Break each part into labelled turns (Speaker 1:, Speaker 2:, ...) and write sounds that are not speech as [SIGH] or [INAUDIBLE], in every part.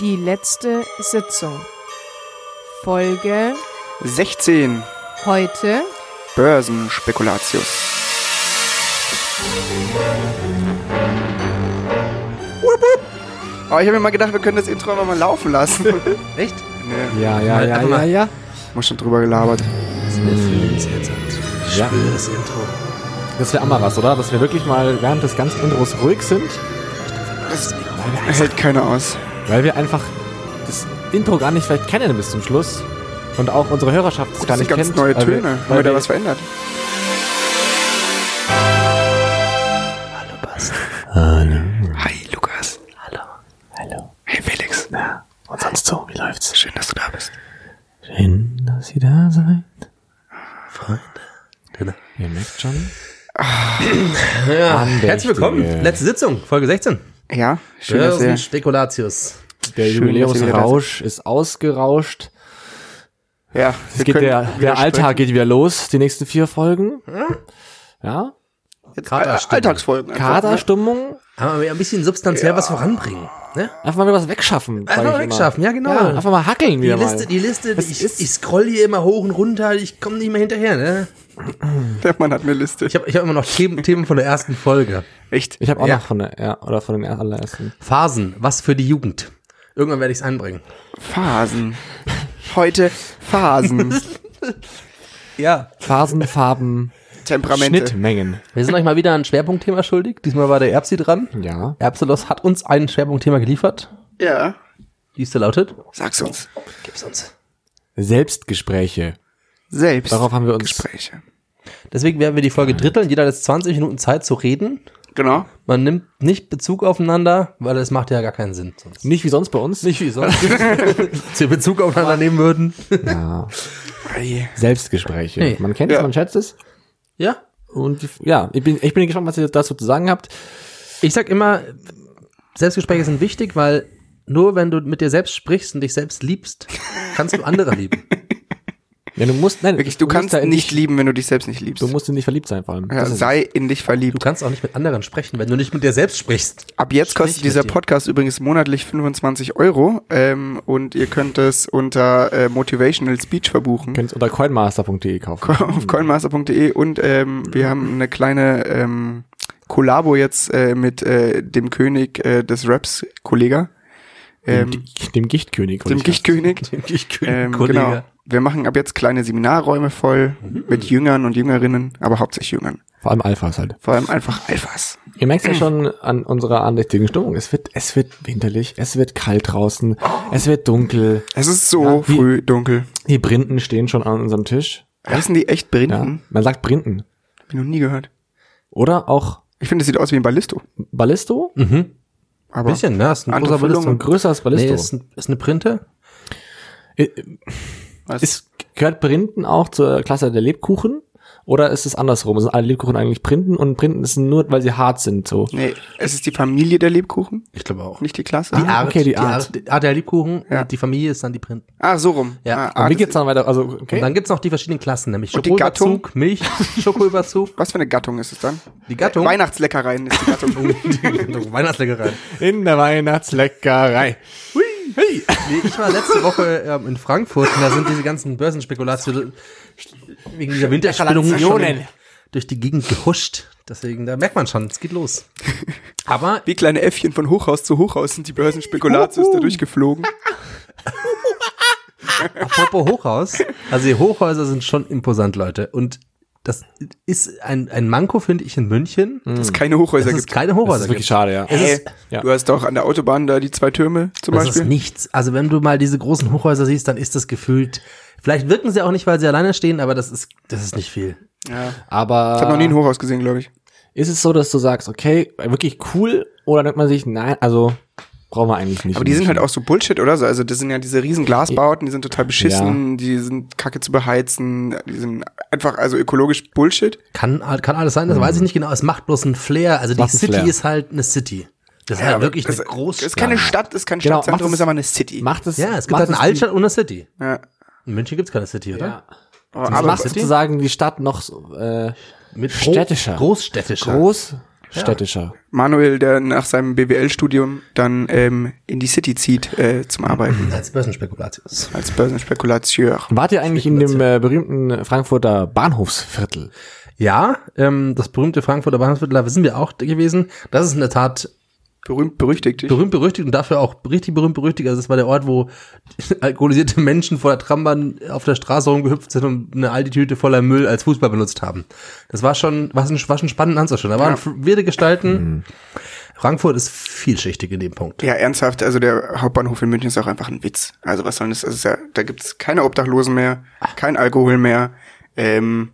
Speaker 1: Die letzte Sitzung. Folge
Speaker 2: 16.
Speaker 1: heute
Speaker 2: Börsenspekulatius. Aber Oh, ich habe mir mal gedacht, wir können das Intro einfach mal laufen
Speaker 3: [LAUGHS]
Speaker 2: lassen.
Speaker 4: Echt?
Speaker 2: nee,
Speaker 3: Ja, ja,
Speaker 4: Mal-
Speaker 3: ja,
Speaker 4: einfach
Speaker 3: ja,
Speaker 4: mal-
Speaker 3: ja.
Speaker 2: haben wir schon drüber gelabert.
Speaker 3: ja.
Speaker 4: Das Intro.
Speaker 3: Das wäre Amaras, oder? Dass wir wirklich mal während des ganzen Intros ruhig sind,
Speaker 2: Das hält keiner aus.
Speaker 3: weil wir einfach das Intro gar nicht vielleicht kennen bis zum Schluss und auch unsere Hörerschaft es gar
Speaker 2: Oh, Das sind
Speaker 3: nicht
Speaker 2: ganz
Speaker 3: kennt.
Speaker 2: neue
Speaker 3: weil wir-
Speaker 2: Töne. Haben wir
Speaker 3: Weil
Speaker 2: da
Speaker 3: wir,
Speaker 2: was verändert? Hi, Lukas.
Speaker 5: Hallo.
Speaker 2: Hey, Felix.
Speaker 5: Na, und sonst so, wie läuft's?
Speaker 2: Schön, dass du da bist.
Speaker 5: Schön, dass ihr da seid. Freunde.
Speaker 3: ihr merkt schon.
Speaker 4: Ja.
Speaker 3: Andächtige.
Speaker 4: Ah, Herzlich willkommen. Letzte Sitzung, Folge 16.
Speaker 2: Ja, schön, dass ihr...
Speaker 4: Spekulatius.
Speaker 2: Schön,
Speaker 3: Der
Speaker 2: dass ihr
Speaker 3: Jubiläumsrausch ist ausgerauscht.
Speaker 2: Ja,
Speaker 3: Es geht der, der Alltag geht wieder los, die nächsten vier Folgen. Ja.
Speaker 4: Katerstimmung.
Speaker 2: äh, Alltagsfolgen. einfach, ne?
Speaker 3: Kaderstimmung.
Speaker 4: Aber wir ein bisschen substanziell was voranbringen. Ne?
Speaker 3: Einfach mal wieder was wegschaffen. sag
Speaker 4: Einfach mal
Speaker 3: ich immer.
Speaker 4: wegschaffen, ja, genau.
Speaker 3: Ja, einfach mal hackeln
Speaker 4: Die
Speaker 3: wieder mal.
Speaker 4: Liste, die Liste,
Speaker 3: Das
Speaker 4: ich,
Speaker 3: ist-
Speaker 4: ich scroll hier immer hoch und runter, ich komme nicht mehr hinterher. Ne?
Speaker 2: Der Mann hat eine Liste.
Speaker 4: Ich habe ich hab immer noch Themen, [LAUGHS] Themen von der ersten Folge.
Speaker 2: Echt?
Speaker 3: Ich habe auch
Speaker 4: Ja.
Speaker 3: noch von der, ja, oder von den allerersten.
Speaker 4: Phasen, was für die Jugend. Irgendwann werde ich es einbringen.
Speaker 2: Phasen. Heute Phasen.
Speaker 3: [LAUGHS]
Speaker 4: Ja.
Speaker 3: Phasen,
Speaker 2: [LAUGHS]
Speaker 3: Farben,
Speaker 2: Temperamente.
Speaker 3: Schnittmengen.
Speaker 4: Wir sind euch mal wieder ein Schwerpunktthema schuldig. Diesmal war der Erbsi dran.
Speaker 3: Ja.
Speaker 4: Erbselos hat uns ein Schwerpunktthema geliefert.
Speaker 2: Ja.
Speaker 4: Die Liste lautet?
Speaker 2: Sag's uns.
Speaker 4: Gib's uns.
Speaker 3: Selbstgespräche.
Speaker 2: Selbst.
Speaker 3: Darauf haben wir uns-
Speaker 2: Gespräche.
Speaker 4: Deswegen werden wir die Folge dritteln. Jeder hat jetzt 20 Minuten Zeit zu reden.
Speaker 2: Genau.
Speaker 4: Man nimmt nicht Bezug aufeinander, weil das macht ja gar keinen Sinn. Sonst.
Speaker 3: Nicht wie sonst bei uns.
Speaker 4: Nicht wie sonst. Wenn wir Bezug aufeinander nehmen würden.
Speaker 3: Ja. [LAUGHS] Selbstgespräche.
Speaker 4: Nee.
Speaker 3: Man kennt
Speaker 2: Ja.
Speaker 3: es, man schätzt es.
Speaker 4: [LAUGHS] Ja.
Speaker 3: Und die, ja, ich bin, ich bin gespannt, was ihr dazu zu sagen habt.
Speaker 4: Ich sag immer, Selbstgespräche sind wichtig, weil nur wenn du mit dir selbst sprichst und dich selbst liebst, kannst du andere lieben.
Speaker 3: Ja, du musst, nein,
Speaker 2: Wirklich, du
Speaker 3: musst
Speaker 2: kannst
Speaker 3: da in
Speaker 2: nicht
Speaker 3: dich,
Speaker 2: lieben, wenn du dich selbst nicht liebst.
Speaker 3: Du musst in dich verliebt sein, vor allem.
Speaker 2: ja,
Speaker 3: Das ist-
Speaker 2: sei in dich
Speaker 4: Du
Speaker 2: verliebt.
Speaker 4: kannst auch nicht mit anderen sprechen, wenn du nicht mit dir selbst [LAUGHS] sprichst.
Speaker 2: Ab jetzt kostet
Speaker 4: mit
Speaker 2: dieser
Speaker 4: dir.
Speaker 2: Podcast übrigens monatlich 25 Euro ähm, und ihr könnt es unter äh, Motivational Speech verbuchen. [LAUGHS]
Speaker 3: könnt's unter coinmaster.de kaufen.
Speaker 2: auf coinmaster.de und ähm, wir haben eine kleine ähm, Kollabo jetzt äh, mit äh, dem König äh, des Raps, Kollega.
Speaker 3: dem,
Speaker 2: Ähm,
Speaker 3: Di- dem Gichtkönig. wollte
Speaker 2: dem
Speaker 3: ich
Speaker 2: Gichtkönig.
Speaker 4: Ich
Speaker 3: [LAUGHS]
Speaker 2: Ähm, genau. Wir machen ab jetzt kleine Seminarräume voll
Speaker 3: Mhm.
Speaker 2: mit Jüngern und Jüngerinnen, aber hauptsächlich Jüngern.
Speaker 3: sagen. Vor allem Alphas halt.
Speaker 2: Vor allem einfach Alphas.
Speaker 3: Ihr merkt ja schon an unserer andächtigen Stimmung. Es wird, es wird winterlich, es wird kalt draußen, es wird dunkel.
Speaker 2: Es ist so
Speaker 3: wie-
Speaker 2: früh dunkel.
Speaker 3: Die Brinden stehen schon an unserem Tisch.
Speaker 2: Heißen die echt
Speaker 3: Ja,
Speaker 2: Brinden?
Speaker 3: man sagt Brinden.
Speaker 2: Hab ich noch nie gehört.
Speaker 3: Oder auch
Speaker 2: Ich finde, es sieht aus wie ein Ballisto.
Speaker 3: Ballisto?
Speaker 4: Mhm.
Speaker 2: Aber
Speaker 4: Bisschen, ne? Ist ein
Speaker 2: Andere
Speaker 4: großer Ballist.
Speaker 2: Füllung.
Speaker 3: Ein größeres
Speaker 4: Nee,
Speaker 3: Ballisto.
Speaker 4: ist, ein, ist eine Printe.
Speaker 3: I-
Speaker 2: was-
Speaker 3: ist, gehört Brinden auch zur Klasse der Lebkuchen? Oder ist es andersrum? Sind alle Lebkuchen eigentlich Brinden und Brinden ist nur, weil sie hart sind, so?
Speaker 2: nee, es ist die Familie der Lebkuchen,
Speaker 4: Ich glaube auch.
Speaker 2: nicht die Klasse.
Speaker 3: Ah. okay, die Art.
Speaker 4: Die Art der Liebkuchen,
Speaker 2: Ja.
Speaker 4: die Familie ist dann die Print.
Speaker 2: Ah, so rum. Ah,
Speaker 4: Ja.
Speaker 3: und
Speaker 2: ah,
Speaker 3: wie geht's dann weiter? Also, okay.
Speaker 4: Und dann gibt's noch die verschiedenen Klassen, nämlich
Speaker 2: Und die [LAUGHS]
Speaker 4: Schokoüberzug, Milch, Schokoüberzug,
Speaker 2: was für eine Gattung ist es dann?
Speaker 4: die Gattung.
Speaker 2: Weihnachtsleckereien ist die
Speaker 3: [LAUGHS]
Speaker 2: Gattung.
Speaker 4: Weihnachtsleckerei.
Speaker 3: In der Weihnachtsleckerei.
Speaker 4: Nee, ich war letzte Woche ähm, in Frankfurt und da sind diese ganzen Börsenspekulationen wegen dieser Winterspannungen schon
Speaker 3: Spekulationen.
Speaker 4: durch die Gegend gehuscht. Deswegen, da merkt man schon, es geht los. Aber
Speaker 2: wie kleine Äffchen von Hochhaus zu Hochhaus sind die Börsenspekulatius da
Speaker 3: Hm.
Speaker 2: durchgeflogen.
Speaker 4: Apropos Hochhaus. Also die Hochhäuser sind schon imposant, Leute. Und das ist ein, ein Manko, finde ich, in München.
Speaker 2: Dass es keine Hochhäuser
Speaker 4: Dass es
Speaker 2: gibt.
Speaker 4: keine
Speaker 3: Mhm. Also Das
Speaker 4: Hochhäuser
Speaker 3: ist wirklich
Speaker 4: gibt.
Speaker 3: schade, ja.
Speaker 2: Hä?
Speaker 3: ja.
Speaker 2: Du hast doch an der Autobahn da die zwei Türme zum
Speaker 4: Das
Speaker 2: Beispiel.
Speaker 4: ist nichts. Also wenn du mal diese großen Hochhäuser siehst, dann ist das gefühlt. Vielleicht wirken sie auch nicht, weil sie alleine stehen, aber das ist, das ist nicht viel.
Speaker 2: ja. Ich habe noch nie ein
Speaker 3: Aber
Speaker 2: Hochhaus gesehen, glaube ich.
Speaker 3: ist es so, dass du sagst, okay, wirklich cool, oder denkt man sich, nein, also, brauchen wir eigentlich nicht.
Speaker 2: Aber die sind halt auch so Bullshit, oder? So, Also das sind ja diese riesen Glasbauten, die sind total beschissen, die sind kacke zu beheizen, die sind einfach also ökologisch Bullshit.
Speaker 4: Kann, kann alles sein, das weiß ich nicht genau. Es macht bloß einen Flair. Also die
Speaker 3: Mhm. Macht einen
Speaker 4: City
Speaker 3: Flair.
Speaker 4: ist halt eine City. Das ist halt wirklich eine
Speaker 2: Das-
Speaker 4: große
Speaker 2: Also Ist keine Stadt, ist kein
Speaker 3: Genau,
Speaker 2: Stadtzentrum,
Speaker 3: macht es-
Speaker 2: ist aber eine City.
Speaker 3: Macht es,
Speaker 4: Ja, es gibt
Speaker 3: macht
Speaker 4: halt eine
Speaker 3: es die-
Speaker 4: Altstadt und eine City.
Speaker 2: ja.
Speaker 4: In München gibt's keine City, oder?
Speaker 3: Ja.
Speaker 2: Aber
Speaker 3: Aber
Speaker 2: aber
Speaker 3: macht sozusagen die Stadt noch, so, äh,
Speaker 4: Mit
Speaker 3: Städtischer.
Speaker 4: Großstädtischer.
Speaker 3: groß, städtischer.
Speaker 2: Manuel, der nach seinem BWL-Studium dann ähm, in die City zieht äh, zum
Speaker 4: [CLEARS THROAT]
Speaker 2: Arbeiten
Speaker 4: Als Börsenspekulatius.
Speaker 2: als Börsenspekulateur.
Speaker 3: Wart ihr eigentlich in dem äh, berühmten Frankfurter Bahnhofsviertel?
Speaker 4: Ja, ähm, das berühmte Frankfurter Bahnhofsviertel, da sind wir auch gewesen. Das ist in der Tat
Speaker 2: Berühmt, berüchtigt.
Speaker 4: berühmt berüchtigt und dafür auch richtig berühmt berüchtigt. Also das war der Ort, wo [LAUGHS] alkoholisierte Menschen vor der Trambahn auf der Straße rumgehüpft sind und eine Aldi-Tüte voller Müll als Fußball benutzt haben. Das war schon, war schon, war schon spannend anzuschauen. Da waren wilde Gestalten. Frankfurt ist vielschichtig in dem Punkt.
Speaker 2: Mhm. Ja, ernsthaft, also der Hauptbahnhof in München ist auch einfach ein Witz. Also was soll das? Also es ist ja, da gibt's keine Obdachlosen mehr, kein Alkohol mehr. Ähm,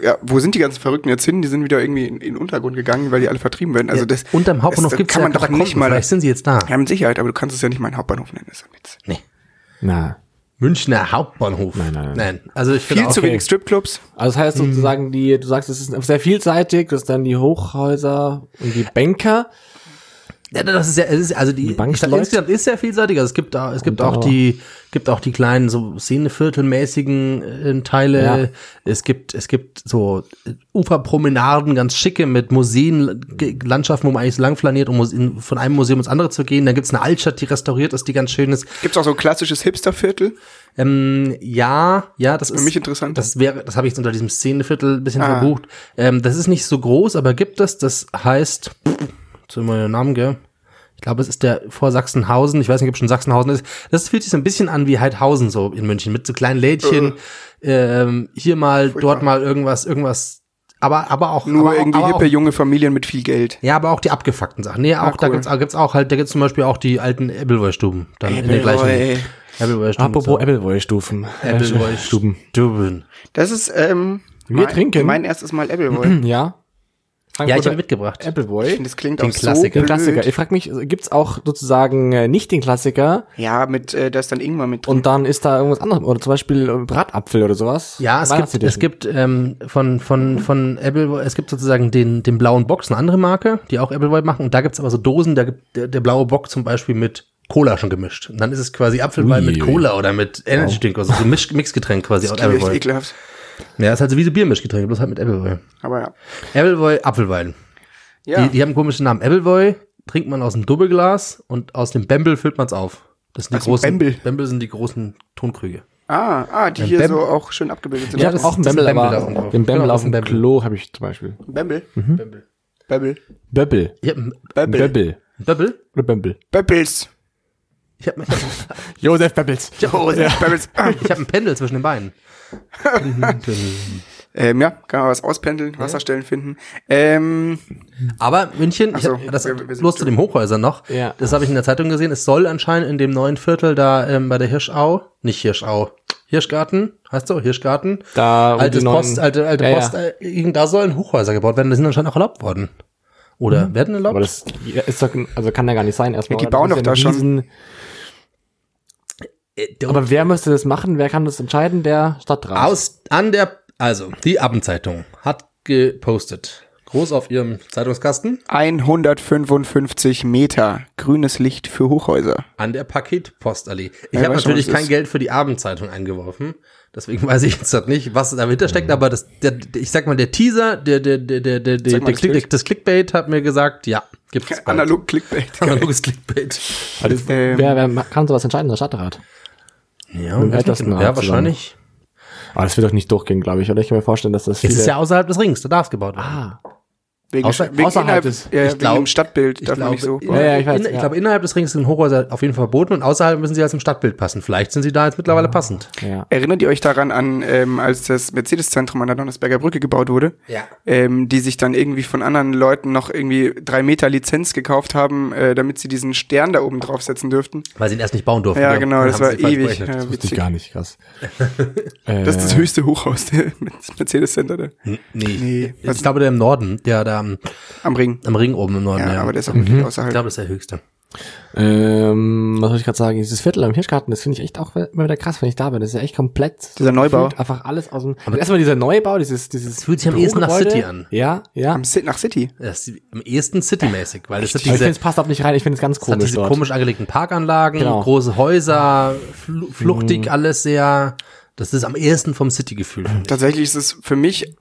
Speaker 2: ja, wo sind die ganzen Verrückten jetzt hin? Die sind wieder irgendwie in, in den Untergrund gegangen, weil die alle vertrieben werden. Also das
Speaker 4: Unterm Hauptbahnhof
Speaker 2: das
Speaker 4: gibt es
Speaker 2: kann
Speaker 4: ja
Speaker 2: man doch
Speaker 4: Katakomben.
Speaker 2: nicht mal.
Speaker 4: Vielleicht sind sie jetzt da.
Speaker 2: Ja, mit Sicherheit, aber du kannst es ja nicht mal einen Hauptbahnhof nennen. Das ist ein Witz.
Speaker 4: Nee.
Speaker 3: Na,
Speaker 4: Münchner Hauptbahnhof. Nein,
Speaker 3: nein,
Speaker 4: Also ich finde
Speaker 2: Viel
Speaker 4: auch,
Speaker 2: zu wenig Stripclubs.
Speaker 3: also das heißt
Speaker 4: Hm.
Speaker 3: sozusagen die, du sagst, es ist sehr vielseitig, das sind dann die Hochhäuser und die Banker.
Speaker 4: Ja, das ist ja, es ist, also die,
Speaker 3: Die Bank
Speaker 4: die Stadt
Speaker 3: läuft.
Speaker 4: insgesamt ist sehr vielseitig. Also es gibt da, es gibt
Speaker 3: Und
Speaker 4: auch
Speaker 3: auch-
Speaker 4: die, gibt auch die kleinen so Szeneviertelmäßigen äh, Teile.
Speaker 3: Ja.
Speaker 4: Es gibt, es gibt so äh, Uferpromenaden, ganz schicke mit Museen, Ge- Landschaften, wo man eigentlich lang flaniert, um Muse- in- von einem Museum ins andere zu gehen. Dann gibt's eine Altstadt, die restauriert ist, die ganz schön ist.
Speaker 2: Gibt's auch so ein klassisches Hipsterviertel?
Speaker 4: Ähm, ja, ja, das ist
Speaker 2: mich interessant.
Speaker 4: Das wäre, das habe ich jetzt unter diesem Szeneviertel ein bisschen
Speaker 2: Ah.
Speaker 4: verbucht. Ähm, das ist nicht so groß, aber gibt es. Das heißt, zu meinem Namen, gell? Ich glaube, es ist der vor Sachsenhausen. Ich weiß nicht, ob es schon Sachsenhausen ist. Das fühlt sich so ein bisschen an wie Heidhausen so in München mit so kleinen Lädchen.
Speaker 2: Äh.
Speaker 4: Ähm, hier mal, dort mal irgendwas, irgendwas. Aber, aber auch
Speaker 2: Nur
Speaker 4: aber, auch-
Speaker 2: irgendwie
Speaker 4: aber
Speaker 2: hippe
Speaker 4: auch,
Speaker 2: junge Familien mit viel Geld.
Speaker 4: ja, aber auch die abgefuckten Sachen. Nee, auch da
Speaker 2: cool.
Speaker 4: gibt's, auch- gibt's auch halt, da gibt's zum Beispiel auch die alten Ebbelwoi-Stuben. Dann in der gleichen.
Speaker 2: Ebbelwoi.
Speaker 4: Ebbelwoi-Stuben.
Speaker 3: Apropos Appleboy-Stufen.
Speaker 4: Ebbelwoi-Stuben. Stuben.
Speaker 2: Das ist ähm,
Speaker 3: Wir
Speaker 2: mein,
Speaker 3: trinken.
Speaker 2: mein erstes Mal
Speaker 4: [CLEARS THROAT]
Speaker 2: Appleboy.
Speaker 3: Ja.
Speaker 4: Ja, ich
Speaker 3: Frankfurter
Speaker 4: habe mitgebracht.
Speaker 3: Appleboy.
Speaker 2: Das klingt
Speaker 4: Den
Speaker 2: auch
Speaker 4: Klassiker.
Speaker 2: so
Speaker 3: Den
Speaker 2: blöd.
Speaker 3: Klassiker. Ich frage mich, gibt's auch sozusagen äh, nicht den Klassiker
Speaker 2: Ja, mit äh, da ist dann Ingwer mit drin.
Speaker 3: und dann ist da irgendwas anderes oder zum Beispiel äh, Bratapfel oder sowas?
Speaker 4: Ja, es gibt, es
Speaker 3: Weihnachtsedischen.
Speaker 4: gibt ähm, von, von, von Appleboy, es gibt sozusagen den, den blauen Box, eine andere Marke, die auch Appleboy machen. Und da gibt's aber so Dosen, da gibt der, der blaue Bock zum Beispiel mit Cola schon gemischt. Und dann ist es quasi Apfelwein mit Cola oder mit Energy Drink oder so. so ein Misch- Mixgetränk quasi aus
Speaker 2: klingt echt
Speaker 4: Appleboy.
Speaker 2: ekelhaft.
Speaker 4: Ja, ist halt so wie so Biermischgetränk, bloß halt mit Appleboy.
Speaker 2: Aber ja.
Speaker 4: Appleboy, Apfelwein.
Speaker 2: ja.
Speaker 4: Die, die haben einen komischen Namen. Appleboy trinkt man aus einem Doppelglas und aus dem Bembel füllt man's auf. Das sind die
Speaker 2: Aus dem
Speaker 4: großen,
Speaker 2: Bembel?
Speaker 4: Bembel sind die großen Tonkrüge.
Speaker 2: Ah, ah, die hier
Speaker 4: Bem-
Speaker 2: so auch schön abgebildet sind.
Speaker 3: Ich
Speaker 4: Ja,
Speaker 3: habe
Speaker 4: das
Speaker 3: auch einen
Speaker 4: ist ein
Speaker 3: Bembel,
Speaker 4: Bembel da
Speaker 3: aber
Speaker 4: unten drauf.
Speaker 3: den Bembel
Speaker 4: Genau,
Speaker 3: auf
Speaker 4: das ist
Speaker 3: dem
Speaker 4: ein Bembel.
Speaker 3: Klo habe ich zum Beispiel.
Speaker 2: Bembel.
Speaker 4: Bembel.
Speaker 2: Bembel.
Speaker 3: Böbbel.
Speaker 4: Ich hab einen
Speaker 2: Bembel.
Speaker 3: Böbbel.
Speaker 4: Böbbel?
Speaker 3: Oder Bömbel.
Speaker 2: Bembels.
Speaker 4: Ich hab, ich hab
Speaker 3: Josef Böbbels.
Speaker 2: Oh, ja. Bembels. Ah.
Speaker 4: [LAUGHS] Ich habe ein Pendel zwischen den Beinen.
Speaker 2: Ähm, ja, kann man was auspendeln, Wasserstellen finden. Ähm,
Speaker 4: Aber München, ich
Speaker 2: so,
Speaker 4: hab, das,
Speaker 2: wir- wir sind
Speaker 4: bloß zu dem Hochhäuser noch,
Speaker 3: Ja.
Speaker 4: das habe ich in der Zeitung gesehen, es soll anscheinend in dem neuen Viertel da ähm, bei der Hirschau, nicht Hirschau, Hirschgarten, heißt so, Hirschgarten,
Speaker 3: Da wo
Speaker 4: altes
Speaker 3: die neuen-
Speaker 4: Post, alte, alte
Speaker 3: Ja,
Speaker 4: Post,
Speaker 3: Ja.
Speaker 4: äh, irgend- da sollen Hochhäuser gebaut werden, die sind anscheinend auch erlaubt worden. Oder werden erlaubt?
Speaker 3: Hm. Aber das ja, ist doch, also kann ja gar nicht sein erstmal.
Speaker 2: Die
Speaker 3: weil das
Speaker 2: bauen doch
Speaker 3: ist ja
Speaker 2: da schon.
Speaker 3: riesen-
Speaker 4: Äh, der-
Speaker 3: Aber wer müsste das machen? Wer kann das entscheiden? Der Stadtrat.
Speaker 4: aus, an der, also, die Abendzeitung hat gepostet, groß auf ihrem Zeitungskasten,
Speaker 2: 155 Meter grünes Licht für Hochhäuser.
Speaker 4: An der Paketpostallee. Ich
Speaker 2: Ja,
Speaker 4: habe
Speaker 2: weiß schon,
Speaker 4: natürlich
Speaker 2: was
Speaker 4: kein
Speaker 2: ist.
Speaker 4: Geld für die Abendzeitung eingeworfen. Deswegen [LAUGHS] weiß ich jetzt halt nicht, was dahinter steckt, aber das, der, der, ich sag mal, der Teaser, der, der, der, der, der, der,
Speaker 2: Sag mal,
Speaker 4: der
Speaker 2: das
Speaker 4: Klick,
Speaker 2: Bild.
Speaker 4: das Clickbait hat mir gesagt, ja, gibt's. bald. [LAUGHS]
Speaker 2: Analog Clickbait.
Speaker 4: Analoges Clickbait.
Speaker 3: Also,
Speaker 2: Ähm.
Speaker 3: wer, wer ma- kann sowas entscheiden? Der Stadtrat.
Speaker 4: Ja, genau.
Speaker 3: Mit dem Ältestenrat
Speaker 4: ja
Speaker 3: zusammen.
Speaker 4: wahrscheinlich.
Speaker 3: Aber das wird doch nicht durchgehen, glaube ich. Oder ich kann mir vorstellen, dass das
Speaker 4: Es ist
Speaker 3: viele-
Speaker 4: ja außerhalb des Rings, da darf es gebaut werden.
Speaker 3: ah,
Speaker 2: Wegen,
Speaker 3: Außer-
Speaker 2: wegen
Speaker 3: außerhalb
Speaker 2: innerhalb,
Speaker 3: des-
Speaker 2: ja,
Speaker 4: ich
Speaker 2: wegen
Speaker 4: glaub-
Speaker 2: dem Stadtbild
Speaker 4: Ich
Speaker 2: darf man
Speaker 4: glaube,
Speaker 2: nicht so.
Speaker 4: inner-
Speaker 3: Ja, ja, ich weiß,
Speaker 4: inner-
Speaker 3: ja.
Speaker 4: glaube, innerhalb des Rings sind Hochhäuser auf jeden Fall verboten und außerhalb müssen sie halt zum Stadtbild passen. Vielleicht sind sie da jetzt mittlerweile passend.
Speaker 3: ja.
Speaker 2: Erinnert ihr euch daran an, ähm, als das Mercedes-Zentrum an der Donnersberger Brücke gebaut wurde?
Speaker 4: Ja.
Speaker 2: Ähm, die sich dann irgendwie von anderen Leuten noch irgendwie drei Meter Lizenz gekauft haben, äh, damit sie diesen Stern da oben draufsetzen dürften.
Speaker 4: Weil sie ihn erst nicht bauen durften.
Speaker 2: Ja,
Speaker 4: Dann
Speaker 2: genau,
Speaker 4: haben
Speaker 2: das
Speaker 4: sie
Speaker 2: war
Speaker 4: ihn falsch
Speaker 2: ewig.
Speaker 4: berechnet.
Speaker 2: Ja,
Speaker 3: Wusste ich
Speaker 2: witzig.
Speaker 3: gar
Speaker 2: [LAUGHS]
Speaker 3: nicht, krass. äh,
Speaker 2: das ist das höchste Hochhaus der [LAUGHS] Mercedes Center da,
Speaker 4: Nee.
Speaker 2: Nee.
Speaker 4: Ich glaube, der im Norden, der da am,
Speaker 2: am Ring.
Speaker 4: am Ring oben im Norden.
Speaker 2: Ja,
Speaker 4: ja.
Speaker 2: aber der ist halt auch wirklich außerhalb.
Speaker 4: Ich glaube, das ist der höchste.
Speaker 3: ähm, was soll ich gerade sagen? Dieses Viertel am Hirschgarten, das finde ich echt auch immer wieder krass, wenn ich da bin. Das ist ja echt komplett.
Speaker 2: Dieser Neubau.
Speaker 3: gefühlt Einfach alles aus dem. Aber erstmal dieser Neubau, dieses, dieses.
Speaker 4: Das fühlt sich am ehesten nach
Speaker 3: Bürogebäude.
Speaker 4: City an.
Speaker 3: Ja, ja.
Speaker 2: Am Ci- nach City.
Speaker 4: Das ist am ehesten citymäßig, weil es hat
Speaker 3: Aber ich
Speaker 4: diese,
Speaker 3: finde, es
Speaker 4: es
Speaker 3: passt auch nicht rein. Ich finde es ganz
Speaker 4: hat
Speaker 3: komisch
Speaker 4: diese
Speaker 3: dort.
Speaker 4: komisch angelegten Parkanlagen,
Speaker 3: Genau.
Speaker 4: große Häuser,
Speaker 2: Mhm.
Speaker 4: flu fluchtig, alles sehr. Das ist am ehesten vom City-Gefühl.
Speaker 2: Tatsächlich ist es für mich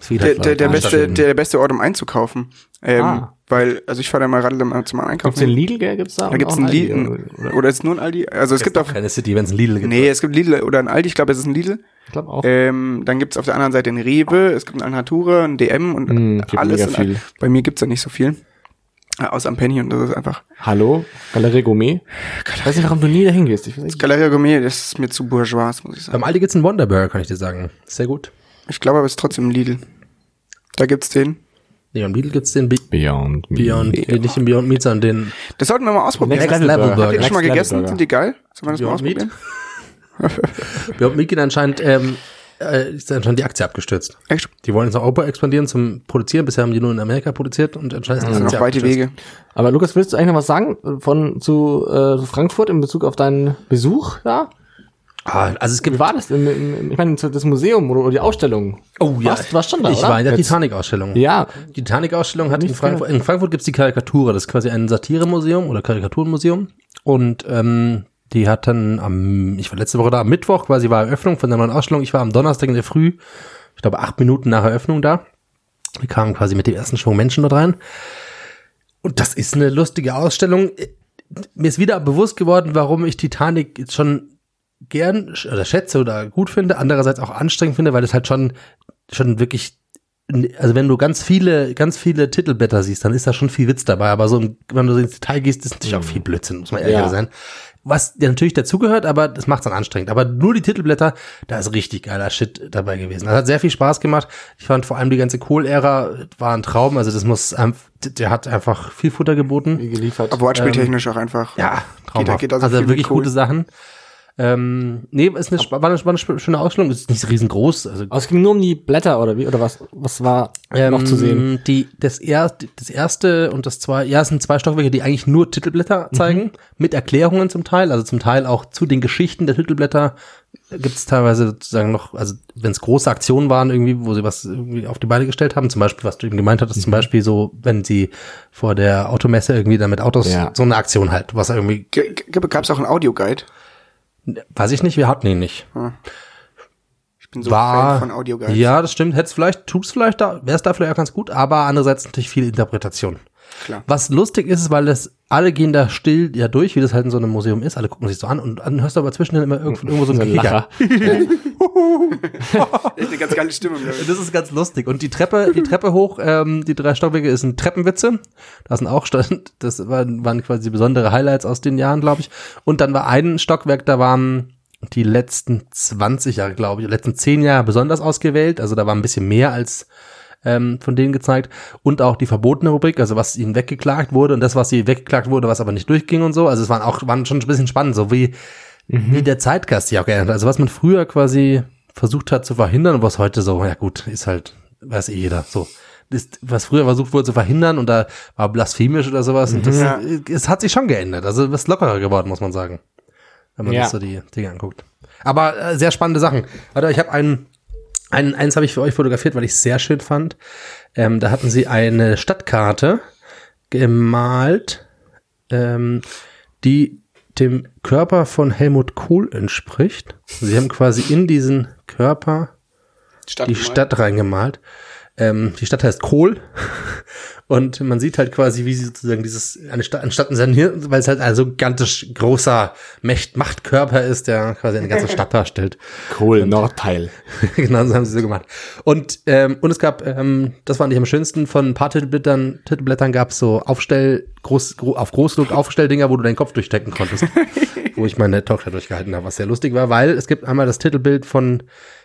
Speaker 4: Es geht
Speaker 2: Der,
Speaker 4: halt
Speaker 2: der, der,
Speaker 4: leider
Speaker 2: beste,
Speaker 4: nicht.
Speaker 2: der beste Ort, um einzukaufen. Ähm,
Speaker 3: Ah.
Speaker 2: Weil, also ich fahre da mal radel mal zum Einkaufen.
Speaker 3: Gibt's den Lidl, gell? Gibt's da?
Speaker 2: da gibt's
Speaker 3: auch
Speaker 2: einen
Speaker 3: Aldi,
Speaker 2: Lidl. ein- Oder ist nur ein Aldi? Also es
Speaker 4: Es
Speaker 2: gibt auch.
Speaker 4: keine City, wenn es ein Lidl gibt.
Speaker 2: Nee, es gibt Lidl oder ein Aldi, ich glaube, es ist ein Lidl.
Speaker 3: Ich glaube auch.
Speaker 2: Ähm, dann gibt's auf der anderen Seite den Rewe, es gibt einen Alnatura, einen DM und
Speaker 3: Mm, gibt
Speaker 2: alles.
Speaker 3: mega
Speaker 2: und
Speaker 3: viel.
Speaker 2: Bei mir gibt's ja nicht so viel. Äh, Außer am Penny und das ist einfach.
Speaker 3: Hallo, Galerie Gourmet. Ich weiß nicht, warum du nie dahin gehst. Ich weiß nicht.
Speaker 2: Galeria Gourmet, das ist mir zu bourgeois, muss ich sagen.
Speaker 4: Beim Aldi gibt's einen Wonderburger, kann ich dir sagen. Sehr gut.
Speaker 2: Ich glaube aber, es ist trotzdem Lidl. Da gibt's den.
Speaker 4: Nee, beim Lidl gibt's den Be
Speaker 3: Beyond.
Speaker 4: Beyond, nee, nicht den Beyond Meat, sondern den
Speaker 2: Das sollten wir mal ausprobieren.
Speaker 4: Next Level Burger.
Speaker 2: Habt ihr das
Speaker 3: Next
Speaker 2: schon mal
Speaker 3: Level
Speaker 2: gegessen?
Speaker 3: Burger.
Speaker 2: Sind die geil? Sollen wir das mal
Speaker 4: Beyond Meat.
Speaker 2: ausprobieren?
Speaker 4: Beyond Meat geht anscheinend, ähm, äh, ist anscheinend die Aktie abgestürzt.
Speaker 2: Echt?
Speaker 4: Die wollen jetzt nach Europa expandieren zum Produzieren. Bisher haben die nur in Amerika produziert und anscheinend ist die
Speaker 2: Das sind
Speaker 4: Aktie
Speaker 2: noch weite
Speaker 4: abgestürzt.
Speaker 2: Wege.
Speaker 3: Aber Lukas, willst du eigentlich noch was sagen von zu äh, zu Frankfurt in Bezug auf deinen Besuch da?
Speaker 4: Ah, also es
Speaker 3: Wie
Speaker 4: gibt
Speaker 3: war das? Im, im, im- ich meine, zu- das Museum oder, oder die Ausstellung.
Speaker 4: Oh ja.
Speaker 3: Warst, warst schon da,
Speaker 4: Ich
Speaker 3: oder?
Speaker 4: war in der
Speaker 3: Jetzt-
Speaker 4: Titanic-Ausstellung.
Speaker 3: Ja.
Speaker 4: Die Titanic-Ausstellung hat in
Speaker 3: Nichts
Speaker 4: Frankfurt, in Frankfurt gibt's die Karikatur, das ist quasi ein Satiremuseum oder Karikaturenmuseum und ähm, die hat dann am, ich war letzte Woche da, am Mittwoch quasi war Eröffnung von der neuen Ausstellung, ich war am Donnerstag in der Früh, ich glaube acht Minuten nach Eröffnung da, wir kamen quasi mit dem ersten Schwung Menschen dort rein und das ist eine lustige Ausstellung, mir ist wieder bewusst geworden, warum ich Titanic jetzt schon gern sch- oder schätze oder gut finde, andererseits auch anstrengend finde, weil es halt schon schon wirklich also wenn du ganz viele ganz viele Titelblätter siehst, dann ist da schon viel Witz dabei, aber so im- wenn du so ins Detail gehst, ist natürlich auch viel Blödsinn, muss man ehrlich
Speaker 3: Ja.
Speaker 4: sein. Was ja natürlich dazugehört, aber das macht's dann anstrengend. Aber nur die Titelblätter, da ist richtig geiler Shit dabei gewesen. Das hat sehr viel Spaß gemacht. Ich fand vor allem die ganze Kohl-Ära war ein Traum. Also das muss, einf- der hat einfach viel Futter geboten.
Speaker 3: Wie geliefert.
Speaker 2: Aber wortspieltechnisch auch einfach.
Speaker 4: Ja, traumhaft.
Speaker 2: geht also
Speaker 4: also
Speaker 2: viel
Speaker 4: wirklich
Speaker 2: cool.
Speaker 4: gute Sachen. Ähm, nee, ist eine, spa- war, eine, war eine sp- schöne Ausstellung. Ist nicht riesengroß. Also,
Speaker 3: Aber es ging nur um die Blätter oder wie? Oder was, was war noch
Speaker 4: ähm,
Speaker 3: zu sehen?
Speaker 4: Die, das, er, das erste und das zwei, ja, es sind zwei Stockwerke, die eigentlich nur Titelblätter
Speaker 3: Mhm.
Speaker 4: zeigen, mit Erklärungen zum Teil, also zum Teil auch zu den Geschichten der Titelblätter gibt es teilweise sozusagen noch, also wenn es große Aktionen waren irgendwie, wo sie was irgendwie auf die Beine gestellt haben, zum Beispiel, was du eben gemeint hattest, zum
Speaker 3: Mhm.
Speaker 4: Beispiel so, wenn sie vor der Automesse irgendwie damit Autos,
Speaker 3: Ja.
Speaker 4: so eine Aktion halt, was irgendwie
Speaker 2: G- g- Gab's auch einen Audioguide?
Speaker 4: Weiß ich nicht, wir hatten ihn nicht.
Speaker 2: Ich bin so
Speaker 4: War,
Speaker 2: Fan von Audioguides.
Speaker 4: ja, das stimmt. Hätt's vielleicht, tut's vielleicht da, wäre es da vielleicht auch ganz gut, aber andererseits natürlich viel Interpretation.
Speaker 2: Klar.
Speaker 4: Was lustig ist, ist, weil das, alle gehen da still ja durch, wie das halt in so einem Museum ist, alle gucken sich so an und dann hörst du aber zwischendrin immer irgendwo, irgendwo [LAUGHS] so ein Gekicher.
Speaker 2: Echt [LAUGHS] eine ganz geile Stimme. glaub ich.
Speaker 4: Das ist ganz lustig. Und die Treppe, die Treppe hoch, ähm, die drei Stockwerke ist ein Treppenwitze. Da sind auch stand, das waren, waren quasi besondere Highlights aus den Jahren, glaube ich. Und dann war ein Stockwerk, da waren die letzten 20 Jahre, glaube ich, die letzten 10 Jahre besonders ausgewählt. Also da war ein bisschen mehr als ähm, von denen gezeigt. Und auch die verbotene Rubrik, also was ihnen weggeklagt wurde und das, was sie weggeklagt wurde, was aber nicht durchging und so. Also es waren auch, waren schon ein bisschen spannend, so wie, wie der Zeitgast sich auch geändert hat. Also was man früher quasi versucht hat zu verhindern und was heute so, ja gut, ist halt, weiß eh jeder, so. Ist, was früher versucht wurde zu verhindern und da war blasphemisch oder sowas. Und das,
Speaker 2: Ja.
Speaker 4: es hat sich schon geändert. Also es ist lockerer geworden, muss man sagen. Wenn man
Speaker 3: Ja.
Speaker 4: sich so die Dinge anguckt. Aber äh, sehr spannende Sachen. Warte, ich habe einen, einen, eins habe ich für euch fotografiert, weil ich es sehr schön fand. Ähm, da hatten sie eine Stadtkarte gemalt, ähm, die dem Körper von Helmut Kohl entspricht. Sie haben quasi in diesen Körper
Speaker 2: Stadt
Speaker 4: die
Speaker 2: gemalt.
Speaker 4: Stadt reingemalt. Ähm, die Stadt heißt Kohl und man sieht halt quasi, wie sie sozusagen dieses eine Stadt anstatt sanieren, weil es halt ein so gigantisch großer Mächt Machtkörper ist, der quasi eine ganze Stadt darstellt.
Speaker 3: Kohl, Nordteil.
Speaker 4: [LAUGHS] genau, das haben sie so gemacht. Und, ähm, und es gab, ähm, das fand ich am schönsten, von ein paar Titelblättern, Titelblättern gab es so Aufstell, groß, gro auf Großdruck Aufstelldinger, wo du deinen Kopf durchstecken konntest. wo ich meine Tochter durchgehalten habe, was sehr lustig war, weil es gibt einmal das Titelbild von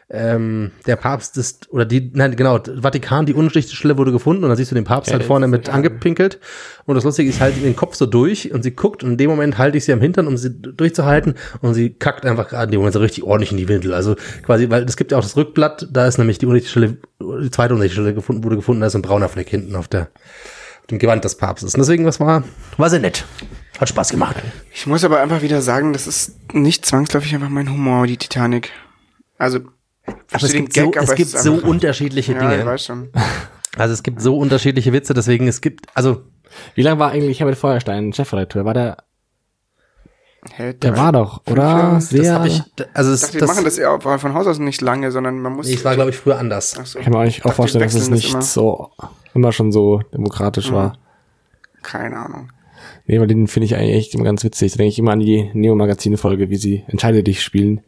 Speaker 4: ähm, der Papst ist, oder die, nein, genau, Vatikan, die unschlichte Stelle wurde gefunden und dann siehst du den Papst halt vorne mit angepinkelt und das Lustige ist halt in den Kopf so durch und sie guckt und in dem Moment halte ich sie am Hintern, um sie durchzuhalten und sie kackt einfach gerade in dem Moment so richtig ordentlich in die Windel. Also quasi, weil es gibt ja auch das Rückblatt, da ist nämlich die unschlichte Stelle, die zweite unschlichte Stelle gefunden, wurde gefunden, da ist so ein brauner Fleck hinten auf der auf dem Gewand des Papstes. Und deswegen, was war, war sehr nett. Hat Spaß gemacht.
Speaker 2: Ich muss aber einfach wieder sagen, das ist nicht zwangsläufig einfach mein Humor, die Titanic. Also,
Speaker 4: Aber es
Speaker 2: verstehe
Speaker 4: gibt so, es
Speaker 2: ist
Speaker 4: gibt so
Speaker 2: einfach-
Speaker 4: unterschiedliche
Speaker 2: Ja, ich
Speaker 4: Dinge.
Speaker 2: weiß schon.
Speaker 4: Also es gibt so unterschiedliche Witze, deswegen es gibt, also
Speaker 3: Wie lange war eigentlich Herbert Feuerstein Chefredakteur? War der
Speaker 2: Hä,
Speaker 3: Der
Speaker 2: drei-
Speaker 3: war doch, oder?
Speaker 2: Jahre?
Speaker 4: Das
Speaker 3: Sehr.
Speaker 4: hab ich, also
Speaker 2: Ich
Speaker 4: das,
Speaker 2: dachte, die machen das ja von Haus aus nicht lange, sondern man muss.
Speaker 4: nee, ich war, glaube ich, früher anders.
Speaker 2: Ach
Speaker 4: [LAUGHS]
Speaker 2: so.
Speaker 3: Ich kann mir eigentlich auch
Speaker 2: Dachte, die
Speaker 3: vorstellen, dass es
Speaker 2: wechseln das
Speaker 3: nicht
Speaker 2: immer.
Speaker 3: so immer schon so demokratisch war.
Speaker 2: Keine Ahnung.
Speaker 3: Nee, weil den finde ich eigentlich echt immer ganz witzig. Da denke ich immer an die Neo-Magazin-Folge, wie sie Entscheide dich spielen.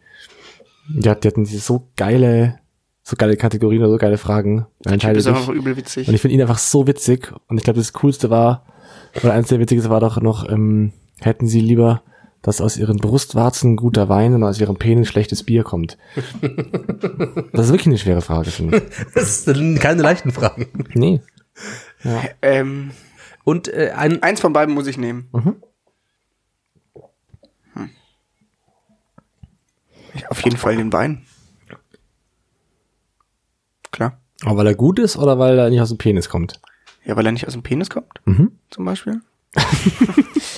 Speaker 3: Die, hat, die hatten diese so geile, so geile Kategorien oder so geile Fragen. Bei
Speaker 2: Typ
Speaker 3: Entscheide
Speaker 2: ist auch einfach
Speaker 3: dich.
Speaker 2: übel witzig.
Speaker 3: Und ich finde ihn einfach so witzig. Und ich glaube, das Coolste war, oder eins der Witzigsten war doch noch, ähm, hätten sie lieber, dass aus ihren Brustwarzen guter Wein und aus ihrem Penis schlechtes
Speaker 2: [LAUGHS]
Speaker 3: Bier kommt. das ist wirklich eine schwere Frage, finde ich.
Speaker 4: Das sind keine leichten Fragen.
Speaker 3: Nee.
Speaker 2: ähm,
Speaker 4: Und äh, ein,
Speaker 2: eins von beiden muss ich nehmen. Hm. Ich- Auf jeden Fall den Wein. Klar.
Speaker 3: Aber weil er gut ist oder weil er nicht aus dem Penis kommt?
Speaker 2: Ja, weil er nicht aus dem Penis kommt,
Speaker 3: Mhm.
Speaker 2: zum
Speaker 3: [LAUGHS]
Speaker 2: Beispiel.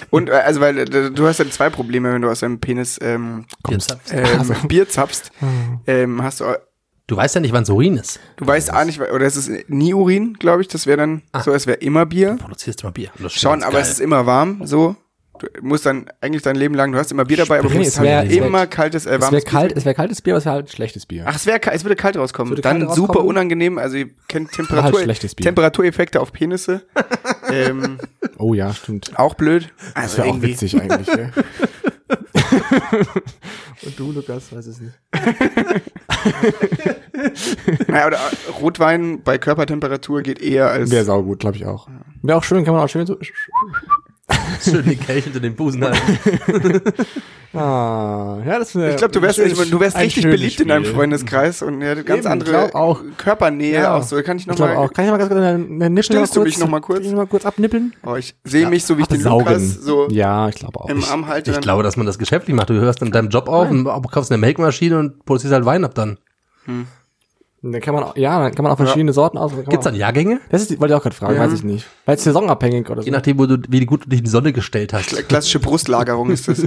Speaker 2: Und äh, also weil äh, du hast ja zwei Probleme, wenn du aus deinem Penis ähm,
Speaker 4: jetzt,
Speaker 2: ähm, Bier
Speaker 3: [LAUGHS]
Speaker 2: zapfst,
Speaker 3: Mhm.
Speaker 2: ähm, hast du au-
Speaker 4: du weißt ja nicht, wann Urin ist.
Speaker 2: Du weißt auch nicht, oder es ist nie Urin, glaube ich. Das wäre dann
Speaker 3: Ah.
Speaker 2: so, es wäre immer Bier.
Speaker 4: Produzierst immer Bier. Das ist
Speaker 2: Schon,
Speaker 4: ganz
Speaker 2: aber
Speaker 4: geil.
Speaker 2: es ist immer warm, so. Du musst dann eigentlich dein Leben lang, du hast immer Bier dabei, aber du
Speaker 3: Sprich,
Speaker 2: musst
Speaker 3: es wär-
Speaker 2: halt
Speaker 3: es wär-
Speaker 2: immer kaltes, äh,
Speaker 3: Es wäre
Speaker 2: warmes
Speaker 3: kalt, es wäre kaltes Bier, aber es wäre halt schlechtes Bier.
Speaker 2: Ach, es wäre es würde kalt rauskommen.
Speaker 3: Es würde
Speaker 2: dann
Speaker 3: kalt
Speaker 2: super
Speaker 3: rauskommen.
Speaker 2: unangenehm, also ihr kennt
Speaker 3: war halt
Speaker 2: Temperatur,
Speaker 3: schlechtes Bier.
Speaker 2: Temperatureffekte auf
Speaker 3: [LAUGHS]
Speaker 2: Penisse. ähm,
Speaker 3: Oh ja, stimmt.
Speaker 2: auch blöd. Also
Speaker 3: Das wäre auch
Speaker 2: irgendwie-
Speaker 3: witzig eigentlich, gell? [LAUGHS] Und du, Lukas, weiß es nicht.
Speaker 2: Naja, oder äh, Rotwein bei Körpertemperatur geht eher als
Speaker 3: Wäre saugut, glaube ich auch. Wäre auch schön, kann man auch schön so.
Speaker 4: Schön den Kelch unter den Busen halten.
Speaker 2: [LAUGHS]
Speaker 3: Ah, ja, das wäre.
Speaker 2: Ich glaube, du wärst,
Speaker 3: ein
Speaker 2: du wärst
Speaker 3: ein
Speaker 2: richtig
Speaker 3: schönes
Speaker 2: beliebt in deinem
Speaker 3: Spiel.
Speaker 2: Freundeskreis und ihr hättet ganz
Speaker 3: Eben,
Speaker 2: andere
Speaker 3: glaub auch.
Speaker 2: Körpernähe
Speaker 3: Ja.
Speaker 2: auch so. Kann ich
Speaker 3: Ich glaube
Speaker 2: nochmal
Speaker 3: auch. Kann ich mal ganz kurz deine, deine Nippel
Speaker 2: Stillst du mich noch mal kurz?
Speaker 3: Kann ich mal kurz abnippeln?
Speaker 2: Oh, ich sehe mich so, wie ich den Lukas so
Speaker 3: ja, ich glaube auch.
Speaker 2: im
Speaker 3: Ich-
Speaker 2: Arm halte.
Speaker 4: Ich
Speaker 2: dann-
Speaker 4: glaube, dass man das geschäftlich macht. Du hörst in deinem Job auf und kaufst eine Melkmaschine und produzierst halt Wein ab dann.
Speaker 3: Dann kann man auch, ja, dann kann man auch verschiedene Sorten aus. Dann kann
Speaker 4: Gibt's
Speaker 3: man
Speaker 4: dann Jahrgänge?
Speaker 3: auch, das ist, die- wollte ich auch gerade fragen, weiß ich nicht. Weil es saisonabhängig oder so.
Speaker 4: Je nachdem, wo du, wie gut du dich in die Sonne gestellt hast.
Speaker 2: Klassische Brustlagerung ist das.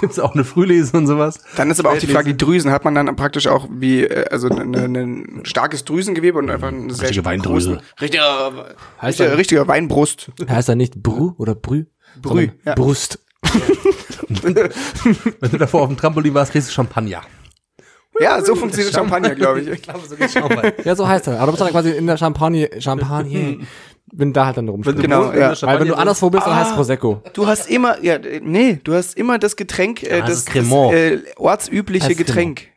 Speaker 4: Gibt's auch eine Frühlese und sowas.
Speaker 2: Dann ist aber auch die Frage, die Drüsen hat man dann praktisch auch wie, äh, also ein ne, ne starkes Drüsengewebe und einfach eine sehr
Speaker 4: Richtige Weindrüse.
Speaker 2: großen- Richtiger,
Speaker 3: Heißt
Speaker 2: richtiger,
Speaker 3: dann-
Speaker 2: richtiger Weinbrust.
Speaker 3: Heißt er nicht Brü oder Brü?
Speaker 2: Brü,
Speaker 3: sondern
Speaker 2: ja.
Speaker 3: Brust.
Speaker 4: Wenn du davor auf dem Trampolin warst, kriegst du Champagner.
Speaker 2: Ja, so funktioniert Champagner, glaube
Speaker 3: [LAUGHS]
Speaker 2: ich.
Speaker 4: glaube, so geht's schon mal.
Speaker 3: Ja, so heißt er. Aber du bist dann quasi in der Champagne, Champagne,
Speaker 4: [LAUGHS]
Speaker 3: wenn da halt dann rumspringt.
Speaker 2: Genau, ja.
Speaker 3: Weil wenn du anderswo bist,
Speaker 4: Ah,
Speaker 3: dann heißt es Prosecco.
Speaker 2: Du hast immer, ja, äh, nee, du hast immer das Getränk, äh,
Speaker 4: Ah, das
Speaker 2: das,
Speaker 4: ist Cremant.
Speaker 2: das äh, ortsübliche
Speaker 3: Das ist
Speaker 2: Getränk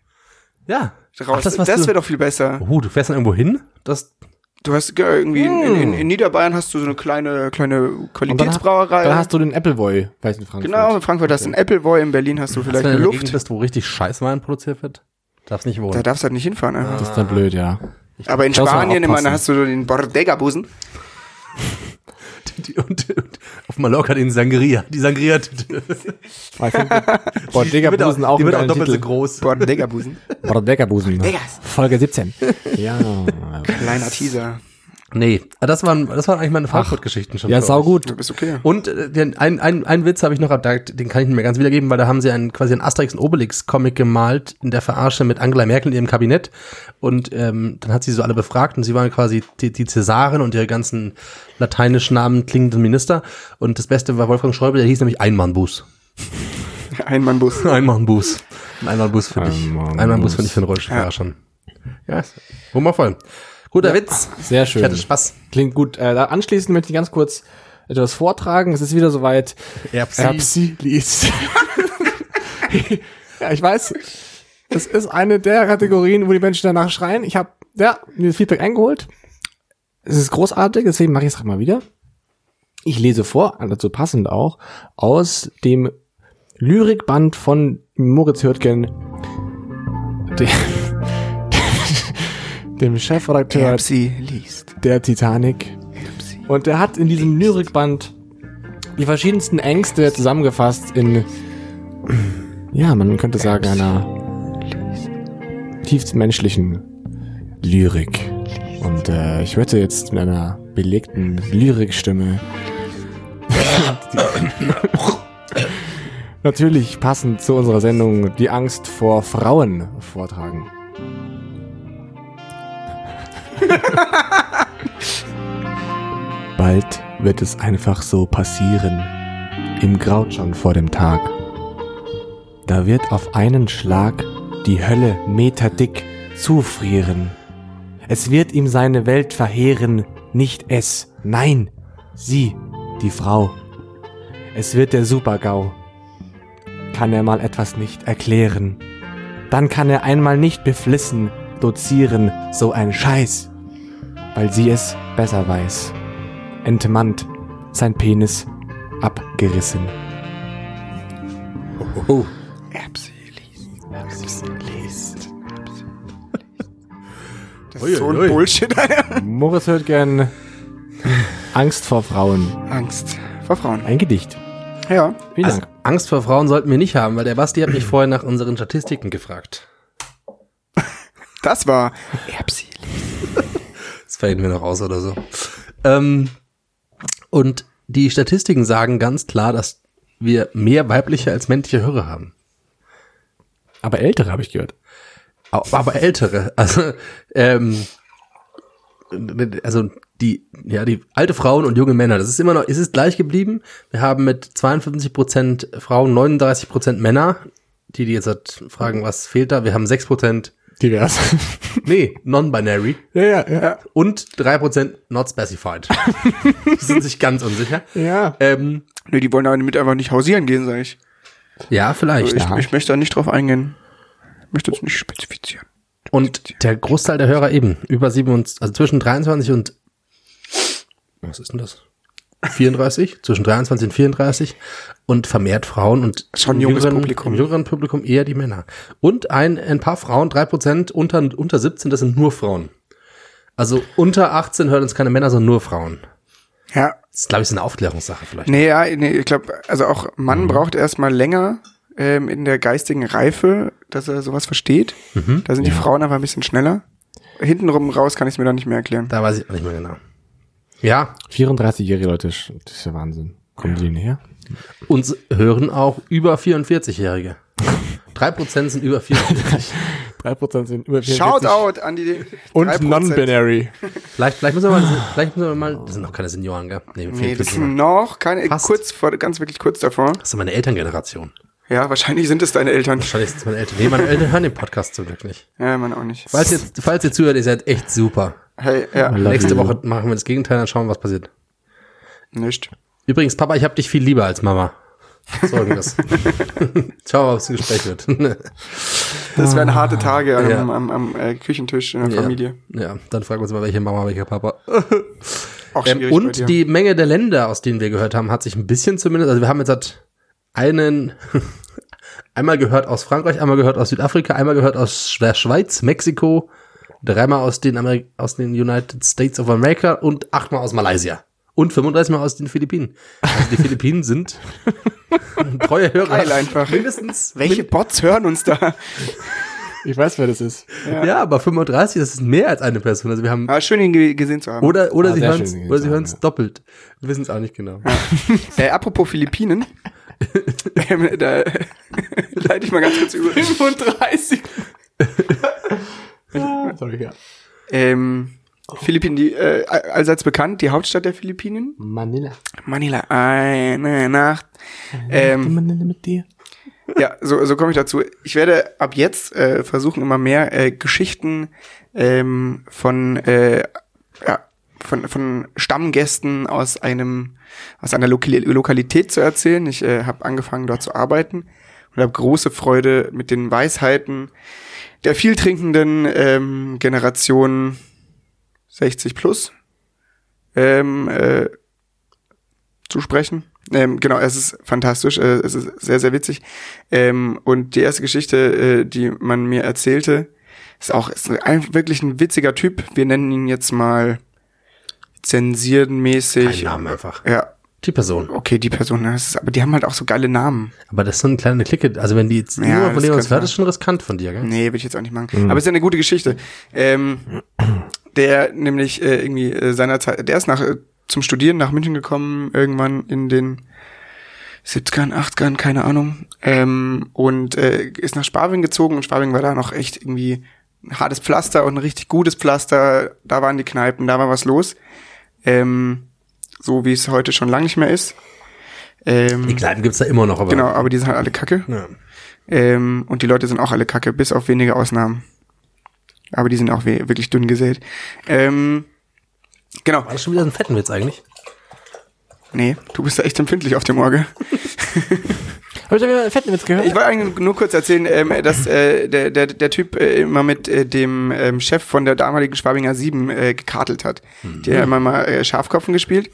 Speaker 4: Ja.
Speaker 2: raus.
Speaker 4: Ach,
Speaker 2: das
Speaker 4: was du-
Speaker 2: wäre doch viel besser.
Speaker 4: Oh, du fährst dann irgendwo hin? Das,
Speaker 2: Du hast äh, irgendwie in, in, in Niederbayern hast du so eine kleine, kleine
Speaker 3: Und dann,
Speaker 2: Qualitätsbrauerei.
Speaker 3: dann hast du den Appleboy, weiß ich in Frankfurt.
Speaker 2: genau, in Frankfurt hast du einen Appleboy, in Berlin hast du vielleicht eine
Speaker 4: wenn du in der Gegend
Speaker 2: Luft.
Speaker 4: bist, wo richtig Scheißwein produziert wird, darfst nicht
Speaker 2: Da
Speaker 4: wohnen.
Speaker 2: darfst du halt nicht hinfahren. einfach.
Speaker 3: Das ist dann blöd, ja.
Speaker 2: Aber in
Speaker 3: Da muss man
Speaker 2: Spanien immer,
Speaker 3: aufpassen.
Speaker 2: da hast du so den Bordega-Busen.
Speaker 4: Die- Und, und auf Mallorca den Sangria, die [LAUGHS] Sangria-Tüte.
Speaker 3: Aber Ah, ich
Speaker 4: [LAUGHS]
Speaker 3: find- Boah, Digga,
Speaker 4: Die wird
Speaker 3: Busen auch
Speaker 4: die
Speaker 3: ein
Speaker 4: wird auch
Speaker 3: geiler
Speaker 4: doppelt so
Speaker 3: Titel.
Speaker 4: groß.
Speaker 2: Bordega-Busen.
Speaker 3: Boah, Digga, Busen.
Speaker 2: Diggas.
Speaker 3: Folge
Speaker 4: [LAUGHS]
Speaker 3: 17. Ja.
Speaker 2: Kleiner Teaser.
Speaker 4: Nee, aber das waren, das waren eigentlich meine Frankfurt-Geschichten schon.
Speaker 3: Ja,
Speaker 4: für
Speaker 3: sau gut.
Speaker 2: Du bist okay.
Speaker 4: Und äh, den, ein, ein, ein Witz habe ich noch abdeckt, den kann ich nicht mehr ganz wiedergeben, weil da haben sie einen quasi einen Asterix und Obelix Comic gemalt in der Verarsche mit Angela Merkel in ihrem Kabinett und ähm, dann hat sie so alle befragt und sie waren quasi die, die Cäsaren und ihre ganzen lateinischen Namen klingenden Minister und das Beste war Wolfgang Schäuble, der hieß nämlich Einmannbus. [LAUGHS]
Speaker 2: Einmannbus.
Speaker 4: Einmannbus. Ein Einmannbus finde ich.
Speaker 3: Einmannbus.
Speaker 4: Einmannbus finde ich für einen Rollstuhlfahrer schon. Ja, ist wundervoll. Guter Witz.
Speaker 3: Sehr schön.
Speaker 4: Ich hatte Spaß.
Speaker 3: Klingt gut. Äh, da anschließend möchte ich ganz kurz etwas vortragen. Es ist wieder soweit.
Speaker 4: Erbsi.
Speaker 3: liest. [LAUGHS] ja, ich weiß. Das ist eine der Kategorien, wo die Menschen danach schreien. Ich habe ja, mir das Feedback eingeholt. Es ist großartig, deswegen mache ich es mal wieder. Ich lese vor, dazu passend auch, aus dem Lyrikband von Moritz Hürtgen, [LAUGHS] dem, dem Chefredakteur
Speaker 2: Pepsi liest.
Speaker 3: der Titanic. Und er hat in diesem Lyrikband die verschiedensten Ängste zusammengefasst in, ja, man könnte sagen, einer tiefstmenschlichen Lyrik. Und äh, ich wette jetzt mit einer belegten Lyrikstimme. Natürlich passend zu unserer Sendung die Angst vor Frauen vortragen. Bald wird es einfach so passieren, im Graut schon vor dem Tag. Da wird auf einen Schlag die Hölle meterdick zufrieren. Es wird ihm seine Welt verheeren, nicht es, nein, sie, die Frau. Es wird der Supergau. Kann er mal etwas nicht erklären. Dann kann er einmal nicht beflissen, dozieren, so ein Scheiß. Weil sie es besser weiß. Entmannt, sein Penis abgerissen. Oh.
Speaker 2: Erbse liest. Das ist so ein Bullshit, [LAUGHS] Alter.
Speaker 3: Moritz hört gern Angst vor Frauen.
Speaker 2: Angst vor Frauen.
Speaker 3: Ein Gedicht.
Speaker 2: Ja.
Speaker 3: Vielen
Speaker 4: Also,
Speaker 3: Dank.
Speaker 4: Angst vor Frauen sollten wir nicht haben, weil der Basti hat mich vorher nach unseren Statistiken gefragt.
Speaker 2: Das war Erbse liest.
Speaker 4: Das fällt mir noch aus oder so. Ähm, und die Statistiken sagen ganz klar, dass wir mehr weibliche als männliche Hörer haben.
Speaker 3: Aber ältere habe ich gehört.
Speaker 4: Au- Aber ältere. [LAUGHS] Also, ähm, also die, ja, die alte Frauen und junge Männer, das ist immer noch, ist es ist gleich geblieben. Wir haben mit 52 Prozent Frauen, 39 Prozent Männer, die, die jetzt halt fragen, was fehlt da. Wir haben 6 Prozent,
Speaker 3: Divers.
Speaker 4: nee, non-binary.
Speaker 3: [LAUGHS] ja, ja, ja.
Speaker 4: und 3%
Speaker 2: [LAUGHS]
Speaker 4: not specified. Die sind sich ganz unsicher.
Speaker 3: Ja.
Speaker 4: Ähm,
Speaker 2: Nee, die wollen damit einfach nicht hausieren gehen, sag ich.
Speaker 4: ja, vielleicht.
Speaker 2: Ich, ich möchte da nicht drauf eingehen. Ich möchte es nicht spezifizieren.
Speaker 4: Und der Großteil der Hörer eben, über 27, also zwischen 23 und, was ist denn das? 34, [LAUGHS] zwischen 23 und 34 und vermehrt Frauen und
Speaker 2: Schon
Speaker 4: im
Speaker 2: junges
Speaker 4: jüngeren,
Speaker 2: Publikum.
Speaker 4: im jüngeren Publikum eher die Männer. Und ein, ein paar Frauen, 3% unter, unter 17, das sind nur Frauen. Also unter 18 hören uns keine Männer, sondern nur Frauen.
Speaker 2: Ja,
Speaker 4: Das ist, glaube ich, so eine Aufklärungssache vielleicht.
Speaker 2: Nee, ja, nee, ich glaube, also auch Mann braucht erstmal länger ähm, in der geistigen Reife, dass er sowas versteht. Da sind die Frauen einfach ein bisschen schneller. Hintenrum raus kann ich es mir dann nicht mehr erklären.
Speaker 4: Da weiß ich auch nicht mehr genau. Ja,
Speaker 3: 34-jährige Leute, sch- das ist ja Wahnsinn. Kommen die denn her?
Speaker 4: Uns hören auch über 44-Jährige. 3% sind über 44.
Speaker 3: 3% sind über
Speaker 2: Shoutout an die 3%.
Speaker 4: vielleicht, vielleicht müssen wir mal, vielleicht müssen wir mal, das sind noch keine Senioren, gell? Nee,
Speaker 2: Nee, das
Speaker 4: 44
Speaker 2: sind noch keine,
Speaker 4: Passt.
Speaker 2: kurz vor, ganz wirklich kurz davor.
Speaker 4: das ist meine Elterngeneration.
Speaker 2: Ja, wahrscheinlich sind es deine Eltern.
Speaker 4: Wahrscheinlich sind es meine Eltern. Nee, meine Eltern hören den Podcast zum Glück nicht.
Speaker 2: Ja, man auch nicht.
Speaker 4: Falls ihr, falls ihr zuhört, ihr seid echt super.
Speaker 2: Hey, ja,
Speaker 3: Love
Speaker 4: Nächste
Speaker 3: you.
Speaker 4: Woche machen wir das Gegenteil, dann schauen wir, was passiert.
Speaker 2: nicht.
Speaker 4: Übrigens, Papa, ich hab dich viel lieber als Mama. Folgendes. Schauen wir, ob es ein Gespräch wird.
Speaker 2: Das wären harte Tage am,
Speaker 4: Ja.
Speaker 2: am, am äh, Küchentisch in der Familie.
Speaker 4: Ja, ja, dann fragen wir uns mal, welche Mama, welcher Papa.
Speaker 2: Auch
Speaker 4: Ähm,
Speaker 2: schwierig bei dir.
Speaker 4: und die Menge der Länder, aus denen wir gehört haben, hat sich ein bisschen zumindest, also wir haben jetzt halt einen, [LAUGHS] einmal gehört aus Frankreich, einmal gehört aus Südafrika, einmal gehört aus der Schweiz, Mexiko, dreimal aus den, Ameri aus den United States of America und achtmal aus Malaysia. Und 35 Mal aus den Philippinen. Also die Philippinen sind [LAUGHS] treue Hörer.
Speaker 2: Geil einfach.
Speaker 4: Mindestens.
Speaker 2: Welche Bots hören uns da?
Speaker 3: Ich weiß, wer das ist.
Speaker 4: Ja. aber 35, das ist mehr als eine Person. Also wir haben,
Speaker 2: [LAUGHS] Ah, schön, ihn ge- gesehen zu haben.
Speaker 4: oder, oder
Speaker 3: Ah,
Speaker 4: sie
Speaker 3: sehr
Speaker 4: hören
Speaker 3: schön,
Speaker 4: es, oder sie
Speaker 3: ja.
Speaker 4: hören es doppelt. Wir wissen es auch nicht genau.
Speaker 2: [LAUGHS] Äh, apropos [LAUGHS] Philippinen. ähm, da [LAUGHS] leite ich mal ganz kurz über.
Speaker 3: 35. [LAUGHS] Sorry, ja.
Speaker 2: Ähm, Philippinen, die, äh, allseits bekannt, die Hauptstadt der Philippinen.
Speaker 3: Manila.
Speaker 2: Manila. Eine Nacht. Ähm,
Speaker 5: Manila mit dir.
Speaker 2: ja, so, so komme ich dazu. Ich werde ab jetzt äh, versuchen, immer mehr äh, Geschichten ähm, von, äh, ja, von, von Stammgästen aus einem aus einer Lokali Lokalität zu erzählen. Ich äh, habe angefangen, dort zu arbeiten und habe große Freude mit den Weisheiten der vieltrinkenden ähm, Generation 60 plus ähm, äh, zu sprechen. Ähm, genau, es ist fantastisch, äh, es ist sehr, sehr witzig. Ähm, und die erste Geschichte, äh, die man mir erzählte, ist auch ist ein, wirklich ein witziger Typ. Wir nennen ihn jetzt mal
Speaker 4: Ein
Speaker 2: zensierenmäßig.
Speaker 4: Name einfach.
Speaker 2: Ja,
Speaker 4: Die Person.
Speaker 2: okay, die Person, das ist, aber die haben halt auch so geile Namen.
Speaker 4: Aber das ist so eine kleine Clique. Also wenn die jetzt
Speaker 2: Ja,
Speaker 4: nur von
Speaker 2: das
Speaker 4: denen was
Speaker 2: könnte
Speaker 4: hört, ist
Speaker 2: man.
Speaker 4: schon riskant von dir, gell?
Speaker 2: Nee, würde ich jetzt auch nicht machen. Aber es ist ja eine gute Geschichte. Ähm, der nämlich äh, irgendwie äh, seinerzeit, der ist nach, äh, zum Studieren nach München gekommen, irgendwann in den 70ern, 80ern, keine Ahnung. Ähm, und äh, ist nach Schwabing gezogen und Schwabing war da noch echt irgendwie ein hartes Pflaster und ein richtig gutes Pflaster. Da waren die Kneipen, da war was los. Ähm, so wie es heute schon lange nicht mehr ist. Ähm,
Speaker 4: Die Kneipen gibt's da immer noch, aber.
Speaker 2: genau, aber die sind halt alle kacke.
Speaker 4: Ja.
Speaker 2: Ähm, und die Leute sind auch alle kacke, bis auf wenige Ausnahmen. Aber die sind auch we- wirklich dünn gesät. Ähm, genau.
Speaker 4: War das schon wieder so ein fetten Witz eigentlich?
Speaker 2: Nee, du bist da echt empfindlich auf dem Orgel.
Speaker 3: Hab ich da wieder einen fetten Witz gehört?
Speaker 2: Ich wollte eigentlich nur kurz erzählen, ähm, dass äh, der, der, der Typ äh, immer mit äh, dem ähm, Chef von der damaligen Schwabinger 7 äh, gekartelt hat.
Speaker 4: Mhm.
Speaker 2: Die haben immer mal äh, Schafkopfen gespielt.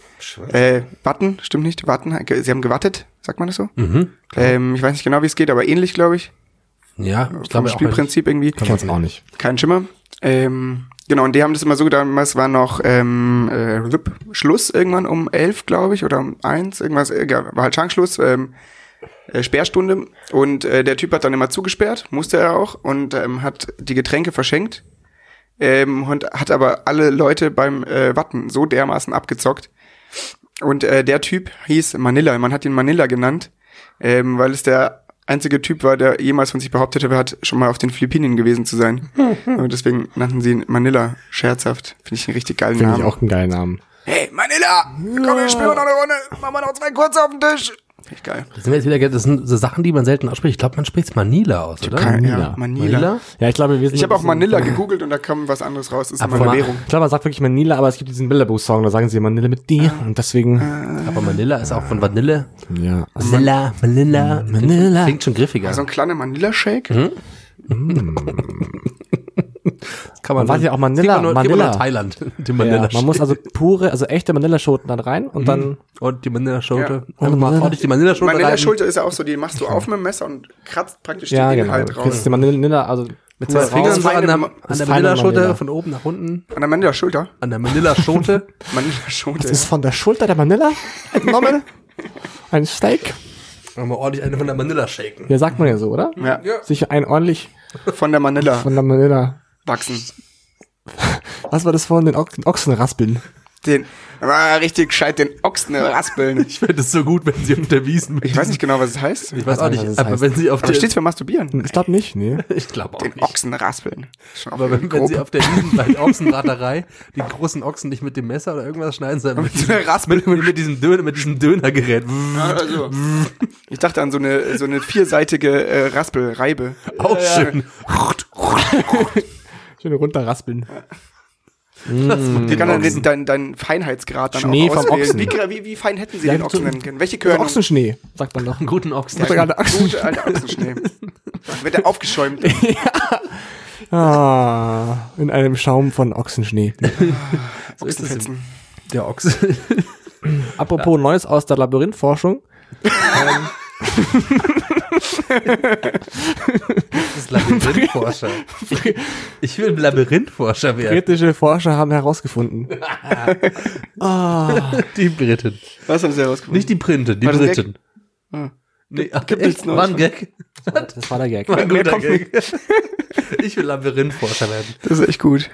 Speaker 2: Äh, warten, stimmt nicht, warten. Sie haben gewattet, sagt man das so?
Speaker 4: Mhm.
Speaker 2: ähm, ich weiß nicht genau, wie es geht, aber ähnlich, glaube ich.
Speaker 4: Ja, ich
Speaker 2: Vom
Speaker 4: glaube auch.
Speaker 2: Spielprinzip irgendwie.
Speaker 3: Ich kann's auch nicht.
Speaker 2: Kein Schimmer. Ähm, genau, und die haben das immer so getan, es war noch ähm, äh, Rip, Schluss irgendwann um elf, glaube ich, oder um eins, irgendwas, äh, ja, war halt Schankschluss, ähm, äh, Sperrstunde. Und äh, der Typ hat dann immer zugesperrt, musste er auch, und ähm, hat die Getränke verschenkt. Ähm, und hat aber alle Leute beim äh, Watten so dermaßen abgezockt. Und äh, der Typ hieß Manila, man hat ihn Manila genannt, ähm, weil es der einzige Typ war, der jemals von sich behauptete, er hat schon mal auf den Philippinen gewesen zu sein.
Speaker 3: [LAUGHS]
Speaker 2: Und deswegen nannten sie ihn Manila, scherzhaft. Finde ich einen richtig geilen
Speaker 3: Finde
Speaker 2: Namen.
Speaker 3: ich auch einen geilen Namen.
Speaker 2: Hey, Manila! Komm, wir spielen noch eine Runde. Machen wir noch zwei kurz auf den Tisch. Finde ich geil.
Speaker 4: Das sind, wir jetzt wieder, das sind so Sachen, die man selten ausspricht. Ich glaube, man spricht Manila aus, oder?
Speaker 2: Kein-
Speaker 3: Manila.
Speaker 2: Ja, Manila.
Speaker 4: Manila?
Speaker 3: Ja, ich glaube, wir sind
Speaker 2: Ich habe
Speaker 3: ein
Speaker 2: auch
Speaker 3: bisschen-
Speaker 2: Manila gegoogelt und da kam was anderes raus. Das ist
Speaker 4: Aber
Speaker 2: immer eine
Speaker 4: Ma-
Speaker 2: Währung.
Speaker 3: Ich glaube, man sagt wirklich Manila, aber es gibt diesen Bilderbuch-Song, da sagen sie Manila mit dir
Speaker 2: Ah.
Speaker 3: und deswegen.
Speaker 4: Aber Manila ist auch von Vanille.
Speaker 3: Ja. Also,
Speaker 4: Manila, Manila, Manila. Klingt schon griffiger.
Speaker 2: So ein kleiner Manila-Shake.
Speaker 4: Mhm. kann
Speaker 3: man weiß ja auch Manila,
Speaker 4: Geht man nur, Geht man
Speaker 3: Manila.
Speaker 4: nur Thailand. Die
Speaker 3: Ja, man muss
Speaker 4: Manila-
Speaker 3: also pure, also echte Manilla-Schoten dann rein
Speaker 2: Mhm.
Speaker 3: und dann.
Speaker 4: und die Manilla-Schote.
Speaker 2: Ja.
Speaker 4: Und mal ordentlich die Manilla-Schote rein.
Speaker 2: Manila-Schulter ist ja auch so, die machst du auf mit dem Messer und kratzt praktisch den Inhalt
Speaker 4: genau.
Speaker 3: Du
Speaker 2: raus.
Speaker 3: kriegst genau. die Manilla, also mit
Speaker 4: Zwei
Speaker 3: zwei
Speaker 4: Fingern so
Speaker 3: Fingern.
Speaker 4: an der,
Speaker 2: feine-
Speaker 4: an der
Speaker 3: feine Manila.
Speaker 4: Manilla-Schote, von oben nach unten.
Speaker 2: An der Manila-Schulter?
Speaker 4: An
Speaker 3: [LAUGHS]
Speaker 4: der Manilla-Schote.
Speaker 2: Manila-Schulter.
Speaker 3: Ist von der Schulter der Manilla entnommen. Ein Steak.
Speaker 4: Nochmal ordentlich eine von der Manilla [LAUGHS] shaken.
Speaker 3: Ja, sagt man ja so, oder?
Speaker 2: ja.
Speaker 3: Sicher ein ordentlich
Speaker 2: Von der Manila
Speaker 3: von der Manilla.
Speaker 2: wachsen.
Speaker 3: Was war das vorhin? Den, Ochsen- Ochsen raspeln.
Speaker 2: Den, ah, richtig gescheit den Ochsen raspeln.
Speaker 4: Ich finde es so gut, wenn sie auf der Wiesen mit
Speaker 2: Ich weiß nicht genau, was es heißt.
Speaker 4: Ich weiß auch
Speaker 3: weiß
Speaker 4: nicht,
Speaker 3: nicht, was es
Speaker 4: aber
Speaker 3: heißt.
Speaker 4: wenn sie auf
Speaker 2: Aber
Speaker 4: der
Speaker 2: steht's für Masturbieren?
Speaker 3: Ich glaube
Speaker 2: [LAUGHS]
Speaker 3: nicht, nee.
Speaker 4: [LAUGHS] ich glaube auch
Speaker 2: Den
Speaker 4: nicht.
Speaker 2: Ochsen raspeln. Schon auch
Speaker 4: Aber wenn, wenn
Speaker 2: grob.
Speaker 4: sie auf der Wiesen bei der Ochsenbraterei den großen Ochsen nicht mit dem Messer oder irgendwas schneiden, sondern mit,
Speaker 2: Mit so einer Raspel.
Speaker 4: mit, mit, mit diesem Döner, mit diesem Dönergerät.
Speaker 2: Ja, oder so. Ich dachte an so eine, so eine vierseitige äh, Raspelreibe.
Speaker 4: Auch schön.
Speaker 3: Schön runterraspeln.
Speaker 2: Die kann dann den, dein, dein Feinheitsgrad dann
Speaker 3: Hm. Schnee
Speaker 2: auch
Speaker 3: vom
Speaker 2: auswählen.
Speaker 3: Ochsen.
Speaker 2: Wie, gra- wie, wie fein hätten sie
Speaker 3: Ja,
Speaker 2: den
Speaker 3: so-
Speaker 2: Ochsen nennen können? Welche
Speaker 3: Also
Speaker 2: Körnung?
Speaker 3: Ochsenschnee, sagt man doch.
Speaker 4: Einen guten Ochsen.
Speaker 3: doch gerade Ochsen.
Speaker 2: Gute alte Ochsenschnee. Dann Wird der
Speaker 3: [LAUGHS]
Speaker 2: aufgeschäumt.
Speaker 3: Ah, in einem Schaum von Ochsenschnee.
Speaker 4: So ist es im-
Speaker 2: Ochsenfetzen.
Speaker 4: der Ochsen.
Speaker 3: Apropos Neues aus der Labyrinthforschung.
Speaker 4: Das ist Labyrinthforscher. Ich, [LAUGHS] ich will ein Labyrinthforscher werden.
Speaker 3: Britische Forscher haben herausgefunden.
Speaker 4: Die Briten.
Speaker 2: Was haben sie herausgefunden?
Speaker 4: Nicht die Printen, die
Speaker 2: War das ein
Speaker 4: Briten. Nee, ach,
Speaker 2: Gibt
Speaker 4: echt?
Speaker 2: nichts Neues
Speaker 4: War ein Gag.
Speaker 3: Das war der Gag.
Speaker 4: War ein
Speaker 2: Mehr
Speaker 4: guter
Speaker 2: kommt
Speaker 4: Gag.
Speaker 2: [LAUGHS]
Speaker 4: Ich will Labyrinthforscher werden.
Speaker 2: Das ist echt gut.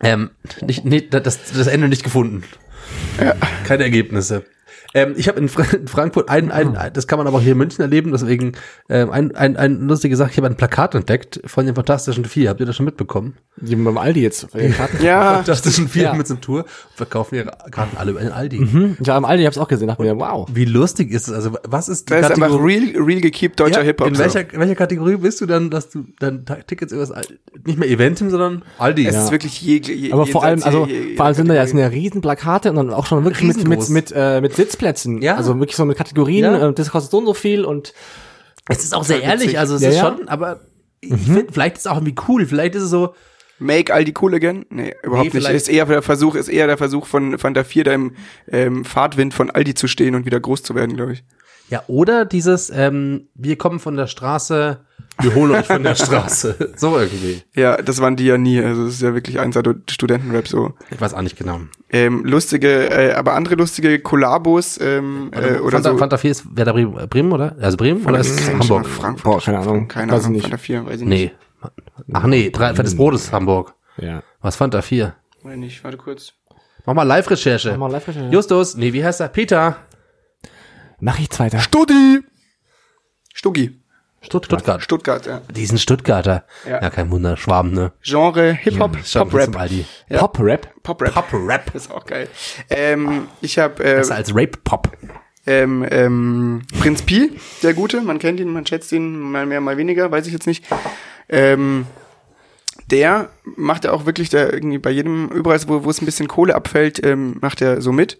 Speaker 4: Ähm, nicht, nee, da- das, das Ende nicht gefunden. Keine Ergebnisse. Ähm, ich habe in, Fra in Frankfurt ein, ein,
Speaker 2: Ah.
Speaker 4: ein, das kann man aber auch hier in München erleben, deswegen ähm, ein, ein, ein lustige Sache, ich habe ein Plakat entdeckt von den Fantastischen Vier. Habt ihr das schon mitbekommen?
Speaker 3: Die haben beim Aldi jetzt. Ja,
Speaker 2: Ah, Ja, Mhm.
Speaker 4: Fantastischen Vier
Speaker 3: Ja.
Speaker 4: mit so einer Tour verkaufen ihre Karten alle über den Aldi.
Speaker 3: beim Aldi, ich hab's auch gesehen. Dachte mir, wow.
Speaker 4: Wie lustig ist es? Also, was ist die
Speaker 2: da ist einfach
Speaker 4: Kategorie?
Speaker 2: real, real gekeept deutscher
Speaker 4: Ja,
Speaker 2: Hip-Hop.
Speaker 4: in welcher, in welcher Kategorie bist du dann, dass du dann Ta- Tickets über das Aldi, nicht mehr Eventim, sondern Aldi?
Speaker 2: Es ist wirklich jegle, je,
Speaker 3: Aber vor allem,
Speaker 2: jenseits
Speaker 3: also
Speaker 2: je- je-
Speaker 3: vor allem sind da ja,
Speaker 2: jeder
Speaker 3: sind ja riesen Plakate und dann auch schon wirklich mit, mit,
Speaker 4: Riesengroß.
Speaker 3: mit, äh, mit Sitzplätzen.
Speaker 4: Ja.
Speaker 3: Also wirklich so mit Kategorien,
Speaker 4: Ja.
Speaker 3: äh, das kostet so und so viel und
Speaker 4: Es ist auch sehr
Speaker 2: Total
Speaker 4: ehrlich,
Speaker 2: witzig.
Speaker 4: also es
Speaker 3: Ja,
Speaker 4: ist
Speaker 3: ja.
Speaker 4: schon, aber ich find, vielleicht ist es auch irgendwie cool, vielleicht ist es so,
Speaker 2: Kategorie. Make all die cool again? Nee, überhaupt
Speaker 4: Nee,
Speaker 2: nicht.
Speaker 4: vielleicht-
Speaker 2: Ist eher der Versuch, ist eher der Versuch von Fanta 4, da im ähm, Fahrtwind von Aldi zu stehen und wieder groß zu werden, glaube ich.
Speaker 4: ja, oder dieses, ähm, wir kommen von der Straße, wir holen euch von der Straße. [LAUGHS] So irgendwie.
Speaker 2: Ja, das waren die ja nie. Also es ist ja wirklich ein Stud- Studentenrap so.
Speaker 4: Ich weiß auch nicht genau.
Speaker 2: Ähm, lustige, äh, aber andere lustige Kollabos ähm, äh, oder
Speaker 4: Fanta,
Speaker 2: so.
Speaker 4: Fanta 4 ist Werder Bremen, Bremen, oder? Also Bremen oder ist es
Speaker 2: Keine
Speaker 4: Hamburg?
Speaker 2: Ahnung, Frankfurt.
Speaker 3: boah, keine Ahnung.
Speaker 2: Keine
Speaker 3: weiß ich
Speaker 2: Ahnung,
Speaker 3: nicht.
Speaker 2: Fanta 4, weiß ich nicht.
Speaker 4: Nee. Ach nee, drei, fettes Brot ist Hamburg.
Speaker 3: Ja.
Speaker 4: Was Fanta 4?
Speaker 2: Weiß nicht, warte kurz.
Speaker 4: Mach mal Live-Recherche.
Speaker 3: Mach mal Live-Recherche.
Speaker 4: Justus, nee, wie heißt er? Peter.
Speaker 3: Mach ich weiter.
Speaker 2: Studi! Stuggi.
Speaker 4: Stuttgart.
Speaker 2: Stuttgart, ja.
Speaker 4: Diesen Stuttgarter. Ja.
Speaker 2: Ja.
Speaker 4: kein Wunder, Schwaben, ne?
Speaker 2: Genre Hip-Hop,
Speaker 4: Schwaben sind zum
Speaker 2: Pop-Rap.
Speaker 4: Aldi.
Speaker 2: Ja.
Speaker 3: Pop-Rap.
Speaker 2: Pop-Rap.
Speaker 4: Pop-Rap.
Speaker 2: Ist auch geil. Ähm, ich habe äh,
Speaker 4: Besser als Rape-Pop.
Speaker 2: ähm, ähm, Prinz Pi, der Gute, man kennt ihn, man schätzt ihn, mal mehr, mal weniger, weiß ich jetzt nicht. Ähm, der macht ja auch wirklich da irgendwie bei jedem, überall, wo, wo es ein bisschen Kohle abfällt, ähm, macht er so mit.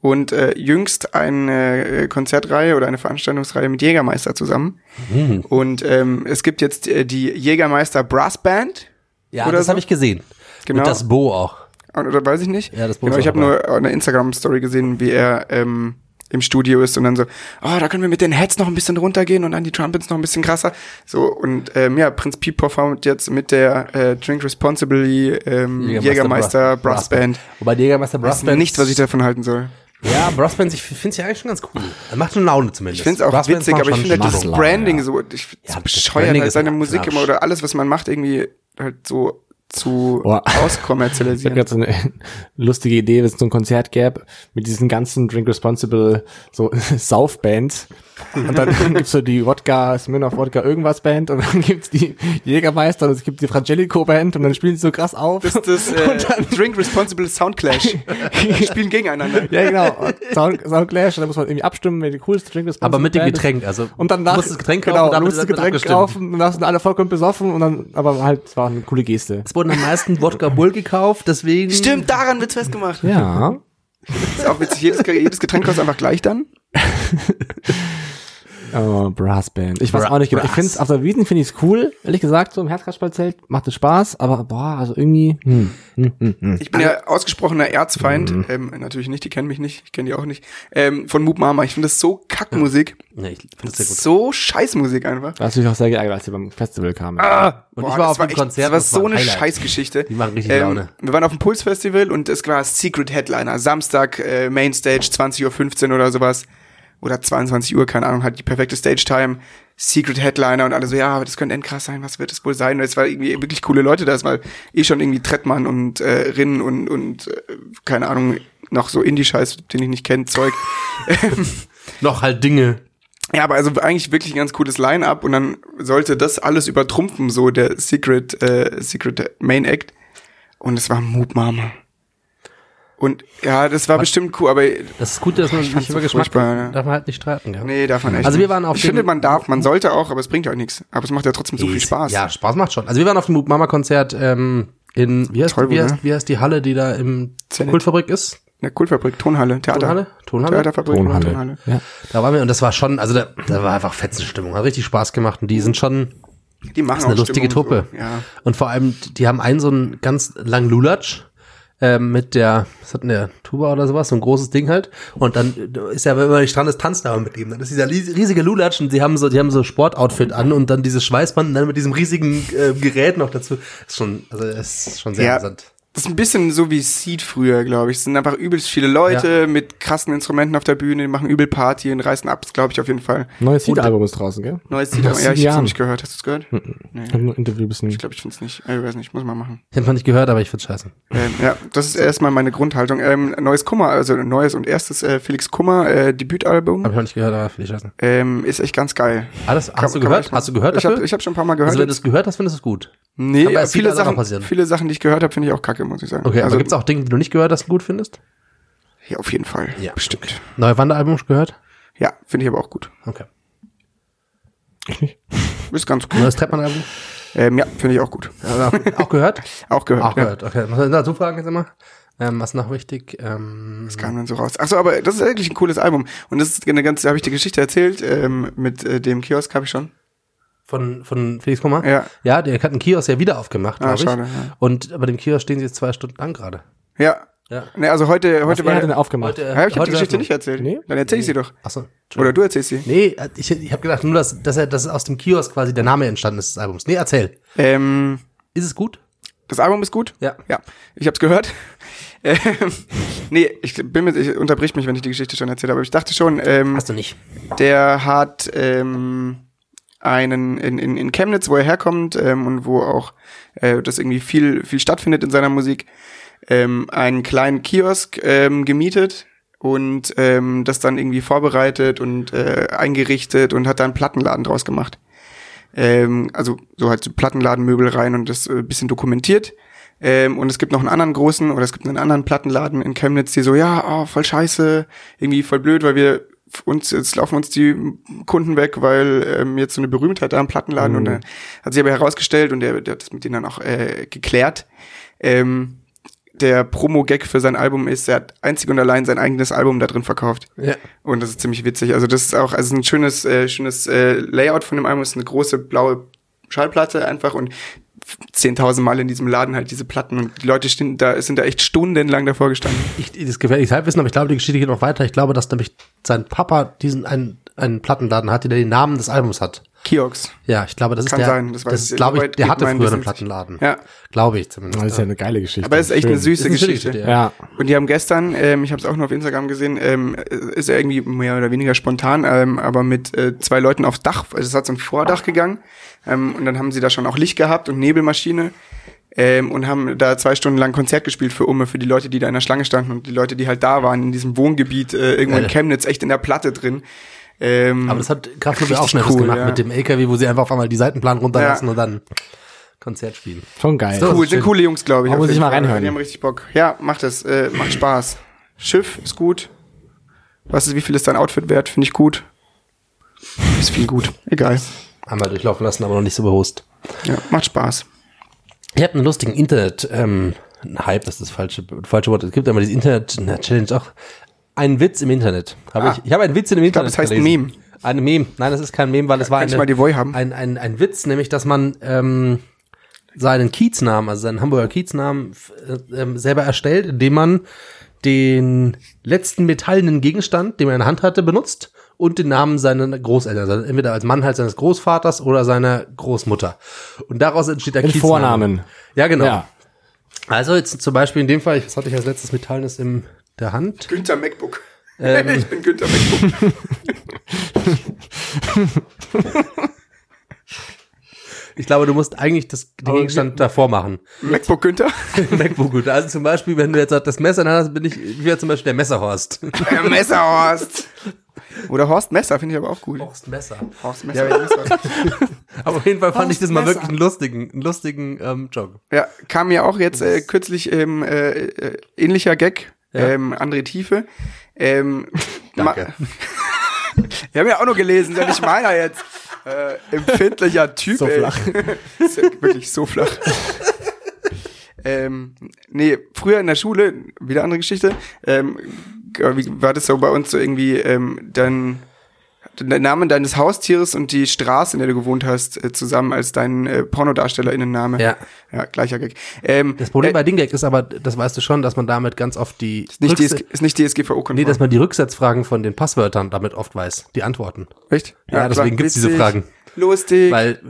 Speaker 2: Und äh, jüngst eine äh, Konzertreihe oder eine Veranstaltungsreihe mit Jägermeister zusammen. Und ähm, es gibt jetzt äh, die Jägermeister Brass Band.
Speaker 4: Ja,
Speaker 2: Oder
Speaker 4: das
Speaker 2: so?
Speaker 4: habe ich gesehen.
Speaker 2: Genau.
Speaker 4: Und das Bo auch.
Speaker 2: Oder weiß ich nicht.
Speaker 4: Ja, das
Speaker 2: genau,
Speaker 4: Boot
Speaker 2: Ich habe
Speaker 4: war
Speaker 2: nur eine Instagram-Story gesehen, wie er ähm, im Studio ist und dann so, oh, da können wir mit den Heads noch ein bisschen runtergehen und dann die Trumpets noch ein bisschen krasser. So, und ähm, ja, Prinz Piep performt jetzt mit der äh, Drink Responsibly ähm, Jägermeister Brass Band.
Speaker 4: Wobei die Jägermeister Brass
Speaker 2: Weiß
Speaker 4: Band.
Speaker 2: nicht, was ich davon halten soll.
Speaker 4: Ja, Brass Band, ich finde sie eigentlich schon ganz cool. Er macht eine Laune zumindest.
Speaker 2: Mhm. Ich finde es auch
Speaker 4: Brass Bands
Speaker 2: witzig,
Speaker 4: machen
Speaker 2: aber ich
Speaker 4: schon
Speaker 2: finde halt das
Speaker 4: Stimmung.
Speaker 2: Branding so, ich find's
Speaker 4: Ja,
Speaker 2: so
Speaker 4: das
Speaker 2: bescheuert,
Speaker 4: Branding
Speaker 2: halt
Speaker 4: ist
Speaker 2: seine
Speaker 4: auch
Speaker 2: Musik immer
Speaker 4: Quatsch.
Speaker 2: oder alles, was man macht, irgendwie halt so zu
Speaker 3: Boah. Ich habe
Speaker 2: auskommerzialisieren.
Speaker 3: gerade so eine [LAUGHS] lustige Idee, wenn es so ein Konzert gäbe mit diesen ganzen Drink Responsible so [LAUGHS] Saufbands und dann [LAUGHS] gibt's so die Wodka, Smirnoff Wodka irgendwas Band und dann [LAUGHS] gibt's die Jägermeister und es gibt die Frangelico Band und dann spielen sie so krass auf.
Speaker 2: Das ist [LAUGHS] das
Speaker 3: Und
Speaker 2: äh,
Speaker 3: dann-
Speaker 2: Drink Responsible Sound [LAUGHS] Clash. Die Spielen gegeneinander.
Speaker 3: [LAUGHS] ja genau, Und Sound, Sound Clash und dann muss man irgendwie abstimmen, wer die coolste Drink Responsible
Speaker 4: Aber mit dem
Speaker 3: Band ist.
Speaker 4: Getränk, also.
Speaker 3: Und dann nach,
Speaker 4: Du musst das Getränk
Speaker 3: genau,
Speaker 4: kaufen,
Speaker 3: du
Speaker 4: damit
Speaker 3: musst das
Speaker 4: wird
Speaker 3: Getränk
Speaker 4: abgestimmt.
Speaker 3: kaufen und dann sind alle vollkommen besoffen und dann, aber halt, es war eine coole Geste.
Speaker 4: Es wurden am meisten Wodka Bull gekauft, deswegen.
Speaker 2: Stimmt, daran wird's festgemacht.
Speaker 3: Ja.
Speaker 2: Ist auch witzig, jedes, jedes Getränk kostet einfach gleich dann.
Speaker 3: Oh, Brassband. Ich weiß
Speaker 4: Bra-
Speaker 3: auch nicht genau. Ich
Speaker 4: Brass.
Speaker 3: finde es auf der Wiesen finde ich es cool, ehrlich gesagt, so im Herzkasperlzelt macht es Spaß, aber boah, also irgendwie hm.
Speaker 2: Ich bin ja ausgesprochener Erzfeind. Ähm, natürlich nicht, die kennen mich nicht, ich kenne die auch nicht. Ähm, von Moop Mama. Ich finde das so Kackmusik.
Speaker 4: Nee, ich finde das sehr gut.
Speaker 2: So Scheißmusik einfach.
Speaker 3: da hast du mich auch sehr geärgert, als wir beim Festival kamen.
Speaker 2: Ah,
Speaker 4: Und ich war auf
Speaker 2: war
Speaker 4: einem Konzert.
Speaker 2: Das war so
Speaker 4: ein
Speaker 2: eine
Speaker 4: Highlight.
Speaker 2: Scheißgeschichte. Ähm,
Speaker 4: Die machen richtig Laune.
Speaker 2: Wir waren auf dem Puls Festival und es war Secret Headliner. Samstag, äh, Mainstage, 20.15 Uhr oder sowas. Oder 22 Uhr, keine Ahnung, hat die perfekte Stage-Time. Secret Headliner und alle so, ja, aber das könnte endkrass sein, was wird es wohl sein? Und es war irgendwie wirklich coole Leute da. Es war eh schon irgendwie Trettmann und äh, Rinn und, und äh, keine Ahnung, noch so Indie-Scheiß, den ich nicht kenne, Zeug.
Speaker 4: Noch halt Dinge.
Speaker 2: Ja, aber also eigentlich wirklich ein ganz cooles Line-up und dann sollte das alles übertrumpfen, so der Secret, äh, Secret Main Act. Und es war Moop Mama. Und ja, das war bestimmt cool, aber
Speaker 4: Das ist gut, dass man sich
Speaker 2: fand's
Speaker 4: über
Speaker 2: so
Speaker 4: Geschmack
Speaker 2: furchtbar, ja.
Speaker 4: darf man halt nicht streiten. Ja.
Speaker 2: nee, darf man echt
Speaker 4: Also wir
Speaker 2: nicht.
Speaker 4: waren auf
Speaker 2: Ich finde,
Speaker 4: dem-
Speaker 2: man darf, man sollte auch, aber es bringt ja auch nichts. Aber es macht ja trotzdem so viel Spaß.
Speaker 4: Ja, Spaß macht schon. Also wir waren auf dem Moop Mama Konzert ähm, in wie heißt,
Speaker 2: Tollwood,
Speaker 4: wie, heißt,
Speaker 2: ne?
Speaker 4: wie heißt die Halle, die da im
Speaker 2: Zenit.
Speaker 4: Kultfabrik ist?
Speaker 2: In der Kultfabrik, Tonhalle, Theater.
Speaker 4: Tonhalle? Tonhalle?
Speaker 2: Theaterfabrik, Tonhalle. Tonhalle.
Speaker 3: Ja.
Speaker 4: Da waren wir und das war schon, also da, da war einfach Fetzenstimmung, hat richtig Spaß gemacht und die sind schon
Speaker 2: Die machen
Speaker 4: das ist eine
Speaker 2: auch
Speaker 4: lustige
Speaker 2: Stimmung,
Speaker 4: Truppe.
Speaker 2: So. Ja.
Speaker 4: Und vor allem, die haben einen so einen ganz langen Lulatsch ähm, mit der, was hat denn der, Tuba oder sowas, so ein großes Ding halt. Und dann äh, ist ja, wenn man nicht dran ist, tanzt aber mit ihm. Dann ist dieser ries- riesige Lulatsch und die haben so, die haben so Sportoutfit an und dann dieses Schweißband und dann mit diesem riesigen äh, Gerät noch dazu. Ist schon, also ist schon sehr
Speaker 2: Ja.
Speaker 4: interessant.
Speaker 2: Das ist ein bisschen so wie Seed früher, glaube ich. Es sind einfach übelst viele Leute mit krassen Instrumenten auf der Bühne, die machen übel Party und reißen ab, glaube ich auf jeden Fall.
Speaker 3: Neues Seed-Album ist draußen, gell?
Speaker 2: Neues Lied, aber ja, ich hab's
Speaker 3: sieben
Speaker 2: noch
Speaker 3: Jahren.
Speaker 2: nicht gehört. Hast du's gehört?
Speaker 4: Mhm.
Speaker 3: Ich habe nur ein Interview bisschen.
Speaker 2: Ich glaube, ich find's nicht. Äh, Ich weiß nicht, muss man machen.
Speaker 4: Ich hab noch nicht gehört, aber ich find's scheiße.
Speaker 2: Ähm, ja, das ist erstmal meine Grundhaltung. Ähm, neues Kummer, also neues und erstes äh, Felix Kummer äh,
Speaker 4: Hab
Speaker 2: Debütalbum,
Speaker 4: ich noch nicht gehört, aber find ich scheiße.
Speaker 2: ähm, ist echt ganz geil.
Speaker 4: Ah, das, hast
Speaker 2: Kann- kann
Speaker 4: du
Speaker 2: man
Speaker 4: gehört?
Speaker 2: echt mal-
Speaker 4: Hast du gehört
Speaker 2: Ich
Speaker 4: dafür?
Speaker 2: habe ich hab schon ein paar Mal gehört.
Speaker 4: also wenn du es gehört hast, findest du es gut.
Speaker 2: nee,
Speaker 4: aber
Speaker 2: aber
Speaker 4: es sieht
Speaker 2: viele,
Speaker 4: also auch
Speaker 2: Sachen,
Speaker 4: passieren.
Speaker 2: viele Sachen, die ich gehört habe, finde ich auch kacke, muss ich sagen.
Speaker 4: Okay,
Speaker 2: also,
Speaker 4: aber gibt's auch Dinge, die du nicht gehört hast und gut findest?
Speaker 2: ja, auf jeden Fall.
Speaker 4: Ja.
Speaker 2: bestimmt.
Speaker 4: Neue Wanderalbum schon gehört?
Speaker 2: Ja, finde ich aber auch gut.
Speaker 4: Okay.
Speaker 2: Ist ganz gut.
Speaker 4: Neues Treppmann-Album?
Speaker 2: Ähm, ja, finde ich auch gut.
Speaker 4: Ja, auch- auch gehört?
Speaker 2: [LAUGHS] Auch gehört.
Speaker 4: Auch
Speaker 2: ja.
Speaker 4: gehört, okay. Was soll ich dazu fragen jetzt immer? Ähm, was noch wichtig? Ähm,
Speaker 2: Das kam dann so raus. Achso, aber das ist wirklich ein cooles Album. Und das ist eine ganze, habe ich die Geschichte erzählt, ähm, mit äh, dem Kiosk habe ich schon.
Speaker 4: von, von Felix Kummer?
Speaker 2: Ja.
Speaker 4: Ja, der hat einen Kiosk ja wieder aufgemacht,
Speaker 2: Ah,
Speaker 4: glaube ich.
Speaker 2: schade, ja.
Speaker 4: Und bei dem Kiosk stehen sie jetzt zwei Stunden an gerade.
Speaker 2: Ja.
Speaker 4: Ja.
Speaker 2: Ne, also heute, heute
Speaker 3: Wer hat denn aufgemacht?
Speaker 4: Heute, äh,
Speaker 2: Ja, ich habe die
Speaker 4: heute
Speaker 2: Geschichte
Speaker 4: öffnen.
Speaker 2: nicht erzählt.
Speaker 3: Nee?
Speaker 2: Dann erzähl ich sie doch.
Speaker 4: Achso.
Speaker 2: Oder du erzählst sie.
Speaker 4: Nee, äh, ich, ich habe gedacht nur, dass, dass, er, dass aus dem Kiosk quasi der Name entstanden ist des Albums. Nee, erzähl.
Speaker 2: Ähm,
Speaker 4: Ist es gut?
Speaker 2: das Album ist gut?
Speaker 4: Ja.
Speaker 2: Ja, ich hab's gehört. [LAUGHS] Ähm, nee, ich bin mit, ich unterbrich mich, wenn ich die Geschichte schon erzähle, aber ich dachte schon, ähm,
Speaker 4: Hast du nicht.
Speaker 2: der hat ähm, einen in, in, in Chemnitz, wo er herkommt ähm, und wo auch äh, das irgendwie viel, viel stattfindet in seiner Musik, ähm, einen kleinen Kiosk ähm, gemietet und ähm, das dann irgendwie vorbereitet und äh, eingerichtet und hat da einen Plattenladen draus gemacht. Ähm, also so halt so Plattenladenmöbel rein und das äh, bisschen dokumentiert. Ähm, und es gibt noch einen anderen ah, großen oder es gibt einen anderen Plattenladen in Chemnitz, die so, ja, oh, voll scheiße, irgendwie voll blöd, weil wir uns, jetzt laufen uns die Kunden weg, weil ähm, jetzt so eine Berühmtheit da im Plattenladen und äh, hat sich aber herausgestellt und der, der hat das mit denen dann auch äh, geklärt. Ähm, der Promo-Gag für sein Album ist, er hat einzig und allein sein eigenes Album da drin verkauft.
Speaker 4: Ja.
Speaker 2: Und das ist ziemlich witzig. Also das ist auch also ein schönes, äh, schönes äh, Layout von dem Album. Es ist eine große blaue Schallplatte einfach und 10.000 Mal in diesem Laden halt diese Platten und die Leute stehen da, sind da echt stundenlang davor gestanden.
Speaker 4: Ich, das gefährliches Halbwissen, aber ich glaube, die Geschichte geht noch weiter. Ich glaube, dass nämlich sein Papa diesen einen, einen Plattenladen hatte, der den Namen des Albums hat.
Speaker 2: Kiosk.
Speaker 4: Ja, ich glaube, das ist
Speaker 2: Kann
Speaker 4: der,
Speaker 2: sein, das weiß ich
Speaker 4: ist,
Speaker 2: nicht.
Speaker 4: glaube ich,
Speaker 2: Soweit
Speaker 4: der
Speaker 2: geht
Speaker 4: hatte
Speaker 2: mein
Speaker 4: früher einen
Speaker 2: Wissen nicht.
Speaker 4: Plattenladen.
Speaker 2: Ja. Mhm.
Speaker 4: Glaube ich zumindest.
Speaker 3: Das ist ja eine geile Geschichte.
Speaker 2: Aber es ist echt eine
Speaker 3: Schön.
Speaker 2: süße
Speaker 4: eine schöne
Speaker 2: Geschichte.
Speaker 4: Geschichte,
Speaker 3: Ja.
Speaker 2: Und die haben gestern, ähm, ich habe es auch nur auf Instagram gesehen, ähm, ist er irgendwie mehr oder weniger spontan, ähm, aber mit äh, zwei Leuten aufs Dach, also es hat zum Vordach gegangen ähm, und dann haben sie da schon auch Licht gehabt und Nebelmaschine ähm, und haben da zwei Stunden lang Konzert gespielt für Umme, für die Leute, die da in der Schlange standen und die Leute, die halt da waren, in diesem Wohngebiet, äh, irgendwo in
Speaker 4: Geil.
Speaker 2: Chemnitz, echt in der Platte drin. Ähm,
Speaker 4: Aber das hat Kraftwerk
Speaker 2: Richtig
Speaker 4: auch schnell was
Speaker 2: cool,
Speaker 4: gemacht
Speaker 2: ja.
Speaker 4: mit dem LKW, wo sie einfach auf einmal die Seitenplan runterlassen
Speaker 2: Ja.
Speaker 4: und dann Konzert spielen.
Speaker 3: Schon geil.
Speaker 4: So.
Speaker 2: cool, sind
Speaker 4: schön.
Speaker 2: coole Jungs, glaube ich.
Speaker 3: Aber
Speaker 2: auf
Speaker 3: muss ich
Speaker 2: jeden
Speaker 3: mal
Speaker 2: Fall.
Speaker 3: reinhören.
Speaker 2: Die haben richtig Bock. Ja, macht es. Äh, macht Spaß. Schiff ist gut. Was ist, wie viel ist dein Outfit wert? Finde ich gut. Ist viel gut. Egal.
Speaker 4: Einmal durchlaufen lassen, aber noch nicht so bewusst.
Speaker 2: Ja, macht Spaß.
Speaker 4: Ich habe einen lustigen Internet, ähm, einen Hype, das ist das falsche, falsche Wort. Es gibt immer dieses Internet, na, Challenge auch. Einen Witz im Internet. Habe
Speaker 2: Ah.
Speaker 4: ich ich habe einen Witz in dem Internet.
Speaker 2: glaub, es heißt
Speaker 4: gelesen.
Speaker 2: Meme.
Speaker 4: Ein Meme. Nein, das ist kein Meme, weil es war
Speaker 2: Kann ich
Speaker 4: eine,
Speaker 2: mal die Voi haben?
Speaker 4: Ein, ein, ein Witz, nämlich, dass man ähm, seinen Kieznamen, also seinen Hamburger Kieznamen f- äh, ähm, selber erstellt, indem man den letzten metallenen Gegenstand, den man in der Hand hatte, benutzt und den Namen seiner Großeltern, also entweder als Mann halt seines Großvaters oder seiner Großmutter. Und daraus entsteht der
Speaker 3: Den
Speaker 4: Kiezname.
Speaker 3: Vornamen.
Speaker 4: Ja, genau.
Speaker 3: Ja.
Speaker 4: Also jetzt zum Beispiel in dem Fall, ich- was hatte ich als letztes Metallnis in der Hand?
Speaker 2: Günther MacBook. [LAUGHS] ich bin Günther MacBook.
Speaker 4: Ich glaube, du musst eigentlich das, den Gegenstand davor machen. [LAUGHS]
Speaker 2: MacBook [LAUGHS] Günther?
Speaker 4: MacBook gut. Also zum Beispiel, wenn du jetzt das Messer in der Hand hast, bin ich, ich wäre zum Beispiel der Messerhorst.
Speaker 2: Äh, Messerhorst. Oder Horst Messer finde ich aber auch gut.
Speaker 4: Horst Messer.
Speaker 2: Horst Messer. Ja,
Speaker 4: Aber auf jeden Fall fand ich das mal
Speaker 3: Messer.
Speaker 4: wirklich einen lustigen, einen lustigen ähm, Joke.
Speaker 2: Ja, kam ja auch jetzt äh, kürzlich ähm, äh, äh, ähnlicher Gag, ähm, andere Tiefe. Ähm,
Speaker 4: Danke.
Speaker 2: ma- [LAUGHS] Wir haben ja auch nur gelesen, ja nicht meiner jetzt. Äh, empfindlicher Typ.
Speaker 3: So flach.
Speaker 2: Ist ja wirklich [LAUGHS] so flach. ähm, nee, früher in der Schule, wieder andere Geschichte, ähm, g- wie war das so bei uns so irgendwie, ähm, dann der Name deines Haustieres und die Straße, in der du gewohnt hast, äh, zusammen als dein äh, Pornodarstellerinnenname.
Speaker 4: Ja.
Speaker 2: Ja, gleicher Gag. Ähm,
Speaker 4: Das Problem
Speaker 2: äh,
Speaker 4: bei Dingdeck ist aber, das weißt du schon, dass man damit ganz oft die
Speaker 2: ist nicht,
Speaker 4: Rücks-
Speaker 2: DSG, ist nicht DSGVO-konform.
Speaker 4: Nee, dass man die Rücksetzfragen von den Passwörtern damit oft weiß, die Antworten.
Speaker 2: Echt?
Speaker 4: Ja, deswegen gibt's diese
Speaker 2: witzig,
Speaker 4: Fragen.
Speaker 2: Lustig.
Speaker 4: Weil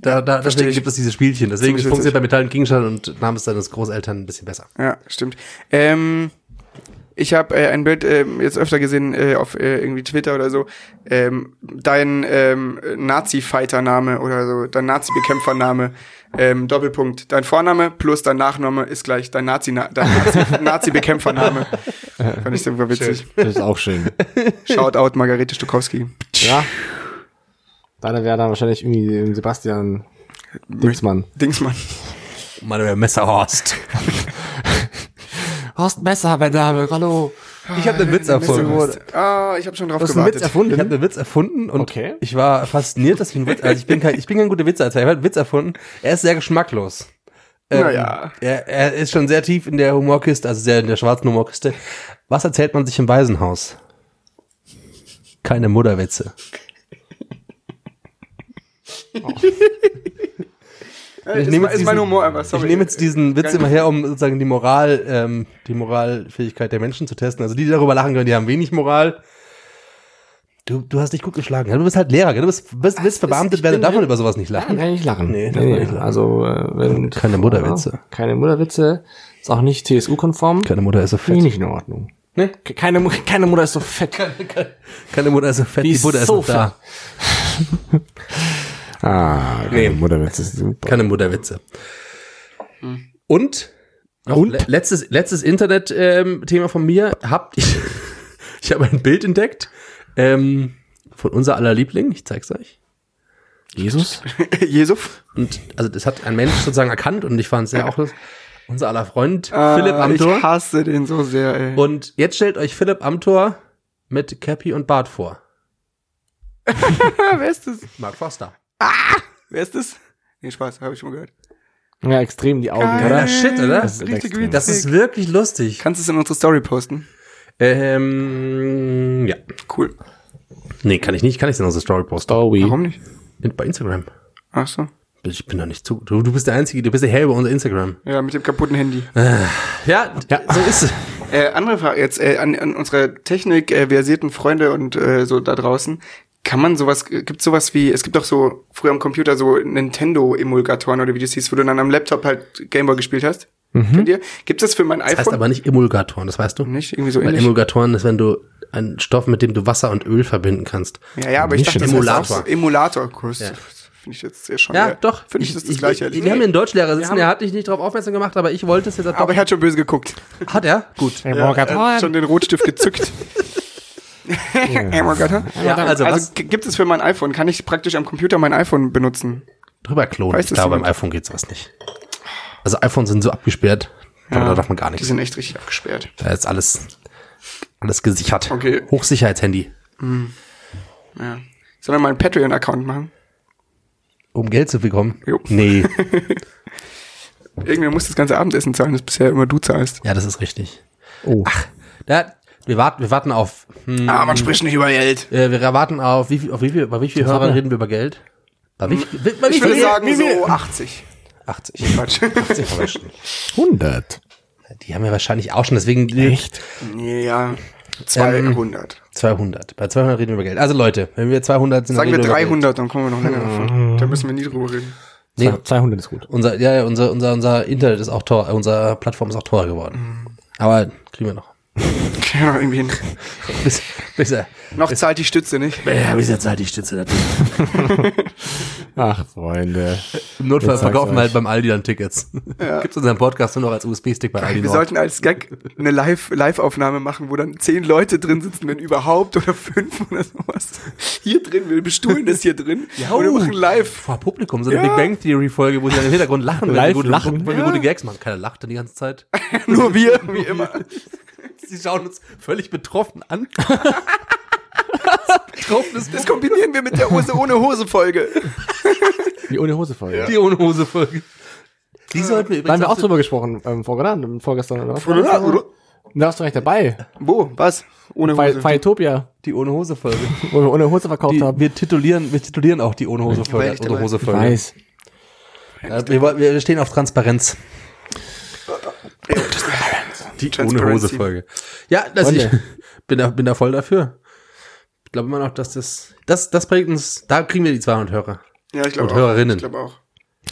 Speaker 4: da, da, deswegen
Speaker 2: ich.
Speaker 4: gibt es diese Spielchen. Deswegen
Speaker 2: Ziemlich
Speaker 4: funktioniert bei Metallen Gegenstand und Namens deines Großeltern ein bisschen besser.
Speaker 2: Ja, stimmt. Ähm, ich habe äh, ein Bild ähm, jetzt öfter gesehen äh, auf äh, irgendwie Twitter oder so. Ähm, dein ähm, Nazi-Fighter-Name oder so, dein Nazi-Bekämpfer-Name, ähm, Doppelpunkt. Dein Vorname plus dein Nachname ist gleich dein Nazi-Bekämpfer-Name. Nazi
Speaker 4: [LAUGHS]
Speaker 2: dein Nazi-Bekämpfername. Fand ich super witzig.
Speaker 3: Das ist
Speaker 2: [LAUGHS]
Speaker 3: auch schön.
Speaker 2: Shoutout Margarete Stukowski.
Speaker 3: ja. Deiner wäre dann wahrscheinlich irgendwie ähm, Sebastian Dingsmann.
Speaker 2: Dingsmann.
Speaker 4: Manuel Messerhorst.
Speaker 3: Horst Messer, mein Name, hallo.
Speaker 4: Ich habe einen Witz erfunden.
Speaker 2: Ah, ich habe schon drauf
Speaker 3: Du hast einen
Speaker 2: gewartet.
Speaker 3: Witz
Speaker 4: Ich habe
Speaker 3: erfunden.
Speaker 4: einen Witz erfunden und
Speaker 3: Okay.
Speaker 4: ich war fasziniert, dass ich einen Witz, also ich bin kein, ich bin kein guter Witzeerzähler, ich habe einen Witz erfunden. Er ist sehr geschmacklos. Ähm,
Speaker 2: Naja.
Speaker 4: Er, er ist schon sehr tief in der Humorkiste, also sehr in der schwarzen Humorkiste. Was erzählt man sich im Waisenhaus? Keine Mutterwitze.
Speaker 2: Äh, ist,
Speaker 4: nehme
Speaker 2: mein-
Speaker 4: jetzt
Speaker 2: ist mein
Speaker 4: diesen-
Speaker 2: Humor einfach, sorry.
Speaker 4: Ich nehme
Speaker 2: [LAUGHS]
Speaker 4: jetzt diesen Witz immer her, um sozusagen die Moral, ähm, die Moralfähigkeit der Menschen zu testen. Also die, die darüber lachen können, die haben wenig Moral. Du, du hast dich gut geschlagen. Du bist halt Lehrer, gell? du bist, bist, bist verbeamtet, werde davon über sowas nicht
Speaker 3: Dann
Speaker 4: lachen.
Speaker 3: kann ich nicht lachen.
Speaker 4: Nee, das kann ich nicht.
Speaker 3: Also, äh, wenn,
Speaker 4: Keine Mutterwitze.
Speaker 3: Keine Mutterwitze. Ist auch nicht CSU-konform.
Speaker 4: Keine Mutter ist so
Speaker 3: Finde ich
Speaker 4: fett.
Speaker 3: nicht in Ordnung.
Speaker 4: Nee?
Speaker 3: Ke- Keine, Mu- keine Mutter ist so fett.
Speaker 4: Keine Mutter ist so fett, die,
Speaker 3: Die
Speaker 4: Butter ist
Speaker 3: so
Speaker 4: noch da.
Speaker 3: Ah, keine Mutterwitze ist super.
Speaker 4: Keine Mutterwitze. Und?
Speaker 3: Und?
Speaker 4: Le letztes letztes Internet-Thema von mir. Habt ich, [LAUGHS] ich habe ein Bild entdeckt ähm, von unser aller Liebling. Ich zeig's euch.
Speaker 3: Jesus?
Speaker 2: Jesuf?
Speaker 4: Und also das hat ein Mensch sozusagen erkannt und ich fand es ja auch lustig. unser aller Freund
Speaker 2: Äh,
Speaker 4: Philipp Amthor.
Speaker 2: Ich hasse den so sehr, ey.
Speaker 4: Und jetzt stellt euch Philipp Amthor mit Cappy und Bart vor.
Speaker 2: Ah, wer ist das?
Speaker 4: Mark Foster.
Speaker 2: Wer ist das? Nee, Spaß, habe ich schon mal gehört.
Speaker 3: Ja, extrem die Augen,
Speaker 4: Geiler
Speaker 3: oder?
Speaker 4: Shit, oder?
Speaker 3: Äh, Das ist
Speaker 2: Richtig
Speaker 3: extrem.
Speaker 2: witzig.
Speaker 4: Das ist wirklich lustig.
Speaker 2: Kannst du es in unsere Story posten?
Speaker 4: Ähm, ja.
Speaker 2: Cool.
Speaker 4: Nee, kann ich nicht. Kann ich denn unsere Story posten?
Speaker 3: Story.
Speaker 2: Warum nicht?
Speaker 4: In- Bei Instagram.
Speaker 2: Ach so.
Speaker 4: Ich bin da nicht zu. Du, du bist der Einzige, du bist der Herr über unser Instagram.
Speaker 2: Ja, mit dem kaputten Handy.
Speaker 4: Ja,
Speaker 3: Ja.
Speaker 4: so ist es.
Speaker 2: Äh, andere Frage jetzt äh, an, an unsere Technik äh, versierten Freunde und äh, so da draußen. Kann man sowas, äh, gibt sowas wie, es gibt doch so früher am Computer so Nintendo-Emulgatoren oder wie das hieß, wo du dann am Laptop halt Gameboy gespielt hast? Kennt ihr? Gibt das für mein
Speaker 4: Mhm. Das heißt
Speaker 2: iPhone?
Speaker 4: aber nicht Emulgatoren, das weißt du?
Speaker 2: Nicht? Irgendwie so
Speaker 4: Weil
Speaker 2: ähnlich.
Speaker 4: Emulgatoren ist, wenn du einen Stoff, mit dem du Wasser und Öl verbinden kannst.
Speaker 2: Ja, ja, aber ich
Speaker 4: Nicht
Speaker 2: dachte,
Speaker 4: schon
Speaker 2: das
Speaker 4: Emulator.
Speaker 2: Ist auch so, Emulator. Kurs.
Speaker 4: Ja.
Speaker 2: Finde ich jetzt sehr schon.
Speaker 4: Ja,
Speaker 2: eher-
Speaker 4: doch.
Speaker 2: Finde ich, das ist das gleiche.
Speaker 4: Ich, wir haben hier einen Deutschlehrer sitzen, der hat dich nicht darauf aufmerksam gemacht, aber ich wollte es jetzt.
Speaker 2: aber er hat schon böse geguckt.
Speaker 4: hat er? Gut.
Speaker 3: Ey, Morgan,
Speaker 4: Oh,
Speaker 2: Er hat schon den Rotstift
Speaker 4: [LAUGHS]
Speaker 2: gezückt. Emulator.
Speaker 4: Ja, also,
Speaker 2: Also
Speaker 4: was?
Speaker 2: g- gibt es für mein iPhone? Kann ich praktisch am Computer mein iPhone benutzen?
Speaker 4: Drüber klonen.
Speaker 2: Weiß
Speaker 4: Ich
Speaker 2: das
Speaker 4: glaube, beim
Speaker 2: jemand?
Speaker 4: iPhone geht sowas nicht. Also iPhones sind so abgesperrt, aber da darf man gar
Speaker 2: Die
Speaker 4: nichts.
Speaker 2: sind echt richtig abgesperrt.
Speaker 4: Da ist alles, alles gesichert.
Speaker 2: Okay.
Speaker 4: Hochsicherheitshandy.
Speaker 2: Ja. Sollen wir mal einen Patreon-Account machen?
Speaker 4: Um Geld zu bekommen?
Speaker 2: Jo.
Speaker 4: Nee.
Speaker 2: Irgendwer muss das ganze Abendessen zahlen, das bisher immer du zahlst.
Speaker 4: Ja, das ist richtig.
Speaker 3: Oh.
Speaker 4: äh, Ach, da, wir warten, wir warten auf. Hm,
Speaker 2: Ah, man spricht nicht über Geld.
Speaker 4: äh, wir warten auf, wie viel, auf wie viel, bei wie viel Hörern reden wir über Geld? Bei wie viel? Bei wie
Speaker 2: Ich würde
Speaker 4: viel?
Speaker 2: sagen so 80.
Speaker 4: [LAUGHS] 80.
Speaker 2: Quatsch.
Speaker 3: 100.
Speaker 4: Die haben wir wahrscheinlich auch schon, deswegen Echt?
Speaker 2: ja, 200.
Speaker 4: 200. Bei 200 reden wir über Geld. Also Leute, wenn wir 200 sind, dann
Speaker 2: Sagen wir
Speaker 4: reden über
Speaker 2: 300, dann kommen wir noch
Speaker 4: [LAUGHS]
Speaker 2: länger davon. Da müssen wir nie drüber reden.
Speaker 4: Nee.
Speaker 3: 200 ist gut.
Speaker 4: Geld. Unser, ja, ja, unser, unser, unser Internet ist auch teuer, äh, unsere Plattform ist auch teurer geworden. Aber kriegen wir noch. [LAUGHS]
Speaker 2: Kriegen wir noch irgendwie hin.
Speaker 4: Bis, bis, äh,
Speaker 2: Noch zahlt die Stütze nicht.
Speaker 4: ja, bis jetzt halt die Stütze dazu.
Speaker 3: Ach, Freunde.
Speaker 4: Im Notfall
Speaker 3: Jetzt sag's
Speaker 4: verkaufen wir
Speaker 3: euch.
Speaker 4: halt beim Aldi dann Tickets. [LAUGHS] Gibt's unseren Podcast nur noch als USB-Stick bei Aldi
Speaker 2: Wir
Speaker 4: Nord.
Speaker 2: sollten als Gag eine Live- Live-Aufnahme machen, wo dann zehn Leute drin sitzen, wenn überhaupt, oder fünf oder sowas. Hier drin, wir bestuhlen das hier drin. Ja, und wir machen live.
Speaker 4: Vor Publikum, so eine
Speaker 2: Ja.
Speaker 4: Big Bang Theory Folge, wo sie dann im Hintergrund lachen, wenn
Speaker 3: Live
Speaker 4: sie gute,
Speaker 3: lachen.
Speaker 4: wenn wir gute Gags machen. Keiner lacht dann die ganze Zeit.
Speaker 2: [LAUGHS] Nur wir, wie immer.
Speaker 4: Sie schauen uns völlig betroffen an. Betroffenes
Speaker 2: Das kombinieren wir mit der Hose ohne Hose Folge.
Speaker 3: Die ohne Hose voll.
Speaker 4: Die ohne Hose Folge. Die sollten wir
Speaker 3: Da haben
Speaker 4: übrigens
Speaker 3: wir auch drüber gesprochen, ähm, vorgestern, vorgestern oder was? Da warst du eigentlich dabei.
Speaker 2: Wo? Was? Ohne
Speaker 3: Bei
Speaker 2: Hose.
Speaker 3: Feietopia,
Speaker 4: die ohne Hose Folge.
Speaker 3: wo wir ohne Hose verkauft
Speaker 4: Die,
Speaker 3: haben.
Speaker 4: wir titulieren, wir titulieren auch die ohne Hose Folge.
Speaker 2: Weil ich
Speaker 4: als Ohne
Speaker 2: dabei-
Speaker 4: Hose
Speaker 3: Ich
Speaker 4: Folge.
Speaker 3: weiß.
Speaker 4: Ja, wir, wollen- wir stehen auf Transparenz. Die ohne
Speaker 2: Transparency.
Speaker 4: Hose Folge. Ja, das ich
Speaker 3: Freunde.
Speaker 4: [LAUGHS] bin da, bin da voll dafür. Ich glaube immer noch, dass das, das, das bringt uns, da kriegen wir die 200 Hörer.
Speaker 2: Ja, ich glaube
Speaker 4: Und Hörerinnen.
Speaker 2: Ich glaube auch.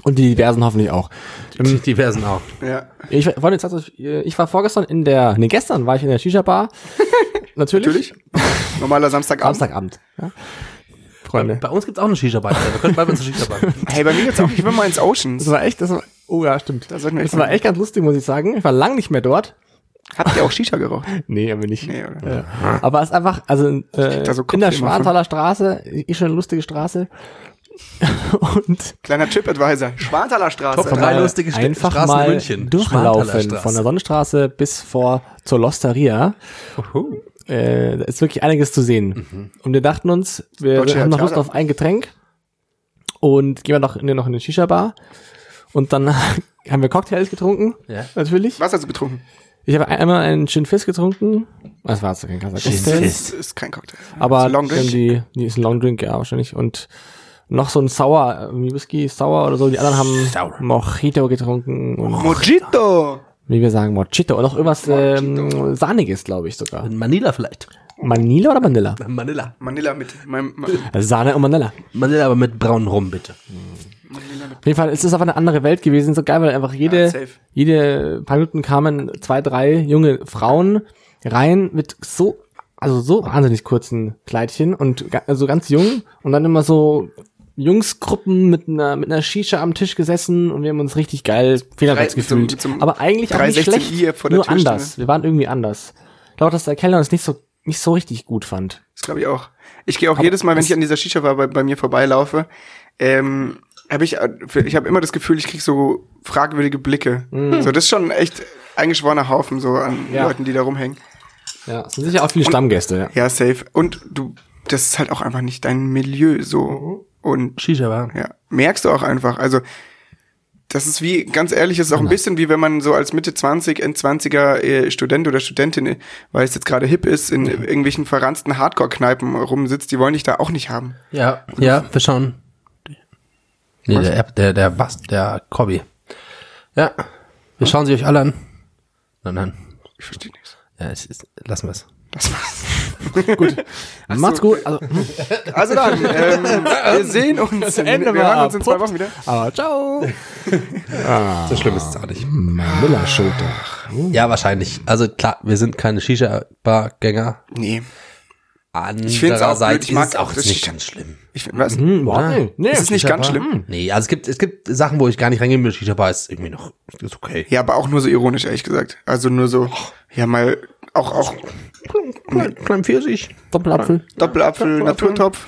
Speaker 3: Und die diversen hoffentlich auch.
Speaker 4: Die diversen auch.
Speaker 2: Ja.
Speaker 3: Ich, Freunde, jetzt hat's euch- ich war vorgestern in der, nee, gestern war ich in der [LAUGHS] Shisha-Bar. Natürlich.
Speaker 2: Natürlich. Normaler Samstagabend.
Speaker 3: Samstagabend. Ja. Freunde.
Speaker 4: Bei uns gibt's auch eine Shisha-Bar. Wir können bald mal zur Shisha-Bar. [LAUGHS]
Speaker 2: Hey, bei mir jetzt auch. Ich will mal ins
Speaker 3: Das
Speaker 2: Oceans.
Speaker 3: war echt, das war, oh ja, stimmt.
Speaker 2: Da
Speaker 3: Das,
Speaker 2: sollten wir echt
Speaker 3: war
Speaker 2: mal-
Speaker 3: echt ganz lustig, muss ich sagen. Ich war lang nicht mehr dort.
Speaker 2: Habt ihr auch Shisha geraucht?
Speaker 3: Nee, haben wir nicht.
Speaker 2: Nee, oder?
Speaker 3: Ja. Aber es ist einfach, also äh,
Speaker 2: da so
Speaker 3: in der
Speaker 2: Kopfweh immer
Speaker 3: Schwanthaler Straße, ist schon eine lustige Straße. [LAUGHS] Und
Speaker 2: Kleiner Trip-Advisor. Schwanthaler Straße.
Speaker 4: Top. Drei lustige St-
Speaker 3: Äh, einfach
Speaker 4: Straßen in
Speaker 3: mal
Speaker 4: München. Schwanthaler
Speaker 3: durchlaufen
Speaker 4: Straße.
Speaker 3: von der Sonnenstraße bis vor zur Losteria. Äh, da ist wirklich einiges zu sehen.
Speaker 4: Mhm.
Speaker 3: Und wir dachten uns, wir
Speaker 2: Deutsche
Speaker 3: haben noch Lust
Speaker 2: Theater.
Speaker 3: auf ein Getränk und gehen wir noch, in- noch in eine Shisha-Bar. Und dann [LAUGHS] haben wir Cocktails getrunken,
Speaker 4: Ja.
Speaker 3: natürlich.
Speaker 2: Was hast du getrunken?
Speaker 3: Ich habe einmal einen Gin Fizz getrunken. Das war's, kein krasser Cocktail.
Speaker 2: Das ist kein Cocktail.
Speaker 3: Aber
Speaker 2: So Long
Speaker 3: wir haben
Speaker 2: Drink.
Speaker 3: die, die ist ein Long Drink, ja, wahrscheinlich. Und noch so ein Sour, irgendwie Whisky, Sour oder so. Die anderen haben
Speaker 4: Sour.
Speaker 3: Mojito getrunken und
Speaker 2: Mojito.
Speaker 3: wie wir sagen, Mojito. Und noch irgendwas ähm, Sahniges, glaube ich sogar.
Speaker 4: In Manila vielleicht.
Speaker 3: Manila oder Manila?
Speaker 4: Manila.
Speaker 2: Manila mit meinem Ma-
Speaker 3: Sahne und Manila.
Speaker 4: Manila, aber mit braunen Rum, bitte.
Speaker 3: Auf jeden Fall ist es einfach eine andere Welt gewesen. So geil, weil einfach
Speaker 2: Ja,
Speaker 3: jede,
Speaker 2: safe.
Speaker 3: jede paar Minuten kamen zwei, drei junge Frauen rein mit so, also so wahnsinnig kurzen Kleidchen und ga, also ganz jung und dann immer so Jungsgruppen mit einer, mit einer Shisha am Tisch gesessen und wir haben uns richtig geil fehlerrechts
Speaker 2: Drei- mit so einem-
Speaker 3: gefühlt.
Speaker 2: mit so einem
Speaker 3: Aber eigentlich auch nicht
Speaker 2: 360i
Speaker 3: schlecht,
Speaker 2: vor der
Speaker 3: nur
Speaker 2: Tür
Speaker 3: anders.
Speaker 2: stehen,
Speaker 3: Wir waren irgendwie anders. Ich glaube, dass der Kellner uns nicht so, nicht so richtig gut fand.
Speaker 2: Das glaube ich auch. Ich gehe auch jedes Mal, wenn ich an dieser Shisha war, bei, bei mir vorbeilaufe, ähm, habe ich, äh, für- ich habe immer das Gefühl, ich krieg so fragwürdige Blicke. So, das ist schon echt eingeschworener Haufen so an
Speaker 3: Mhm. Ja.
Speaker 2: Leuten, die da rumhängen.
Speaker 3: Ja, es sind sicher auch viele Stammgäste, ja.
Speaker 2: Ja, safe. Und du, das ist halt auch einfach nicht dein Milieu so.
Speaker 3: Mhm.
Speaker 2: Und
Speaker 4: Shisha war.
Speaker 2: ja, merkst du auch einfach. Also, das ist wie, ganz ehrlich, das ist auch ein bisschen wie wenn man so als Mitte 20, End 20er äh, Student oder Studentin, äh, weil es jetzt gerade hip ist, in irgendwelchen verranzten Hardcore-Kneipen rumsitzt, die wollen dich da auch nicht haben.
Speaker 4: Ja, ja, wir schauen. Nee, der, App- der, der, was, der Kobi. Ja, wir schauen sie euch alle an. Nein, nein.
Speaker 2: Ich verstehe nichts.
Speaker 4: Ja, es ist, lassen wir es.
Speaker 2: Das war's.
Speaker 3: Macht's gut. Also,
Speaker 2: [LAUGHS] Also dann, ähm, wir sehen [LAUGHS] uns.
Speaker 3: Ende
Speaker 2: wir
Speaker 3: war
Speaker 2: hören uns in zwei
Speaker 3: abrupt.
Speaker 2: Wochen wieder.
Speaker 3: aber ciao.
Speaker 4: So schlimm ist es auch nicht.
Speaker 3: Mein
Speaker 2: Äh,
Speaker 3: Miller-Schulter.
Speaker 4: Ja, wahrscheinlich. Also klar, wir sind keine Shisha-Bar-Gänger.
Speaker 2: Nee. find's auch blöd.
Speaker 4: Andererseits
Speaker 2: Ich
Speaker 4: ist
Speaker 2: mag
Speaker 4: es
Speaker 2: auch
Speaker 4: auch
Speaker 2: das
Speaker 4: nicht
Speaker 2: Shisha.
Speaker 4: ganz schlimm.
Speaker 2: Ich finde, was?
Speaker 3: Hm, boah, nee, nee.
Speaker 2: Ah. Ist Mm. es nicht ganz
Speaker 4: Shisha-Bar?
Speaker 2: schlimm?
Speaker 4: Nee, also es gibt, es gibt Sachen, wo ich gar nicht reingehe mit Shisha-Bar, ist irgendwie noch, ist okay.
Speaker 2: Ja, aber auch nur so ironisch, ehrlich gesagt. Also nur so, ja mal, auch, auch
Speaker 4: Klein, klein Pfirsich.
Speaker 3: Doppelapfel.
Speaker 2: Doppelapfel, Naturtopf.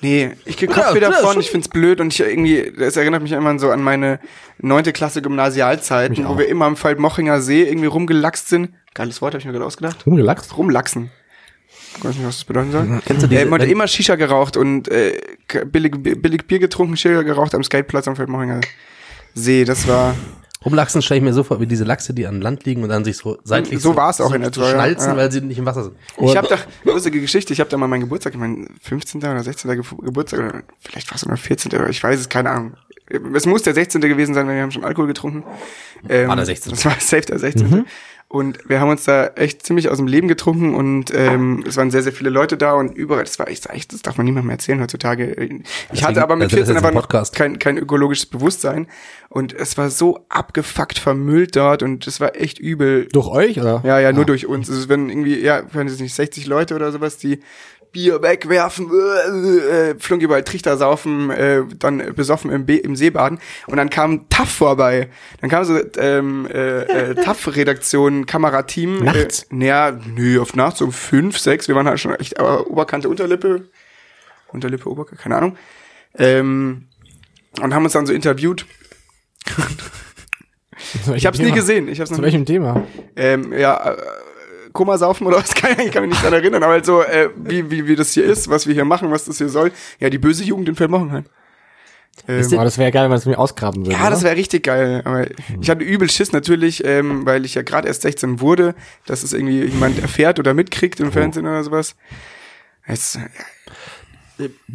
Speaker 2: Nee, ich krieg
Speaker 4: Ja,
Speaker 2: Kopfweh
Speaker 4: ja,
Speaker 2: davon,
Speaker 4: schon.
Speaker 2: ich find's blöd und ich irgendwie, das erinnert mich immer so an meine neunte Klasse Gymnasialzeiten, wo wir immer am Feldmochinger See irgendwie rumgelaxt sind. Geiles Wort, habe ich mir gerade ausgedacht.
Speaker 3: Rumgelaxt.
Speaker 2: Rumlachsen. Ich weiß nicht, was das bedeuten soll.
Speaker 4: Kennst du diese-
Speaker 2: äh, man hat
Speaker 4: wenn-
Speaker 2: immer Shisha geraucht und äh, k- billig, billig Bier getrunken, Shisha geraucht am Skateplatz am Feldmochinger See. Das war,
Speaker 4: Rumlachsen stelle ich mir so vor, wie diese Lachse, die an Land liegen und dann sich so seitlich
Speaker 2: Mm, So war's auch
Speaker 4: so,
Speaker 2: in
Speaker 4: so
Speaker 2: etwa, ja.
Speaker 4: schnalzen,
Speaker 2: Ja.
Speaker 4: weil sie nicht im Wasser sind.
Speaker 2: Ich habe da, lustige Geschichte, ich habe da mal meinen Geburtstag, ich mein 15. oder 16. Ge- Geburtstag, oder vielleicht war es sogar 14. oder ich weiß es, keine Ahnung. Es muss der 16. gewesen sein, weil wir haben schon Alkohol getrunken. Ähm,
Speaker 4: War der Mhm. 16..
Speaker 2: Das war safe der 16. Und wir haben uns da echt ziemlich aus dem Leben getrunken und ähm, es waren sehr, sehr viele Leute da und überall, das war echt, echt das darf man niemandem erzählen heutzutage. Ich hatte aber mit
Speaker 4: also das ist
Speaker 2: 14
Speaker 4: ein
Speaker 2: aber noch
Speaker 4: Podcast.
Speaker 2: kein, kein ökologisches Bewusstsein und es war so abgefuckt vermüllt dort und es war echt übel.
Speaker 3: Durch euch, oder?
Speaker 2: Ja, ja, nur durch uns. Also wenn irgendwie, ja, wenn es nicht 60 Leute oder sowas, die Bier wegwerfen, äh, äh, flunk überall Trichter saufen, äh, dann besoffen im, Be im See baden. Und dann kam TAF vorbei. Dann kam so ähm, äh,
Speaker 3: [LAUGHS]
Speaker 2: äh, TAF-Redaktion, Kamerateam.
Speaker 3: Nachts?
Speaker 2: Äh, naja, nö, auf nachts um fünf, sechs. Wir waren halt schon echt äh, Oberkante, Unterlippe. Unterlippe, Oberkante, keine Ahnung. Ähm, und haben uns dann so interviewt. Ich hab's nie gesehen. Ich hab's noch
Speaker 3: Zu
Speaker 2: nie
Speaker 3: welchem Thema?
Speaker 2: ähm, ja, äh, Koma saufen oder was? [LAUGHS] Keine Ahnung, Ich kann mich nicht daran erinnern, aber halt so, äh, wie, wie, wie das hier ist, was wir hier machen, was das hier soll. Ja, die böse Jugend in Vermochenheim. Ähm,
Speaker 3: Aber das wäre geil, wenn man es mir ausgraben würde.
Speaker 2: ja, das
Speaker 3: wäre.
Speaker 2: wäre richtig geil. Aber ich hatte übel Schiss natürlich, ähm, weil ich ja gerade erst 16 wurde, dass es irgendwie jemand erfährt oder mitkriegt im Fernsehen oder sowas. Es,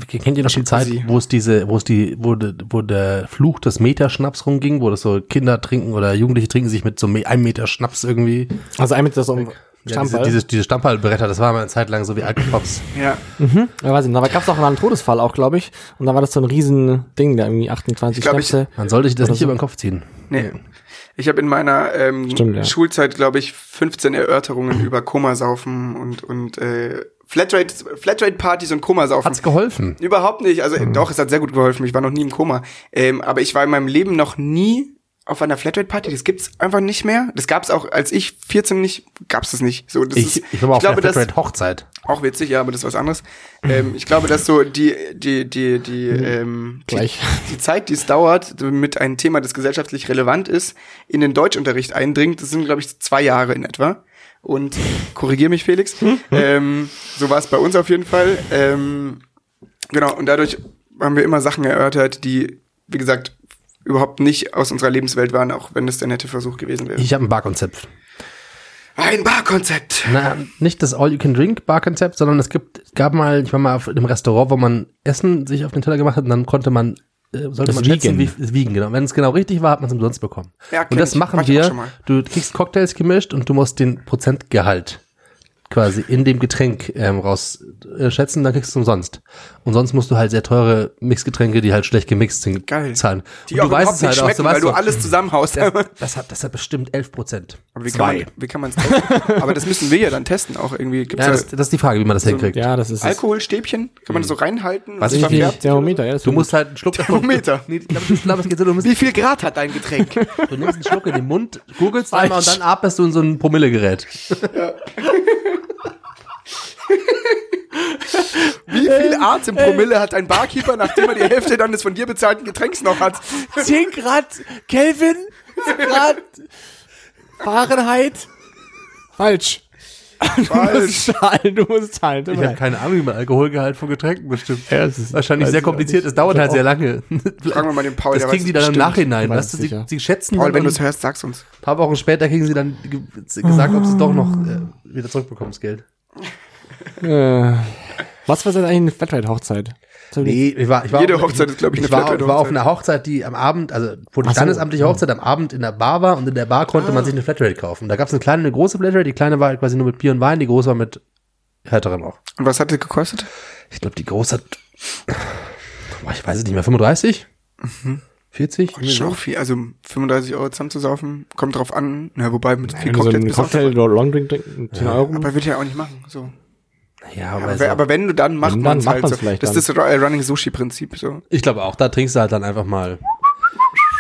Speaker 4: Kennt ihr noch die Zeit,
Speaker 2: Jacuzzi.
Speaker 4: wo es diese, wo es die, wo, de- wo der Fluch des Meterschnaps rumging, wo das so Kinder trinken oder Jugendliche trinken sich mit so me- einem Meter Schnaps irgendwie.
Speaker 3: Also einmal das so um
Speaker 4: Ja, diese,
Speaker 3: Stammball.
Speaker 4: diese, diese Stammballbretter, das war mal eine Zeit lang so wie alte Pops.
Speaker 2: ja.
Speaker 3: Ja, weiß ich nicht. Aber gab's auch mal einen Todesfall auch, glaube ich. Und da war das so ein riesen Ding, da irgendwie 28
Speaker 2: Ich glaub, ich-
Speaker 3: Schnäpse.
Speaker 4: Man sollte sich das nicht über den Kopf ziehen.
Speaker 2: Nee. Ich habe in meiner ähm,
Speaker 3: Stimmt, ja.
Speaker 2: Schulzeit, glaube ich, 15 Erörterungen über Komasaufen und, und äh, Flatrate- Flatrate-Partys und Komasaufen.
Speaker 4: Hat's geholfen?
Speaker 2: Überhaupt nicht. Also
Speaker 4: Hm.
Speaker 2: doch, es hat sehr gut geholfen. Ich war noch nie im Koma. Ähm, aber ich war in meinem Leben noch nie auf einer Flatrate-Party. Das gibt's einfach nicht mehr. Das gab's auch, als ich 14 nicht, gab's das nicht. So, das
Speaker 4: Ich,
Speaker 2: ist,
Speaker 4: ich war mal auf
Speaker 2: glaube,
Speaker 4: der
Speaker 2: das
Speaker 4: Flatrate Hochzeit.
Speaker 2: auch witzig, ja, aber das ist was anderes.
Speaker 4: Mhm.
Speaker 2: Ähm, ich glaube, dass so die die die die ähm, die,
Speaker 3: Gleich.
Speaker 2: die Zeit, die es dauert, mit einem Thema, das gesellschaftlich relevant ist, in den Deutschunterricht eindringt. Das sind, glaube ich, zwei Jahre in etwa. Und korrigier mich, Felix.
Speaker 4: Hm?
Speaker 2: ähm, so war es bei uns auf jeden Fall. Ähm, Genau, und dadurch haben wir immer Sachen erörtert, die, wie gesagt, überhaupt nicht aus unserer Lebenswelt waren, auch wenn es der nette Versuch gewesen wäre.
Speaker 4: Ich habe ein Barkonzept.
Speaker 2: Ein Barkonzept!
Speaker 4: Na, nicht das All-You-Can-Drink-Bar-Konzept, sondern es gibt, gab mal, ich war mal auf einem Restaurant, wo man Essen sich auf den Teller gemacht hat und dann konnte man, äh, sollte
Speaker 3: Das
Speaker 4: man schätzen,
Speaker 3: Wiegen.
Speaker 4: wie es wiegen, genau. Wenn es genau richtig war, hat man es umsonst bekommen.
Speaker 2: Ja, kenn
Speaker 4: und das
Speaker 2: ich.
Speaker 4: machen
Speaker 2: Mach ich auch
Speaker 4: wir,
Speaker 2: schon mal.
Speaker 4: du kriegst Cocktails gemischt und du musst den Prozentgehalt quasi in dem Getränk ähm, rausschätzen, äh, schätzen, dann kriegst du es umsonst. Und sonst musst du halt sehr teure Mixgetränke, die halt schlecht gemixt sind,
Speaker 2: Geil.
Speaker 4: zahlen.
Speaker 2: Die
Speaker 4: und
Speaker 2: auch
Speaker 4: du weißt
Speaker 2: überhaupt
Speaker 4: es
Speaker 2: nicht
Speaker 4: halt auch,
Speaker 2: schmecken,
Speaker 4: du
Speaker 2: weil
Speaker 4: weißt
Speaker 2: du
Speaker 4: so,
Speaker 2: alles zusammenhaust.
Speaker 4: das,
Speaker 2: [LAUGHS] Aber
Speaker 4: das, hat, das hat bestimmt 11 Prozent.
Speaker 2: wie kann, man, wie kann man's testen? Aber das müssen wir ja dann testen auch irgendwie. Gibt's
Speaker 4: Ja,
Speaker 2: da
Speaker 4: das, das ist die Frage, wie man das hinkriegt.
Speaker 3: Ja, das ist
Speaker 2: Alkoholstäbchen? Kann man das so reinhalten?
Speaker 4: Was
Speaker 2: und
Speaker 4: ich
Speaker 2: sich
Speaker 4: nicht-
Speaker 2: verfärbt?
Speaker 3: Thermometer, ja. Das
Speaker 4: Du musst halt einen Schluck davon-
Speaker 2: Thermometer.
Speaker 4: Nee, ich glaube, ich glaub, es geht so, du, musst,
Speaker 2: Wie viel Grad hat dein Getränk?
Speaker 4: du nimmst einen Schluck in den Mund, googelst einmal und dann atmest du in so ein Promillegerät.
Speaker 2: Wie viel Arzt im Promille hat ein Barkeeper, nachdem er die Hälfte dann des von dir bezahlten Getränks noch hat?
Speaker 3: 10 Grad Kelvin, 10 Grad Fahrenheit. Falsch.
Speaker 2: Falsch.
Speaker 3: zahlen, [LAUGHS] du musst zahlen. tut
Speaker 4: Ich
Speaker 3: mir
Speaker 4: habe
Speaker 3: leid.
Speaker 4: keine Ahnung über Alkoholgehalt von Getränken bestimmt.
Speaker 3: Ja, das ist-
Speaker 4: Wahrscheinlich
Speaker 3: weiß
Speaker 4: sehr
Speaker 3: ich auch
Speaker 4: kompliziert,
Speaker 3: nicht.
Speaker 4: es dauert
Speaker 3: Ich
Speaker 4: halt
Speaker 3: hab
Speaker 4: sehr lange.
Speaker 2: Fragen wir mal den Paul,
Speaker 4: Das
Speaker 2: der
Speaker 4: kriegen
Speaker 2: weiß
Speaker 4: die
Speaker 2: es
Speaker 4: dann im
Speaker 2: bestimmt.
Speaker 4: Nachhinein,
Speaker 3: Ich weiß
Speaker 4: weißt du,
Speaker 3: es
Speaker 4: sie,
Speaker 3: sicher.
Speaker 4: sie schätzen
Speaker 2: Paul,
Speaker 4: dann
Speaker 2: wenn du
Speaker 4: und
Speaker 2: es hörst, sag's uns.
Speaker 4: ein paar Wochen später kriegen sie dann ge- gesagt, ob sie es doch noch äh, wieder zurückbekommen, das Geld.
Speaker 3: Äh, was war denn eigentlich eine Flatrate-Hochzeit? So die-
Speaker 4: Nee, ich war, ich war
Speaker 2: Jede
Speaker 4: auf-
Speaker 2: Hochzeit ist, glaub ich, eine
Speaker 4: ich war,
Speaker 2: Flatrate-Hochzeit.
Speaker 4: ich war auf einer Hochzeit, die am Abend, also wo die
Speaker 3: Ach so.
Speaker 4: standesamtliche Hochzeit am Abend in der Bar war und in der Bar konnte
Speaker 2: Ah.
Speaker 4: man sich eine Flatrate kaufen. Da gab es eine kleine und eine große Flatrate, die kleine war halt quasi nur mit Bier und Wein, die große war mit härterem auch.
Speaker 2: Und was hat es gekostet?
Speaker 4: Ich glaube, die große hat, boah, ich weiß es nicht mehr, 35? 40?
Speaker 2: Das ist Mhm. schon auch viel. Also 35 Euro zusammenzusaufen, kommt drauf an. Na, wobei mit viel
Speaker 3: wenn du so
Speaker 2: Cocktails
Speaker 3: einen
Speaker 2: bist du auch
Speaker 3: Cocktail oder Longdrink trinken, 10 Euro.
Speaker 2: Aber würde ich ja auch nicht machen. So.
Speaker 4: Ja,
Speaker 2: Aber,
Speaker 4: aber,
Speaker 2: wer- aber wenn du dann macht
Speaker 3: dann
Speaker 2: man's
Speaker 3: macht
Speaker 2: halt
Speaker 3: man's
Speaker 2: so.
Speaker 3: vielleicht
Speaker 2: Das
Speaker 3: dann.
Speaker 2: ist das äh, Running Sushi Prinzip so.
Speaker 4: ich glaube auch, da trinkst du halt dann einfach mal.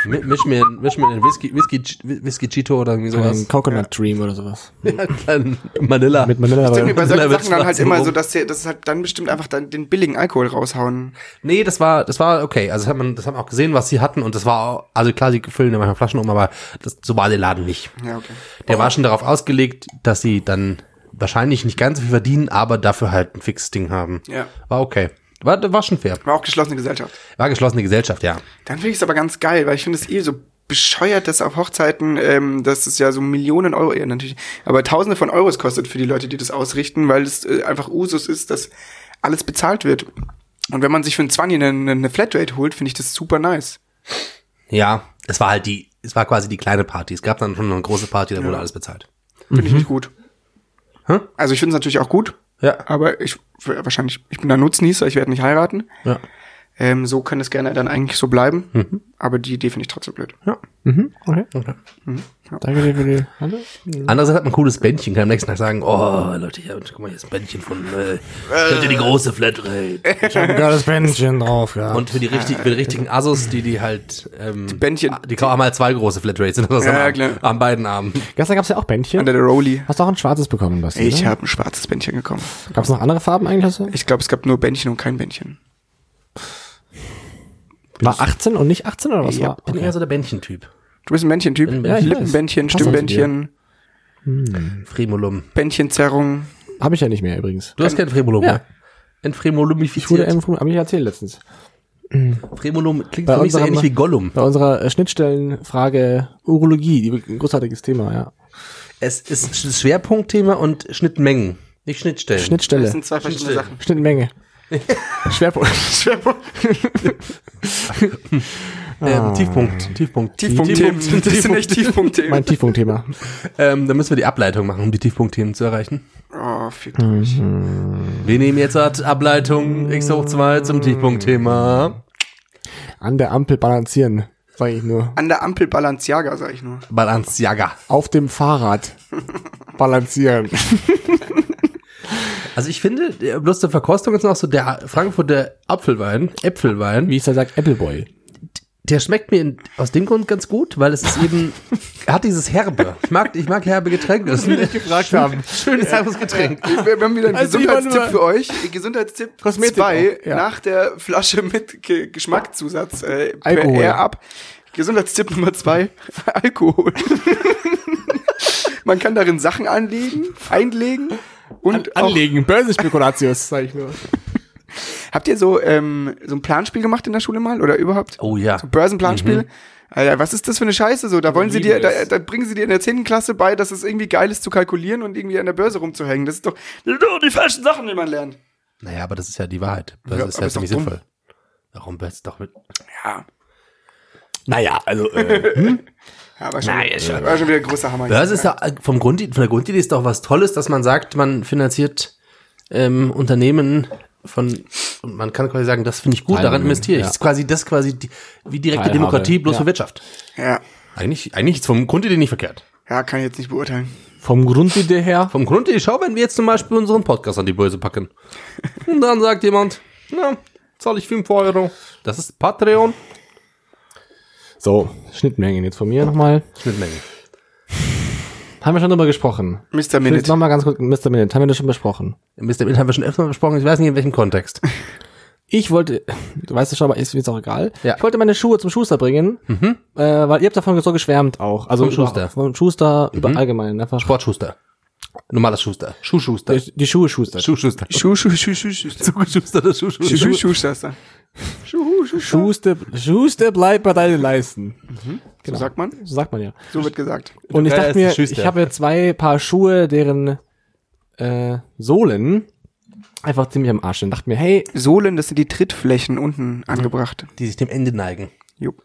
Speaker 4: Mi- Misch mir, misch mir einen Whisky, Whisky, Whisky Cheeto oder irgendwie
Speaker 3: Ein
Speaker 4: sowas.
Speaker 3: Coconut Dream oder sowas.
Speaker 4: [LAUGHS] Dann Manilla.
Speaker 3: Mit Manila
Speaker 2: Ich denke mir bei
Speaker 4: Miller
Speaker 2: solchen
Speaker 4: wird
Speaker 2: Sachen dann halt
Speaker 4: schwarz
Speaker 2: immer
Speaker 4: rum.
Speaker 2: so, dass sie dass sie halt dann bestimmt einfach dann den billigen Alkohol raushauen.
Speaker 4: Nee, das war, das war okay. Also das hat man, das haben wir auch gesehen, was sie hatten und das war, auch, also klar, sie füllen ja manchmal Flaschen um, aber das, so war der Laden nicht.
Speaker 2: Ja, okay.
Speaker 4: Der war schon darauf ausgelegt, dass sie dann wahrscheinlich nicht ganz so viel verdienen, aber dafür halt ein fixes Ding haben.
Speaker 2: Ja.
Speaker 4: War okay. War, war schon fair.
Speaker 2: War auch geschlossene Gesellschaft.
Speaker 4: War geschlossene Gesellschaft, ja.
Speaker 2: Dann finde ich es aber ganz geil, weil ich finde es eh so bescheuert, dass auf Hochzeiten, ähm, dass es ja so Millionen Euro, ja natürlich, aber Tausende von Euros kostet für die Leute, die das ausrichten, weil es äh, einfach Usus ist, dass alles bezahlt wird. Und wenn man sich für einen 20 eine, eine Flatrate holt, finde ich das super nice.
Speaker 4: Ja, es war halt die, es war quasi die kleine Party. Es gab dann schon eine große Party, da wurde alles bezahlt.
Speaker 2: Finde ich nicht gut.
Speaker 4: Mhm. Hä?
Speaker 2: Also ich finde es natürlich auch gut,
Speaker 4: Ja.
Speaker 2: aber ich wahrscheinlich, ich bin da Nutznießer, ich werde nicht heiraten.
Speaker 4: Ja.
Speaker 2: Ähm, so kann es gerne dann eigentlich so bleiben.
Speaker 3: Mhm.
Speaker 2: Aber die Idee finde ich trotzdem blöd.
Speaker 3: Okay. Danke dir für die. Hallo?
Speaker 4: Andererseits hat man ein cooles Bändchen, kann am nächsten Tag sagen, oh Leute, hier, guck mal, hier ist ein Bändchen von, äh, Leute, die große Flatrate.
Speaker 3: Ich habe ein geiles Bändchen drauf, ja.
Speaker 4: Und für die, richtig, für die richtigen Assos, die die halt ähm, die
Speaker 2: Bändchen-
Speaker 4: die kaufen mal zwei große Flatrates sind das
Speaker 2: Ja,
Speaker 4: am,
Speaker 2: ja,
Speaker 4: Arm-
Speaker 2: klar.
Speaker 4: am beiden Armen.
Speaker 3: Gestern gab es ja auch Bändchen.
Speaker 2: Under the Rolli.
Speaker 3: Hast du auch ein schwarzes bekommen, Basti?
Speaker 2: Ich
Speaker 3: ne?
Speaker 2: habe ein schwarzes Bändchen bekommen.
Speaker 3: Gab es noch andere Farben eigentlich? Hast du?
Speaker 2: Ich glaube, es gab nur Bändchen und kein Bändchen.
Speaker 3: War 18 und nicht 18 oder was
Speaker 2: Ja.
Speaker 3: war?
Speaker 4: Ich bin eher so der Bändchentyp.
Speaker 2: Du bist ein Bändchen-Typ.
Speaker 4: Bin ein
Speaker 3: Bändchen.
Speaker 2: Lippenbändchen,
Speaker 3: Passt auch zu
Speaker 2: Stimmbändchen,
Speaker 4: Fremolum.
Speaker 2: Bändchenzerrung.
Speaker 3: Habe ich ja nicht mehr übrigens.
Speaker 4: Du hast kein Fremolum,
Speaker 3: Ja.
Speaker 4: ja.
Speaker 3: Ich
Speaker 4: Ein
Speaker 3: wurde
Speaker 4: Fremolumifiziert.
Speaker 3: eben, habe ich erzählt letztens.
Speaker 4: Fremolum klingt
Speaker 3: Bei
Speaker 4: für mich so
Speaker 3: unserem-
Speaker 4: ähnlich wie Gollum.
Speaker 3: Bei unserer äh, Schnittstellenfrage Urologie, die, ein großartiges Thema, ja.
Speaker 4: Es ist Sch- Schwerpunktthema und Schnittmengen. Nicht Schnittstellen.
Speaker 2: Das
Speaker 3: Schnittstelle.
Speaker 2: sind zwei verschiedene Sachen. [LAUGHS]
Speaker 3: Schnittmenge. Schwerpunkt.
Speaker 2: Schwerpunkt.
Speaker 4: ähm, Tiefpunkt. Tiefpunkt.
Speaker 2: Tiefpunktthemen.
Speaker 4: Tiefpunkt.
Speaker 2: Das sind
Speaker 4: Tiefpunkt.
Speaker 2: echt Tiefpunktthemen.
Speaker 3: Mein Tiefpunktthema.
Speaker 4: [LAUGHS] Ähm, dann müssen wir die Ableitung machen, um die Tiefpunktthemen zu erreichen.
Speaker 2: oh, fick
Speaker 3: Mhm.
Speaker 2: mich.
Speaker 4: Wir nehmen jetzt halt Ableitung x hoch 2 zum Tiefpunktthema.
Speaker 3: An der Ampel balancieren, sage ich nur.
Speaker 2: An der Ampel Balenciaga, sag ich nur.
Speaker 4: Balenciaga.
Speaker 3: Auf dem Fahrrad balancieren.
Speaker 4: Also ich finde, äh, bloß zur Verkostung ist noch so der Frankfurter Apfelwein, Äpfelwein,
Speaker 3: Wie ich da sag, Appleboy.
Speaker 4: der schmeckt mir in, aus dem Grund ganz gut, weil es ist eben, er hat dieses Herbe. Ich mag, ich mag herbe Getränke. Das ist ein
Speaker 3: Gefragt haben.
Speaker 4: schönes herbes Getränk.
Speaker 2: Wir wir haben wieder einen
Speaker 3: Also,
Speaker 2: Gesundheitstipp
Speaker 3: Ivan,
Speaker 2: für euch. Äh, Gesundheitstipp
Speaker 3: Kosmetik
Speaker 2: zwei
Speaker 3: auch, ja.
Speaker 2: nach der Flasche mit Ge Geschmackzusatz. Äh, per
Speaker 3: Alkohol.
Speaker 2: Air ab. Gesundheitstipp Nummer
Speaker 3: [LAUGHS]
Speaker 2: zwei, Alkohol. Man kann darin Sachen anlegen, einlegen und auch
Speaker 3: Anlegen, Börsenspekulatius, sage ich nur.
Speaker 2: Habt ihr so, ähm, so ein Planspiel gemacht in der Schule mal oder überhaupt?
Speaker 4: Oh ja.
Speaker 2: So ein Börsenplanspiel?
Speaker 3: Mhm.
Speaker 2: Alter, was ist das für eine Scheiße so? Da wollen sie dir, da, da bringen sie dir in der 10. Klasse bei, dass es irgendwie geil ist zu kalkulieren und irgendwie an der Börse rumzuhängen. Das ist doch, das sind doch die falschen Sachen, die man lernt.
Speaker 4: Naja, aber das ist ja die Wahrheit. Das
Speaker 2: Ja,
Speaker 4: ist
Speaker 2: aber
Speaker 4: ja
Speaker 2: ist doch
Speaker 4: ziemlich
Speaker 2: dumm.
Speaker 4: sinnvoll. Warum bist du doch mit?
Speaker 2: Ja,
Speaker 3: Naja, also
Speaker 2: ja war, schon, war schon wieder ein großer Hammer.
Speaker 4: Börse ist ja äh, vom Grund, von der Grundidee ist doch was Tolles, dass man sagt, man finanziert ähm, Unternehmen von und man kann quasi sagen, das finde ich gut, daran
Speaker 3: Teilhabe,
Speaker 4: investiere ich.
Speaker 3: ja.
Speaker 4: Das ist quasi das ist quasi die, wie direkte
Speaker 3: Teilhabe,
Speaker 4: Demokratie bloß
Speaker 3: ja.
Speaker 4: für Wirtschaft.
Speaker 2: ja.
Speaker 4: Eigentlich, eigentlich ist vom Grundidee nicht verkehrt.
Speaker 2: ja, kann ich jetzt nicht beurteilen.
Speaker 3: vom Grundidee her.
Speaker 4: Vom Grundidee, schau, wenn wir jetzt zum Beispiel unseren Podcast an die
Speaker 3: [LAUGHS]
Speaker 4: Börse packen. Und dann sagt jemand, na, zahle ich 5 Euro. Das ist Patreon.
Speaker 3: So, Schnittmengen jetzt von mir nochmal.
Speaker 4: Schnittmenge.
Speaker 3: Haben wir schon drüber gesprochen.
Speaker 2: Mr.
Speaker 3: Jetzt
Speaker 2: Minute.
Speaker 3: nochmal ganz kurz, Mr. Minute, haben wir das schon besprochen?
Speaker 4: Mr. Mint haben wir schon öfter mal besprochen, ich weiß nicht in welchem Kontext.
Speaker 3: Ich wollte, du weißt es schon, aber ist mir jetzt auch egal.
Speaker 4: Ja.
Speaker 3: Ich wollte meine Schuhe zum Schuster bringen,
Speaker 2: Mhm.
Speaker 3: äh, weil ihr habt davon so geschwärmt auch. Also
Speaker 4: Vom Schuster.
Speaker 3: Mhm. Über, vom Schuster, über allgemein einfach.
Speaker 4: Sportschuster. Normales Schuster. Schuhschuster.
Speaker 3: Die, die Schuhe schustert.
Speaker 4: Schuhschuster.
Speaker 2: Schuh, Schuh, Schuh, Schuh, Schuh, Schuh,
Speaker 4: Zugeschusterte
Speaker 2: Schuh,
Speaker 4: Schuhschuster.
Speaker 2: Schuh, Schuh, Schuster. Schuh, Schuh, Schuh.
Speaker 3: Schuster, Schuster bleibt bei deinen Leisten.
Speaker 2: So sagt man.
Speaker 3: So sagt man ja.
Speaker 2: So wird gesagt.
Speaker 3: Und ich
Speaker 4: Ja,
Speaker 3: dachte
Speaker 4: Äh, ist ein
Speaker 3: mir,
Speaker 4: Schuster.
Speaker 3: ich habe ja zwei Paar Schuhe, deren äh, Sohlen einfach ziemlich am Arsch sind. Dachte mir, hey,
Speaker 2: Sohlen, das sind die Trittflächen unten angebracht.
Speaker 4: Die sich dem Ende neigen.
Speaker 2: Jupp.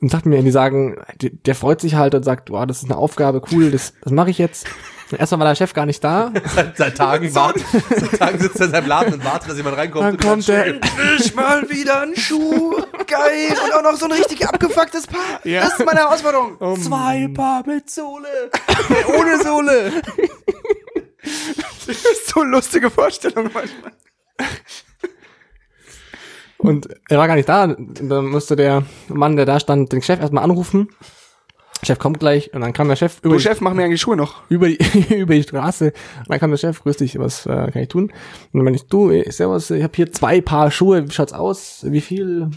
Speaker 3: und dachte mir, die sagen, der, der freut sich halt und sagt, wow, das ist eine Aufgabe, cool, das, das mache ich jetzt. [LAUGHS] Und erstmal war der Chef gar nicht da.
Speaker 4: [LAUGHS] Seit, seit Tagen wartet, seit Tagen sitzt er in seinem Laden und wartet, dass jemand reinkommt.
Speaker 3: Dann
Speaker 4: und dann
Speaker 3: kommt der,
Speaker 2: Endlich mal wieder ein Schuh. Geil. Und auch noch so ein richtig abgefucktes Paar. Das ist meine Herausforderung.
Speaker 4: Zwei Paar mit Sohle.
Speaker 2: Ohne Sohle. [LAUGHS] Das ist so lustige Vorstellung manchmal.
Speaker 3: Und er war gar nicht da. Und Dann musste der Mann, der da stand, den Chef erstmal anrufen. Chef kommt gleich und dann kam der Chef über,
Speaker 2: Du Chef, mach mir eigentlich Schuhe noch.
Speaker 3: über, die, [LAUGHS] über die Straße. Und dann kam der Chef, grüß dich, was äh, kann ich tun? Und dann meinte ich, du, eh, servus, ich habe hier zwei Paar Schuhe, wie schaut's aus? Wie viel?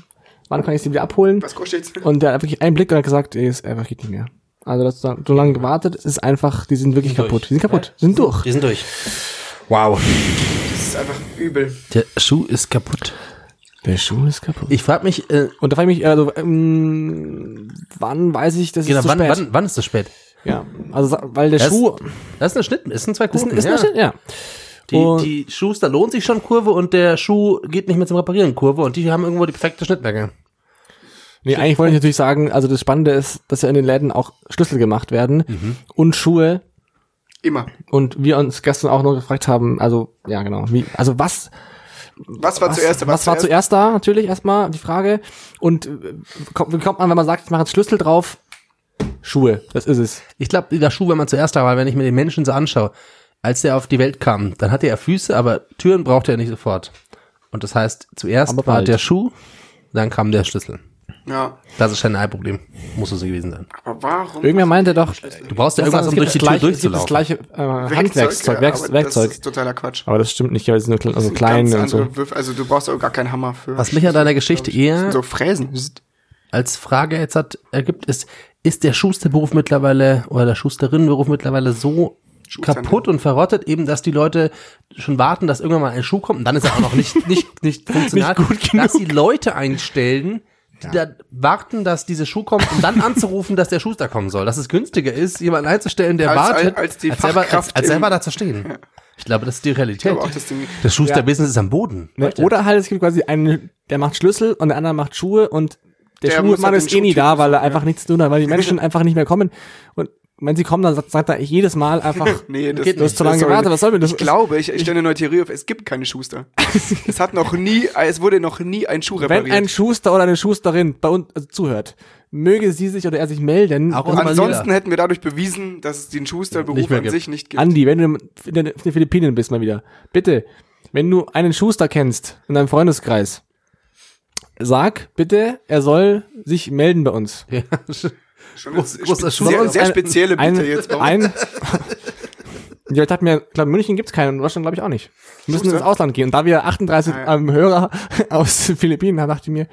Speaker 3: Wann kann ich sie wieder abholen?
Speaker 2: Was kostet's?
Speaker 3: Und der hat wirklich einen Blick und hat gesagt, ey, es äh, einfach geht nicht mehr. Also das hat so lange gewartet, es ist einfach, die sind wirklich
Speaker 4: Sind
Speaker 3: kaputt.
Speaker 4: durch.
Speaker 3: Die sind kaputt, die sind durch.
Speaker 4: Die sind durch. Wow.
Speaker 2: Das ist einfach übel.
Speaker 4: Der Schuh ist kaputt.
Speaker 3: Der Schuh ist kaputt.
Speaker 4: Ich frage mich, äh,
Speaker 3: Und da frage ich mich, also, ähm, wann weiß ich, dass
Speaker 4: genau,
Speaker 3: es zu
Speaker 4: wann,
Speaker 3: spät?
Speaker 4: wann, wann ist das spät?
Speaker 3: Ja, also sa- weil der
Speaker 4: Das-
Speaker 3: Schuh
Speaker 4: Das ist eine Schnitt, ist ein zwei Kurven.
Speaker 3: ist, ist ja. ja. Und-
Speaker 4: Die, die Schuster lohnt sich schon Kurve und der Schuh geht nicht mehr zum Reparieren Kurve und die haben irgendwo die perfekte Schnittmenge.
Speaker 3: Nee, eigentlich wollte ich natürlich sagen, also das Spannende ist, dass ja in den Läden auch Schlüssel gemacht werden
Speaker 4: Mhm.
Speaker 3: und Schuhe
Speaker 2: Immer.
Speaker 3: und wir uns gestern auch noch gefragt haben, also ja genau, wie, also was
Speaker 2: Was war
Speaker 3: was,
Speaker 2: zuerst?
Speaker 3: was war zuerst da natürlich erstmal die Frage und äh, kommt, wie kommt man, wenn man sagt, ich mache jetzt Schlüssel drauf, Schuhe, das ist es.
Speaker 4: Ich glaube, der Schuh, wenn man zuerst da war, wenn ich mir den Menschen so anschaue, als der auf die Welt kam, dann hatte er Füße, aber Türen brauchte er nicht sofort. Und das heißt, zuerst
Speaker 3: Aber
Speaker 4: war
Speaker 3: bald.
Speaker 4: der Schuh, dann kam der Schlüssel.
Speaker 2: Ja.
Speaker 4: Das ist ein Problem. Muss es so gewesen sein.
Speaker 2: Aber warum?
Speaker 3: Irgendwer meinte doch,
Speaker 4: Du brauchst ja
Speaker 3: das
Speaker 4: irgendwas, um
Speaker 3: gibt
Speaker 4: durch die
Speaker 3: das
Speaker 4: Tür
Speaker 3: gleiche, es gibt
Speaker 4: durchzulaufen.
Speaker 3: Das gleiche äh,
Speaker 2: Werkzeug,
Speaker 3: Handwerkszeug,
Speaker 2: ja,
Speaker 3: Werk,
Speaker 2: aber
Speaker 3: Werkzeug.
Speaker 2: Das ist totaler Quatsch.
Speaker 3: aber das stimmt nicht, weil es sind nur kle- also
Speaker 2: Ganz
Speaker 3: klein und
Speaker 2: andere
Speaker 3: so.
Speaker 2: Würfe, also du brauchst auch gar keinen Hammer für.
Speaker 4: Was mich an deiner Geschichte
Speaker 2: [LAUGHS]
Speaker 4: eher
Speaker 2: so Fräsen.
Speaker 4: als Frage jetzt hat, ergibt, ist, ist der Schusterberuf mittlerweile oder der Schusterinnenberuf mittlerweile so
Speaker 2: Schuhzahnarzt.
Speaker 4: kaputt und verrottet, eben, dass die Leute schon warten, dass irgendwann mal ein Schuh kommt und dann ist er auch noch
Speaker 2: [LAUGHS]
Speaker 4: nicht, nicht, nicht funktional, dass die Leute einstellen, die da warten, dass dieser Schuh kommt, um dann anzurufen, dass der Schuster kommen soll. Dass es günstiger ist, jemanden einzustellen, der
Speaker 2: Als- als-
Speaker 4: wartet,
Speaker 2: als die
Speaker 4: selber, als,
Speaker 2: Fachkraft
Speaker 4: als
Speaker 2: im-
Speaker 4: selber da zu stehen. Ich glaube, das ist die Realität.
Speaker 2: glaube auch, das Ding-
Speaker 4: das Schusterbusiness ist am Boden.
Speaker 3: Ne,
Speaker 4: Leute.
Speaker 3: oder halt, es gibt quasi einen, der macht Schlüssel und der andere macht Schuhe und der,
Speaker 2: Der muss
Speaker 3: Schuhmann
Speaker 2: halt den
Speaker 3: ist eh nie
Speaker 2: Schuhtyp
Speaker 3: da, weil er einfach nichts zu tun hat, weil die Menschen einfach nicht mehr kommen. Und wenn sie kommen, dann sagt- sagt er jedes
Speaker 2: [LAUGHS]
Speaker 3: Mal einfach,
Speaker 2: Nee, das,
Speaker 3: du hast zu lange
Speaker 2: soll-
Speaker 3: gewartet, was soll mir das?
Speaker 2: Ich glaube, ich, ich stelle eine neue Theorie auf, es gibt keine
Speaker 3: [LAUGHS]
Speaker 2: Schuster. es hat noch nie, es wurde noch nie ein Schuh repariert.
Speaker 3: wenn ein Schuster oder eine Schusterin bei uns also zuhört, möge sie sich oder er sich melden.
Speaker 4: Auch
Speaker 3: Also,
Speaker 4: an-
Speaker 2: Ansonsten hätten wir dadurch bewiesen, dass es den Schusterberuf
Speaker 4: Nicht mehr
Speaker 2: an
Speaker 4: gibt.
Speaker 2: sich nicht gibt.
Speaker 3: Andi, wenn du in den in den Philippinen bist mal wieder, bitte, wenn du einen Schuster kennst in deinem Freundeskreis, sag bitte, er soll sich melden bei uns.
Speaker 4: Ja.
Speaker 2: Schon
Speaker 4: Groß-
Speaker 2: eine spe-
Speaker 4: großer Schuster.
Speaker 2: Sehr, sehr
Speaker 3: Ein-
Speaker 2: spezielle Bitte
Speaker 3: ein,
Speaker 2: jetzt auch.
Speaker 3: Ein, [LAUGHS] ja, ich dachte mir, ich glaube, in München gibt's keinen, in Deutschland glaube ich auch nicht. Wir müssen
Speaker 2: Schuster?
Speaker 3: ins Ausland gehen. Und da wir 38
Speaker 2: Ah, ja.
Speaker 3: ähm, Hörer [LAUGHS] aus den Philippinen haben, dachte ich mir,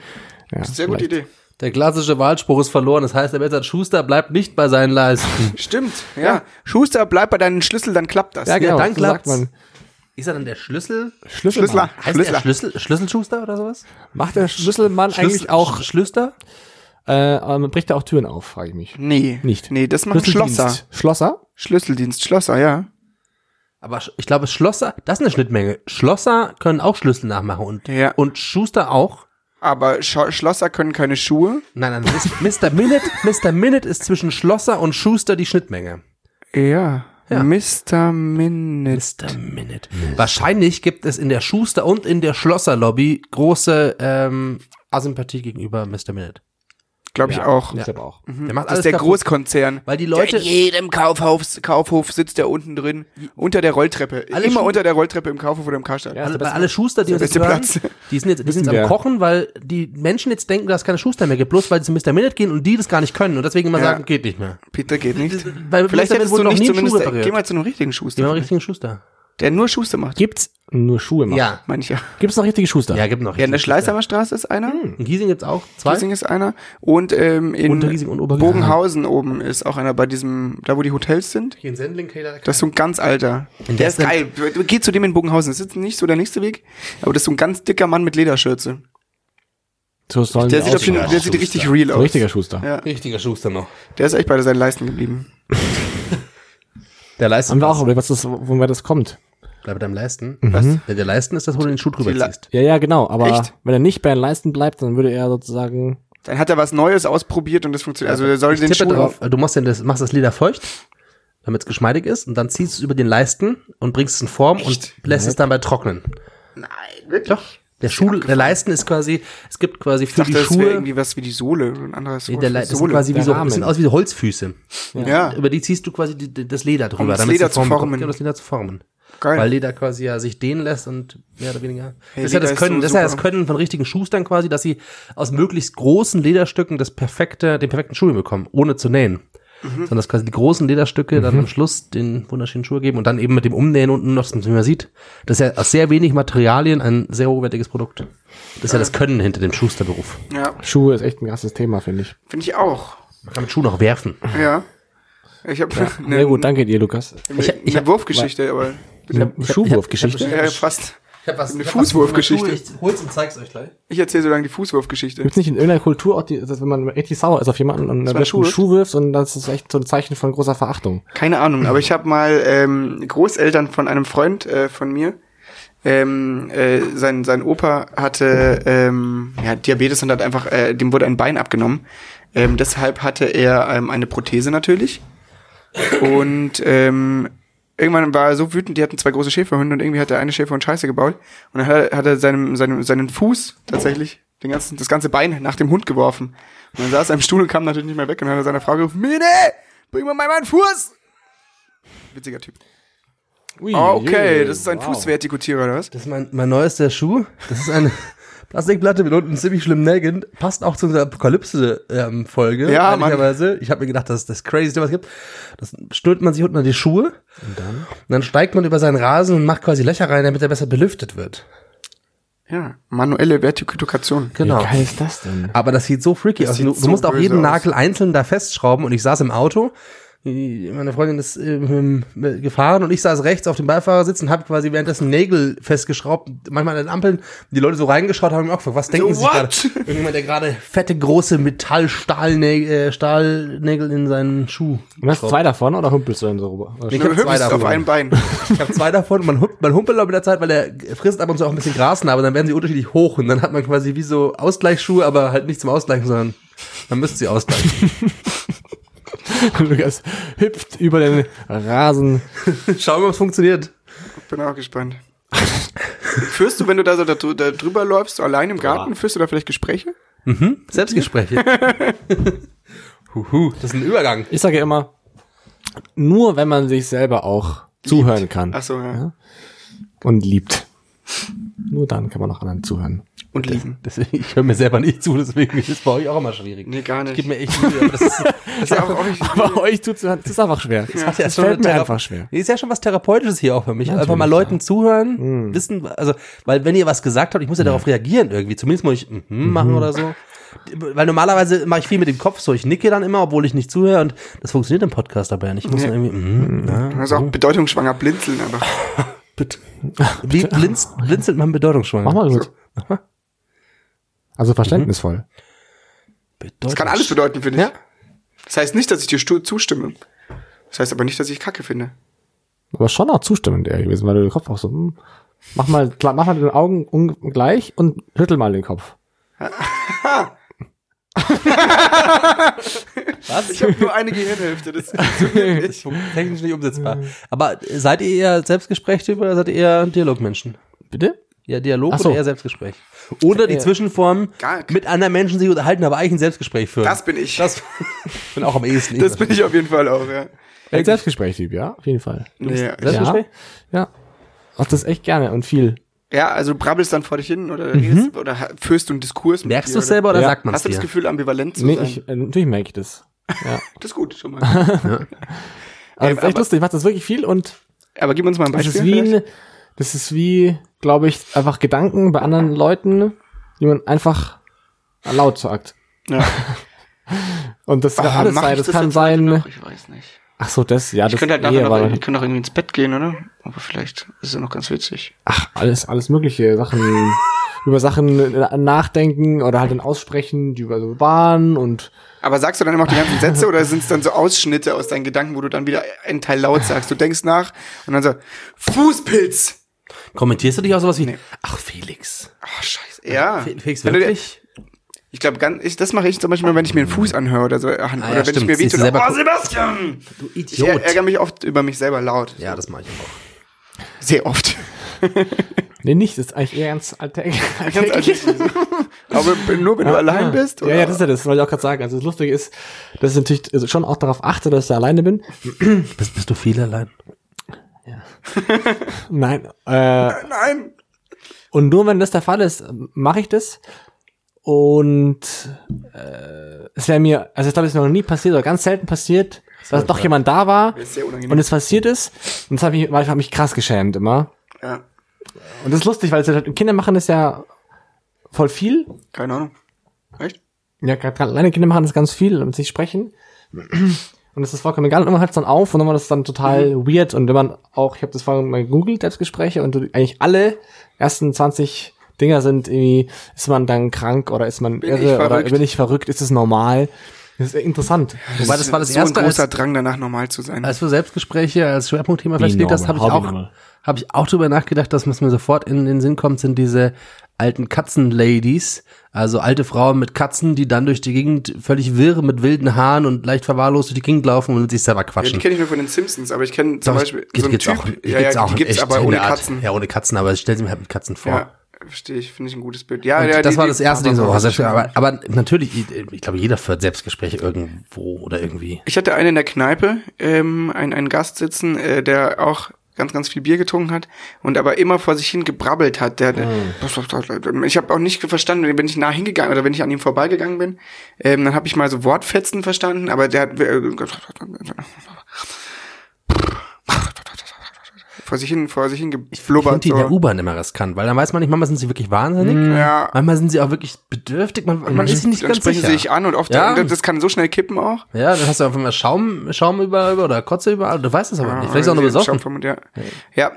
Speaker 3: ja,
Speaker 2: sehr gute
Speaker 3: vielleicht.
Speaker 2: Idee.
Speaker 4: Der klassische Wahlspruch ist verloren. Das heißt, der Bernhard Schuster bleibt nicht bei seinen Leisten.
Speaker 2: Stimmt, ja. Schuster, bleib bei deinen Schlüssel, dann klappt das.
Speaker 3: Ja, genau,
Speaker 4: dann
Speaker 3: so sagt
Speaker 4: klappt's.
Speaker 3: man.
Speaker 4: [LAUGHS] Ist er dann der Schlüssel?
Speaker 3: Schlüsselmann.
Speaker 2: Schlüssler,
Speaker 4: Heißt
Speaker 2: Schlüssler.
Speaker 4: der Schlüssel, Schlüsselschuster oder sowas?
Speaker 3: Macht der Schlüsselmann eigentlich auch,
Speaker 4: Schlüster?
Speaker 3: äh, ähm, bricht er auch Türen auf, frage ich mich.
Speaker 2: Nee,
Speaker 3: Nicht.
Speaker 2: Nee, das macht ein
Speaker 3: Schlüsseldienst.
Speaker 2: Schlosser.
Speaker 3: Schlosser?
Speaker 2: Schlüsseldienst, Schlosser, ja.
Speaker 4: Aber sch- ich glaube, Schlosser, das ist eine Schnittmenge. Schlosser können auch Schlüssel nachmachen und,
Speaker 2: Ja.
Speaker 4: und Schuster auch.
Speaker 2: Aber Sch Schlosser können keine Schuhe.
Speaker 4: Nein, nein, Mis-
Speaker 2: [LAUGHS]
Speaker 4: Mr. Minute, Mr. Minute ist zwischen Schlosser und Schuster die Schnittmenge.
Speaker 2: Ja.
Speaker 4: Ja.
Speaker 2: Mr. Minutes.
Speaker 4: Mr. Minute. Wahrscheinlich gibt es in der Schuster- und in der Schlosser-Lobby große ähm, Asympathie gegenüber Mr. Minute.
Speaker 2: Glaube ich auch.
Speaker 3: Ich glaube auch.
Speaker 4: Der macht
Speaker 2: Mhm. Das
Speaker 4: alles
Speaker 2: ist der
Speaker 4: kaputt,
Speaker 2: Großkonzern.
Speaker 4: Weil die Leute,
Speaker 2: Der in jedem Kaufhof, Kaufhof sitzt der unten drin, unter der Rolltreppe.
Speaker 4: Alle
Speaker 2: Immer
Speaker 4: Schu-
Speaker 2: unter der Rolltreppe im Kaufhof oder im Karstadt.
Speaker 3: Ja.
Speaker 4: Alle,
Speaker 3: ist der
Speaker 4: weil
Speaker 3: beste-
Speaker 4: alle Schuster, die
Speaker 2: ist
Speaker 4: uns jetzt
Speaker 2: der
Speaker 4: hören,
Speaker 2: beste
Speaker 4: die sind jetzt, die sind jetzt
Speaker 3: Wissen wir.
Speaker 4: am Kochen, weil die Menschen jetzt denken, dass es keine Schuster mehr gibt, bloß weil sie zu Mr. Minute gehen und die das gar nicht können und deswegen immer
Speaker 2: Ja.
Speaker 4: sagen, geht nicht mehr.
Speaker 2: Peter geht nicht.
Speaker 4: Weil
Speaker 2: Vielleicht
Speaker 4: Mr. Minute
Speaker 2: hättest du
Speaker 4: wurde noch
Speaker 2: nicht
Speaker 4: nie ein Schuh
Speaker 2: zumindest,
Speaker 4: repariert.
Speaker 2: geh mal zu einem richtigen Schuster.
Speaker 4: Die haben einen richtigen Schuster.
Speaker 2: Der nur Schuster macht,
Speaker 3: Gibt's nur Schuhe macht?
Speaker 4: Ja.
Speaker 2: meine ich ja.
Speaker 3: Gibt's noch richtige Schuster?
Speaker 4: Ja, gibt noch.
Speaker 2: Ja, in der Schleißheimer Straße ist einer.
Speaker 4: In Giesing gibt's auch zwei.
Speaker 2: Giesing ist einer. Und ähm, in
Speaker 4: Unter Giesing und Obergiesing.
Speaker 2: Bogenhausen oben ist auch einer bei diesem, da wo die Hotels sind.
Speaker 4: Hier in Sendling, Taylor.
Speaker 2: Das ist so ein ganz alter. der
Speaker 4: In der
Speaker 2: ist geil. Geh zu dem in Bogenhausen. Das ist jetzt nicht so der nächste Weg, aber das ist so ein ganz dicker Mann mit Lederschürze.
Speaker 3: So sollen
Speaker 2: Der
Speaker 3: die
Speaker 2: sieht, auf jeden,
Speaker 3: aussehen.
Speaker 2: der sieht richtig real
Speaker 3: So
Speaker 2: aus.
Speaker 3: richtiger Schuster.
Speaker 2: Ja.
Speaker 4: Richtiger Schuster noch.
Speaker 2: Der ist echt bei seinen Leisten geblieben.
Speaker 4: Der Leisten.
Speaker 3: Haben wir auch, oder was das, von wer das kommt?
Speaker 4: Bleib beim Leisten. Was? Der, der Leisten ist das, wo du den Schuh drüber
Speaker 2: Die La-
Speaker 4: ziehst.
Speaker 3: Ja, ja, genau. Aber
Speaker 2: Echt?
Speaker 3: wenn er nicht bei den Leisten bleibt, dann würde er sozusagen
Speaker 2: Dann hat er was Neues ausprobiert und das funktioniert. Also der soll den
Speaker 4: Tippe
Speaker 2: Schuh
Speaker 4: drauf. Du machst, denn das, machst das Leder feucht, damit es geschmeidig ist, und dann ziehst du es über den Leisten und bringst es in Form und lässt es dabei trocknen.
Speaker 2: Nein, wirklich? Doch.
Speaker 4: Der Schuh, der Leisten ist quasi, es gibt quasi für
Speaker 2: Ich dachte,
Speaker 4: die
Speaker 2: das wäre
Speaker 4: Schuhe,
Speaker 2: irgendwie was wie die Sohle. Ein anderes
Speaker 4: nee,
Speaker 2: Wort
Speaker 4: der
Speaker 2: für
Speaker 4: Lei- das sind
Speaker 2: Sohle.
Speaker 4: quasi wie
Speaker 3: der
Speaker 4: so,
Speaker 3: Rahmen.
Speaker 4: das sind aus wie so Holzfüße.
Speaker 2: ja,
Speaker 4: Über die ziehst du quasi die, die, das Leder drüber,
Speaker 2: Ah. das
Speaker 4: damit's
Speaker 2: Leder
Speaker 4: die
Speaker 2: zu
Speaker 4: Form bekommt.
Speaker 2: formen.
Speaker 4: Ja, um das Leder zu formen.
Speaker 2: geil.
Speaker 4: Weil Leder quasi ja sich dehnen lässt und mehr oder weniger.
Speaker 2: Hey,
Speaker 4: das ist ja
Speaker 2: Leder
Speaker 4: das
Speaker 2: ist
Speaker 4: Können,
Speaker 2: so
Speaker 4: das ist ja das
Speaker 2: super.
Speaker 4: Können von richtigen Schustern quasi, dass sie aus möglichst großen Lederstücken das perfekte, den perfekten Schuh bekommen, ohne zu nähen.
Speaker 2: Mhm.
Speaker 4: Sondern dass quasi die großen Lederstücke dann am Schluss den wunderschönen Schuh geben und dann eben mit dem Umnähen unten noch, dass man es nicht mehr sieht. Das ist ja aus sehr wenig Materialien ein sehr hochwertiges Produkt. Das ist ja das Können hinter dem Schusterberuf.
Speaker 2: ja,
Speaker 3: Schuhe ist echt ein krasses Thema, finde ich.
Speaker 2: finde ich auch.
Speaker 4: Man kann mit Schuh noch werfen.
Speaker 2: Ja. Ich habe [LAUGHS]
Speaker 3: Na
Speaker 2: eine,
Speaker 3: ja, gut, danke dir, Lukas.
Speaker 2: eine,
Speaker 4: ich hab-
Speaker 2: Wurfgeschichte, aber
Speaker 3: Eine
Speaker 2: [LAUGHS]
Speaker 3: Schuhwurfgeschichte.
Speaker 2: ja, fast.
Speaker 4: Ich hab was,
Speaker 2: Eine ich hab was für meine Fußwurfgeschichte. Schuhe.
Speaker 4: hol's und zeig's euch gleich.
Speaker 2: Ich erzähle so lange die Fußwurfgeschichte.
Speaker 3: Gibt's nicht in irgendeiner Kultur auch, die, dass wenn man richtig sauer ist auf jemanden und dann
Speaker 2: man
Speaker 3: einen
Speaker 2: Schuhe
Speaker 3: Schuh, wirft und das ist echt so ein Zeichen von großer Verachtung.
Speaker 2: Keine Ahnung, aber ich habe mal ähm, Großeltern von einem Freund äh, von mir. Ähm, äh, sein, sein Opa hatte ähm, ja, Diabetes und hat einfach, äh, dem wurde ein Bein abgenommen. Ähm, deshalb hatte er ähm, eine Prothese natürlich. Und ähm, irgendwann war er so wütend, die hatten zwei große Schäferhunde und irgendwie hat der eine Schäferhund Scheiße gebaut. Und dann hat er, hat er seinem, seinem, seinen Fuß tatsächlich, den ganzen, das ganze Bein nach dem Hund geworfen. Und dann saß er im Stuhl und kam natürlich nicht mehr weg und hat er seiner Frau gerufen, Mene, bring mir mal meinen Fuß! Witziger Typ. Oh,
Speaker 3: Ui,
Speaker 2: Ah, Okay,
Speaker 3: ui,
Speaker 2: das ist ein
Speaker 3: wow.
Speaker 2: Fußvertikutierer, oder was?
Speaker 4: Das ist mein, mein neuester Schuh. Das ist eine Plastikplatte mit unten ziemlich schlimm nägeln. Passt auch zu unserer Apokalypse-Folge.
Speaker 2: Ja, Mann.
Speaker 4: ehrlicherweise. Ich habe mir gedacht, das ist das Crazyste, was es gibt. Das schnürt man sich unten an die Schuhe. Und dann? steigt man über seinen Rasen und macht quasi Löcher rein, damit er besser belüftet wird.
Speaker 2: Ja, manuelle Vertikation.
Speaker 4: Genau.
Speaker 3: Wie geil ist das denn?
Speaker 4: Aber das sieht so freaky aus.
Speaker 2: sieht
Speaker 4: Du,
Speaker 2: so
Speaker 4: du musst auch
Speaker 2: böse
Speaker 4: jeden
Speaker 2: aus.
Speaker 4: Nagel einzeln da festschrauben. Und ich saß im Auto, die- meine Freundin ist äh, ähm, gefahren und ich saß rechts auf dem Beifahrersitz und habe quasi währenddessen Nägel festgeschraubt, manchmal an den Ampeln. Die Leute so reingeschaut haben, auch gefragt, was denken sie gerade?
Speaker 2: what?
Speaker 4: Irgendjemand, der gerade fette, große Metall-Stahlnägel äh, Stahlnägel in seinen Schuh.
Speaker 3: Und hast du zwei davon oder humpelst du dann so rüber?
Speaker 4: Ich
Speaker 2: Du
Speaker 4: habe zwei
Speaker 2: hüpfst auf
Speaker 4: davon.
Speaker 2: einem Bein.
Speaker 4: Ich habe zwei davon. Man, hump, man humpelt auch mit der Zeit, weil der frisst ab und zu auch ein bisschen Gras, aber dann werden sie unterschiedlich hoch und dann hat man quasi wie so Ausgleichsschuhe, aber halt nicht zum Ausgleichen, sondern man müsste sie ausgleichen.
Speaker 3: [LAUGHS] Lukas hüpft über den Rasen.
Speaker 4: Schauen wir, ob es funktioniert.
Speaker 2: Bin auch gespannt. Führst du, wenn du da so da, drü- da drüber läufst, so allein im Garten, führst du da vielleicht Gespräche?
Speaker 4: Selbstgespräche. [LAUGHS] Huhu, das ist ein Übergang.
Speaker 3: Ich sage ja immer, nur wenn man sich selber auch zuhören kann
Speaker 2: Ach so, ja.
Speaker 3: Ja. und liebt. Nur dann kann man auch anderen zuhören.
Speaker 2: Und lieben.
Speaker 4: Deswegen, ich höre mir selber nicht zu, deswegen ist es bei euch auch immer schwierig.
Speaker 2: Nee, gar nicht.
Speaker 4: Gib mir [LAUGHS] echt Mühe. aber Das ist,
Speaker 2: Das ist ja auch, auch
Speaker 3: [LAUGHS]
Speaker 2: nicht,
Speaker 3: [LAUGHS] Aber euch zuzuhören, das ist einfach schwer.
Speaker 4: das ist
Speaker 3: fällt mir
Speaker 4: eine Thera-
Speaker 3: einfach schwer.
Speaker 4: Nee, Ist ja schon was Therapeutisches hier auch für mich. einfach mal Leuten zuhören, wissen, also, weil wenn ihr was gesagt habt, ich muss ja darauf reagieren irgendwie. Zumindest muss ich Hm. mhm machen oder so. Weil normalerweise mache ich viel mit dem Kopf so. Ich nicke dann immer, obwohl ich nicht zuhöre und das funktioniert im Podcast aber ja nicht. Ich muss dann irgendwie, mhm, ja.
Speaker 2: das ist auch bedeutungsschwanger blinzeln einfach.
Speaker 4: Bitte. Wie blinzt, blinzelt man bedeutungsschwanger?
Speaker 3: Mach mal gut. Also verständnisvoll.
Speaker 2: Das kann alles bedeuten, finde ich. Das heißt nicht, dass ich dir stu- zustimme. Das heißt aber nicht, dass ich Kacke finde.
Speaker 3: Aber schon auch zustimmend eher gewesen, weil du den Kopf auch so, hm, mach mal, kla- mach mal den Augen un- gleich und schüttel mal den Kopf.
Speaker 4: Was?
Speaker 2: Ich habe nur eine Gehirnhälfte. Das
Speaker 4: Das ist technisch nicht umsetzbar. Aber seid ihr eher Selbstgesprächtyp oder seid ihr eher Dialogmenschen?
Speaker 3: Bitte?
Speaker 4: Ja, Dialog
Speaker 3: Ach so.
Speaker 4: oder eher Selbstgespräch? Oder die Zwischenform
Speaker 2: Äh, Gar-
Speaker 4: mit anderen Menschen sich unterhalten, aber eigentlich ein Selbstgespräch führen.
Speaker 2: Das bin ich.
Speaker 4: Das [LAUGHS] bin auch am ehesten.
Speaker 2: das bin ich auf jeden Fall auch, ja.
Speaker 3: Ein Selbstgesprächstyp, ja, auf jeden Fall.
Speaker 2: Nee,
Speaker 4: Selbst- Selbstgespräch?
Speaker 3: Ja. ja. Mach das echt gerne und viel.
Speaker 2: ja, also du brabbelst dann vor dich hin oder
Speaker 3: Mhm.
Speaker 2: redest oder ha- führst du einen Diskurs mit
Speaker 4: Merkst
Speaker 2: dir
Speaker 4: du es selber oder
Speaker 3: Ja.
Speaker 4: sagt man es
Speaker 2: Hast du das
Speaker 4: dir?
Speaker 2: Gefühl, ambivalent zu
Speaker 3: Nee,
Speaker 2: sein?
Speaker 3: ich, äh, natürlich merke ich das.
Speaker 2: das ist gut schon mal.
Speaker 3: Aber
Speaker 2: Ey,
Speaker 3: [LAUGHS] das ist echt
Speaker 2: aber-
Speaker 3: lustig, ich mach das wirklich viel und
Speaker 2: Aber gib uns mal ein
Speaker 3: Das
Speaker 2: Beispiel.
Speaker 3: ist wie,
Speaker 2: vielleicht.
Speaker 3: eine- das ist wie, glaube ich, einfach Gedanken bei anderen Leuten, die man einfach laut sagt.
Speaker 2: ja.
Speaker 3: Und das kann
Speaker 2: Ah,
Speaker 3: alles
Speaker 2: mach
Speaker 3: sein.
Speaker 2: ich
Speaker 3: Das kann
Speaker 2: jetzt
Speaker 3: sein.
Speaker 2: Noch? Ich weiß nicht.
Speaker 3: Ach so, das, ja, das
Speaker 2: Ich könnte halt
Speaker 3: nee,
Speaker 2: nachher noch,
Speaker 3: aber-
Speaker 2: ich könnte noch irgendwie ins Bett gehen, oder? Aber vielleicht ist es ja noch ganz witzig.
Speaker 3: Ach, alles, alles
Speaker 2: [LAUGHS]
Speaker 3: mögliche Sachen. über Sachen äh, nachdenken oder halt dann aussprechen, die über so Bahnen und
Speaker 2: Aber sagst du dann immer auch die ganzen Sätze oder sind es dann so Ausschnitte aus deinen Gedanken, wo du dann wieder einen Teil laut sagst? Du denkst nach und dann so, Fußpilz!
Speaker 4: Kommentierst du dich auch sowas wie,
Speaker 2: Nee.
Speaker 4: ach Felix.
Speaker 2: Ach, scheiße. Ja.
Speaker 4: Felix,
Speaker 2: Wenn du dir-
Speaker 4: wirklich?
Speaker 2: Ich glaube, ganz, ich, das mache ich zum Beispiel, wenn ich mir einen Fuß anhöre oder so. Ach, oder
Speaker 4: Ah, ja,
Speaker 2: wenn
Speaker 4: stimmt.
Speaker 2: ich mir
Speaker 4: Siehst du
Speaker 2: wehtue.
Speaker 4: selber
Speaker 2: Oh, Sebastian!
Speaker 4: Du
Speaker 2: Ich
Speaker 4: Idiot.
Speaker 2: ärgere mich oft über mich selber laut.
Speaker 4: ja, das mache ich auch.
Speaker 2: Sehr
Speaker 4: [LAUGHS]
Speaker 2: oft.
Speaker 3: Nee, nicht, das ist eigentlich eher ganz alltäglich. [LAUGHS] Ah,
Speaker 2: Ganz ehrlich. Aber nur, wenn du allein bist?
Speaker 3: Ja, ja, das ist ja das, wollte ich auch gerade sagen. Also das Lustige ist, dass ich natürlich also schon auch darauf achte, dass ich da alleine bin.
Speaker 4: Bist, bist du viel allein?
Speaker 3: Nein. Äh,
Speaker 2: Nein!
Speaker 3: und nur wenn das der Fall ist, mache ich das. Und äh, es wäre mir, also ich glaube, es ist mir noch nie passiert oder ganz selten passiert, dass doch jemand da war
Speaker 2: Das ist sehr unangenehm.
Speaker 3: und es passiert ist. Und das hat mich, manchmal hab ich mich krass geschämt immer.
Speaker 2: ja,
Speaker 3: Und das ist lustig, weil es halt, Kinder machen das ja voll viel.
Speaker 2: keine Ahnung. Echt?
Speaker 3: Ja, gerade kleine Kinder machen das ganz viel und sich sprechen. Und das ist vollkommen egal. Und man hört es dann auf und dann war das dann total
Speaker 2: Mhm.
Speaker 3: weird. Und wenn man auch, ich habe das vorhin mal gegoogelt, Selbstgespräche, und du- eigentlich alle ersten 20 Dinger sind irgendwie, ist man dann krank oder ist man
Speaker 2: Bin ich
Speaker 3: irre oder
Speaker 2: verrückt?
Speaker 3: bin ich verrückt, ist es normal? Das ist interessant.
Speaker 4: Wobei, das war das
Speaker 2: so
Speaker 4: erste,
Speaker 2: ein großer
Speaker 4: als,
Speaker 2: Drang danach normal zu sein.
Speaker 4: als wir Selbstgespräche als Schwerpunktthema festgelegt hast, habe ich,
Speaker 3: Hobby
Speaker 4: auch-
Speaker 3: normal.
Speaker 4: hab ich auch drüber nachgedacht, dass was mir sofort in den Sinn kommt, sind diese alten Katzenladies, also alte Frauen mit Katzen, die dann durch die Gegend völlig wirr mit wilden Haaren und leicht verwahrlost durch die Gegend laufen und mit sich selber
Speaker 2: ja,
Speaker 4: quatschen.
Speaker 2: die kenne ich nur von den Simpsons, aber ich kenne zum
Speaker 4: Doch,
Speaker 2: Beispiel
Speaker 4: gibt-
Speaker 2: so einen
Speaker 4: gibt's
Speaker 2: Typ.
Speaker 4: auch,
Speaker 2: ja, ja,
Speaker 4: gibt's auch
Speaker 2: die gibt's
Speaker 4: echt
Speaker 2: aber
Speaker 4: in
Speaker 2: ohne
Speaker 4: der Art.
Speaker 2: Katzen.
Speaker 4: Ja, ohne Katzen, aber stell sie mir halt mit Katzen vor.
Speaker 2: Ja, verstehe ich. Finde ich ein gutes Bild. Ja,
Speaker 4: Und
Speaker 2: ja,
Speaker 4: das
Speaker 2: die-
Speaker 4: war
Speaker 2: die-
Speaker 4: das erste Ding, so, oh,
Speaker 2: das-
Speaker 4: selbst, aber, aber natürlich, ich, ich glaube, jeder führt Selbstgespräche irgendwo oder irgendwie.
Speaker 2: Ich hatte einen in der Kneipe, ähm, einen, einen Gast sitzen, äh, der auch ganz, ganz viel Bier getrunken hat und aber immer vor sich hin gebrabbelt hat. Der, der,
Speaker 4: Hm.
Speaker 2: Ich habe auch nicht verstanden, wenn ich nah hingegangen oder wenn ich an ihm vorbeigegangen bin, ähm, dann habe ich mal so Wortfetzen verstanden, aber der hat äh, vor sich hin, vor sich hin
Speaker 4: Ich finde
Speaker 2: geflubbert.
Speaker 4: die in der
Speaker 2: So.
Speaker 4: U-Bahn immer riskant, weil dann weiß man nicht, manchmal sind sie wirklich wahnsinnig,
Speaker 2: Ja.
Speaker 4: manchmal sind sie auch wirklich bedürftig, man, man ist sich nicht
Speaker 2: Dann
Speaker 4: ganz
Speaker 2: sprechen
Speaker 4: sicher.
Speaker 2: sie sich an und oft,
Speaker 4: Ja.
Speaker 2: und das kann so schnell kippen auch.
Speaker 4: ja, dann hast du einfach mal Schaum, Schaum überall oder Kotze überall, du weißt es aber
Speaker 2: Ja,
Speaker 4: nicht, vielleicht ist auch nur
Speaker 2: oder sie
Speaker 4: besoffen.
Speaker 2: haben Schaum vermutet, ja. ja,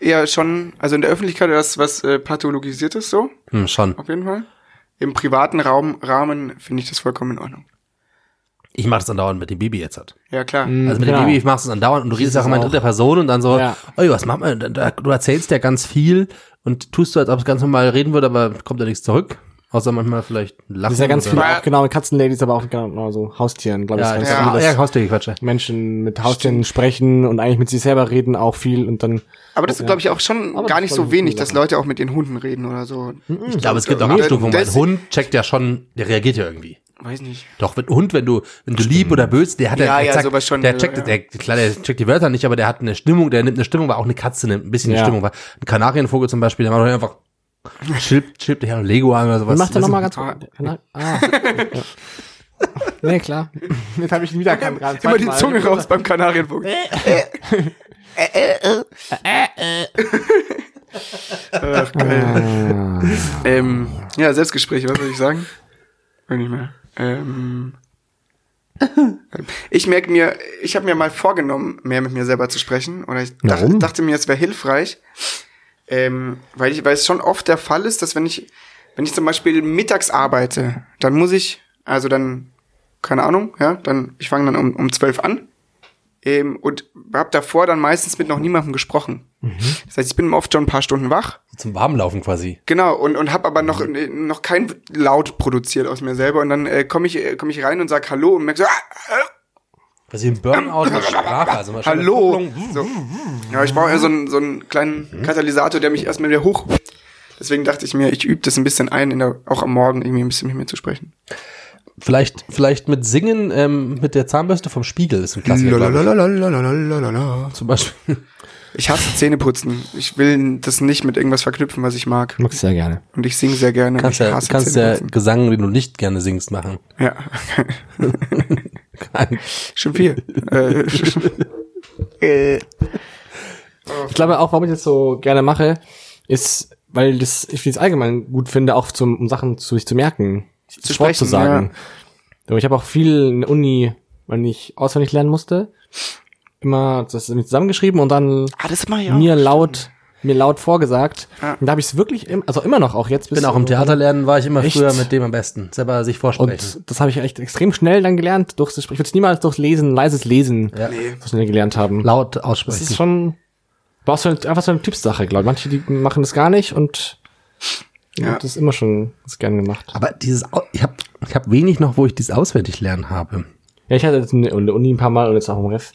Speaker 2: eher schon, also in der Öffentlichkeit das was äh, pathologisiert ist, so,
Speaker 4: Hm, schon.
Speaker 2: auf jeden Fall. Im privaten Raum, Rahmen finde ich das vollkommen in Ordnung.
Speaker 4: Ich mache das andauernd mit dem Baby jetzt halt.
Speaker 2: Ja, klar.
Speaker 4: Also mit
Speaker 3: genau.
Speaker 4: dem Baby, ich mach's es andauernd und du redest auch immer in
Speaker 3: auch.
Speaker 4: dritter Person und dann so,
Speaker 3: Ja.
Speaker 4: ey, was macht man? denn da? Du erzählst ja ganz viel und tust du, als ob es ganz normal reden würde, aber kommt ja nichts zurück. Außer manchmal vielleicht ein Lachen.
Speaker 3: Das ist ja ganz
Speaker 4: oder-
Speaker 3: viel,
Speaker 2: Ja.
Speaker 3: auch genau mit Katzenladies, aber auch genau so Haustieren, glaube ich.
Speaker 4: Ja,
Speaker 3: ist ganz
Speaker 4: ja,
Speaker 3: viel,
Speaker 4: ja,
Speaker 3: dass
Speaker 4: Haustiergequatsche.
Speaker 3: Menschen mit Haustieren sprechen und eigentlich mit sich selber reden auch viel und dann
Speaker 2: Aber das ist, glaube ich, auch schon
Speaker 3: Aber
Speaker 2: gar
Speaker 3: das
Speaker 2: nicht
Speaker 3: ist
Speaker 2: so
Speaker 3: voll eine
Speaker 2: wenig,
Speaker 3: coole Mhm.
Speaker 2: dass Leute auch mit den Hunden reden oder so.
Speaker 4: Ich glaube, es gibt auch
Speaker 2: Und
Speaker 4: Abstufungen. Ein
Speaker 2: das-
Speaker 4: Hund checkt ja schon, der reagiert ja irgendwie.
Speaker 2: Weiß nicht.
Speaker 4: Doch, wenn, Hund, wenn du, wenn du lieb oder böse, der hat
Speaker 2: Ja,
Speaker 4: der,
Speaker 2: ja,
Speaker 4: sagt,
Speaker 2: sowas schon,
Speaker 4: der
Speaker 2: ja,
Speaker 4: checkt,
Speaker 2: ja.
Speaker 4: Der, klar, der checkt die Wörter nicht, aber der hat eine Stimmung, der nimmt eine Stimmung, weil auch eine Katze nimmt ein bisschen
Speaker 3: Ja.
Speaker 4: eine Stimmung, weil ein Kanarienvogel zum Beispiel, der macht doch einfach, chillt, chillt dich an Lego an oder sowas.
Speaker 3: Mach doch
Speaker 4: Das
Speaker 3: nochmal
Speaker 4: ist-
Speaker 3: ganz kurz. Ah. ah. [LAUGHS] Ja. Nee, klar. Jetzt habe ich ihn wieder gerade.
Speaker 2: Immer die Zunge raus beim Kanarienvogel.
Speaker 3: Äh,
Speaker 2: Äh, Ach, geil. ähm, ja, Selbstgespräche, was soll ich sagen? Hör nicht mehr. Ähm, [LAUGHS] ich merke mir, ich habe mir mal vorgenommen, mehr mit mir selber zu sprechen. Oder ich dach,
Speaker 3: Warum?
Speaker 2: dachte mir, es wäre hilfreich. Ähm, weil, ich, weil es schon oft der Fall ist, dass wenn ich, wenn ich zum Beispiel mittags arbeite, dann muss ich, also dann, keine Ahnung, ja, dann, ich fange dann um, um 12 an ähm, und habe davor dann meistens mit noch niemandem gesprochen. Das heißt, ich bin oft schon ein paar Stunden wach
Speaker 4: Zum Warmlaufen quasi.
Speaker 2: Genau, und, und habe aber noch, äh, noch kein Laut produziert aus mir selber. Und dann äh, komme ich, äh, komm ich rein und sag Hallo und merk so, ah,
Speaker 4: Quasi im Burnout mit Sprache. Also mal
Speaker 2: ah,
Speaker 4: schon eine
Speaker 2: Hallo.
Speaker 4: Kupplung. Mhm.
Speaker 2: So. Ja, ich brauche so einen, so einen kleinen Katalysator, der mich erstmal wieder hoch. Deswegen dachte ich mir, ich übe das ein bisschen ein, in der, auch am Morgen irgendwie ein bisschen mit mir zu sprechen.
Speaker 4: Vielleicht, vielleicht mit Singen, ähm, mit der Zahnbürste vom Spiegel ist ein Klassiker. glaube
Speaker 2: Lalalalalalala.
Speaker 4: ich. Zum Beispiel.
Speaker 2: Ich hasse Zähneputzen. Ich will das nicht mit irgendwas verknüpfen, was ich mag.
Speaker 3: Mag sehr gerne.
Speaker 2: Und ich singe sehr gerne. und
Speaker 4: Kannst
Speaker 2: ich
Speaker 4: ja,
Speaker 2: hasse
Speaker 4: kannst ja
Speaker 2: Zähneputzen.
Speaker 4: Gesang, den du nicht gerne singst, machen.
Speaker 2: Ja, [LAUGHS]
Speaker 4: [LAUGHS]
Speaker 2: Äh, schon viel. äh,
Speaker 3: Ich glaube auch, warum ich das so gerne mache, ist, weil das, ich es allgemein gut finde, auch zum, um Sachen zu sich zu merken, zu Sport zu
Speaker 2: sprechen,
Speaker 3: sagen. Aber Ich habe auch viel in der Uni, wenn ich auswendig lernen musste, immer das irgendwie zusammengeschrieben und dann
Speaker 2: Ah, das mach ich auch.
Speaker 3: mir laut mir laut vorgesagt.
Speaker 2: Ja.
Speaker 3: Und da habe ich es wirklich, im, also immer noch auch jetzt.
Speaker 4: bin auch im Theaterlernen, war ich immer
Speaker 3: Echt?
Speaker 4: früher mit dem am besten. Selber sich vorsprechen.
Speaker 3: Und das habe ich echt extrem schnell dann gelernt, durchs Gespräch. Ich würde es niemals durchs Lesen, leises Lesen
Speaker 4: ja.
Speaker 3: so schnell gelernt haben.
Speaker 4: Laut
Speaker 3: Das
Speaker 4: aussprechen.
Speaker 3: ist schon, war auch so eine, einfach so eine Typsache, glaube ich. Manche, die machen das gar nicht und ich
Speaker 2: Ja.
Speaker 3: hab das immer schon das gerne gemacht.
Speaker 4: aber dieses, Au- ich habe ich hab wenig noch, wo ich dieses auswendig lernen habe.
Speaker 3: Ja, ich hatte jetzt in der Uni ein paar Mal und jetzt auch im Ref.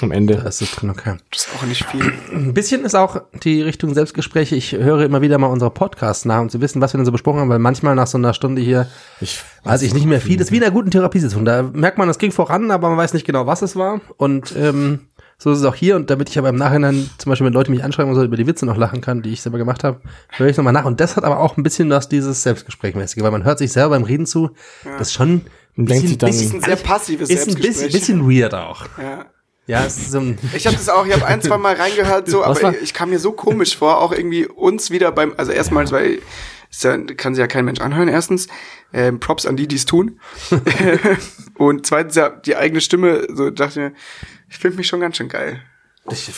Speaker 3: Am Ende.
Speaker 4: Das ist drin, okay.
Speaker 2: Das ist auch nicht viel.
Speaker 4: Ein bisschen ist auch die Richtung Selbstgespräche. Ich höre immer wieder mal unsere Podcasts nach, um zu wissen, was wir denn so besprochen haben, weil manchmal nach so einer Stunde hier
Speaker 3: Ich,
Speaker 4: weiß ich nicht mehr viel. Das ist wie in einer guten Therapiesitzung. Da merkt man, das ging voran, aber man weiß nicht genau, was es war. Und ähm, so ist es auch hier. Und damit ich aber im Nachhinein zum Beispiel, wenn Leute mich anschreiben und so über die Witze noch lachen kann, die ich selber gemacht habe, höre ich nochmal nach. Und das hat aber auch ein bisschen was dieses Selbstgesprächmäßige, weil man hört sich selber beim Reden zu. Das ist schon ein
Speaker 3: denkt sich
Speaker 4: bisschen,
Speaker 3: dann-
Speaker 2: Das ist ein sehr
Speaker 4: bisschen,
Speaker 2: passives
Speaker 4: ist ein bisschen,
Speaker 2: Selbstgespräch.
Speaker 4: bisschen weird auch.
Speaker 2: Ja.
Speaker 4: Ja, es ist so ein,
Speaker 2: Ich habe das auch, ich habe ein, zwei Mal reingehört, so,
Speaker 3: Was war-
Speaker 2: aber ich kam mir so komisch vor, auch irgendwie uns wieder beim, also erstmals, weil ist ja, kann sich ja kein Mensch anhören, erstens. Ähm, Props an die, die es tun. [LAUGHS] Und zweitens ja, die eigene Stimme, so dachte ich mir, ich finde mich schon ganz schön geil.
Speaker 3: ich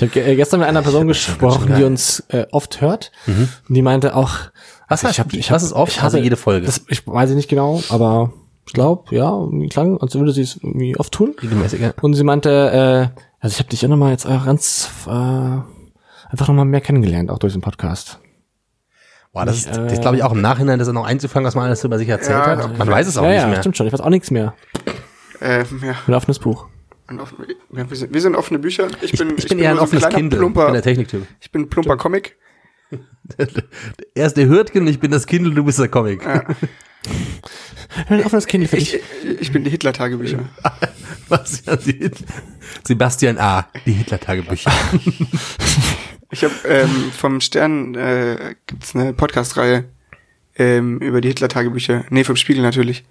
Speaker 3: habe ge äh, gestern mit einer Person gesprochen,
Speaker 4: geil. Mhm.
Speaker 3: die uns äh, oft hört. Und die meinte auch, also
Speaker 4: was heißt, ich hab, was ist oft?
Speaker 3: ich
Speaker 4: Ich
Speaker 3: hatte-
Speaker 4: hasse jede Folge.
Speaker 3: das, ich weiß nicht genau, aber ich glaube, ja, irgendwie klang, als würde sie es irgendwie oft tun.
Speaker 4: regelmäßig. ja.
Speaker 3: Und sie meinte, äh, also ich habe dich auch nochmal jetzt auch ganz äh, einfach nochmal mehr kennengelernt, auch durch den Podcast.
Speaker 4: Boah, das ist, das glaube ich, auch im Nachhinein, das dann noch einzufangen, was man alles so über sich erzählt
Speaker 2: Ja,
Speaker 4: hat. Man weiß es auch
Speaker 3: ja,
Speaker 4: nicht
Speaker 3: ja,
Speaker 4: mehr.
Speaker 3: stimmt schon. Ich weiß auch nichts mehr.
Speaker 2: Ähm, ja,
Speaker 3: Ein offenes Buch.
Speaker 2: ein offen, ja, wir, sind, wir sind offene Bücher. Ich bin,
Speaker 4: Ich, bin eher ein
Speaker 2: nur so
Speaker 4: offenes
Speaker 2: kleiner
Speaker 4: Kind, ich bin
Speaker 2: Plumper,
Speaker 4: der Techniktyp.
Speaker 2: ich bin ein plumper Comic.
Speaker 4: Er ist der Hürtgen, ich bin das Kindle, du bist der Comic. [LAUGHS]
Speaker 3: Ein offenes Kind für
Speaker 2: Ich,
Speaker 3: dich.
Speaker 2: ich bin die Hitler-Tagebücher.
Speaker 4: Sebastian, die Hitler- Sebastian A., die Hitler-Tagebücher.
Speaker 2: Ich habe ähm, vom Stern äh, gibt's eine Podcast-Reihe ähm, über die Hitler-Tagebücher. Nee, vom Spiegel natürlich.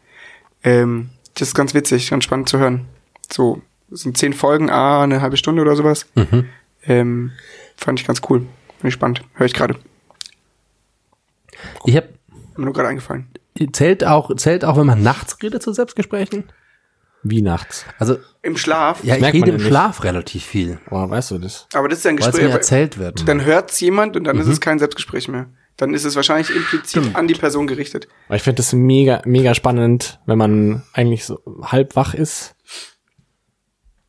Speaker 2: Ähm, das ist ganz witzig, ganz spannend zu hören. So, es sind zehn Folgen, ah, eine halbe Stunde oder sowas.
Speaker 4: Mhm.
Speaker 2: Ähm, fand ich ganz cool. Bin ich spannend. Höre ich gerade.
Speaker 4: Ich hab,
Speaker 2: Mir nur gerade eingefallen.
Speaker 4: zählt auch, zählt auch, wenn man nachts redet zu Selbstgesprächen?
Speaker 3: Wie nachts.
Speaker 4: Also,
Speaker 2: Im Schlaf.
Speaker 4: ja, ich
Speaker 3: merkt
Speaker 4: rede
Speaker 3: man
Speaker 4: im
Speaker 3: ja
Speaker 4: Schlaf relativ viel,
Speaker 3: Boah, weißt du das?
Speaker 2: Aber das ist ja ein
Speaker 4: weil es mir Mhm.
Speaker 2: Gespräch. aber-
Speaker 4: erzählt wird.
Speaker 2: Dann hört's jemand und dann ist es kein Selbstgespräch mehr. Dann ist es wahrscheinlich implizit an die Person gerichtet.
Speaker 3: Aber ich finde das mega, mega spannend, wenn man eigentlich so halb wach ist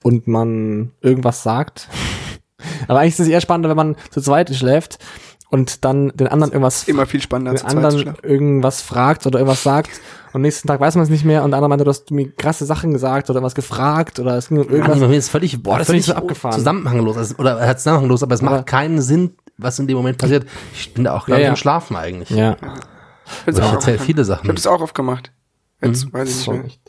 Speaker 3: und man irgendwas sagt. [LAUGHS] Aber eigentlich ist es eher spannender, wenn man zu zweit schläft und dann den anderen irgendwas
Speaker 2: Immer viel spannender
Speaker 3: den
Speaker 2: zu zweit zu
Speaker 3: anderen
Speaker 2: schlafen.
Speaker 3: irgendwas fragt oder irgendwas sagt und nächsten Tag weiß man es nicht mehr und der andere meinte, du hast mir krasse Sachen gesagt oder was gefragt oder es ging um
Speaker 4: Mann,
Speaker 3: irgendwas.
Speaker 4: Ah, Mir ist völlig, boah,
Speaker 3: das finde
Speaker 4: völlig
Speaker 3: ich so
Speaker 4: so
Speaker 3: abgefahren.
Speaker 4: zusammenhanglos. Also, oder halt zusammenhanglos, aber es
Speaker 3: Aber-
Speaker 4: macht keinen Sinn, was in dem Moment passiert. Ich bin da auch gerade
Speaker 3: Ja, ja.
Speaker 4: im Schlafen eigentlich.
Speaker 3: Ja,
Speaker 2: Hört's
Speaker 4: Ich
Speaker 2: auch
Speaker 4: erzähle
Speaker 2: auf.
Speaker 4: viele Mhm.
Speaker 2: Ich
Speaker 4: Sachen.
Speaker 2: habe das auch oft gemacht. Jetzt weiß ich nicht
Speaker 3: so
Speaker 2: mehr.
Speaker 3: echt.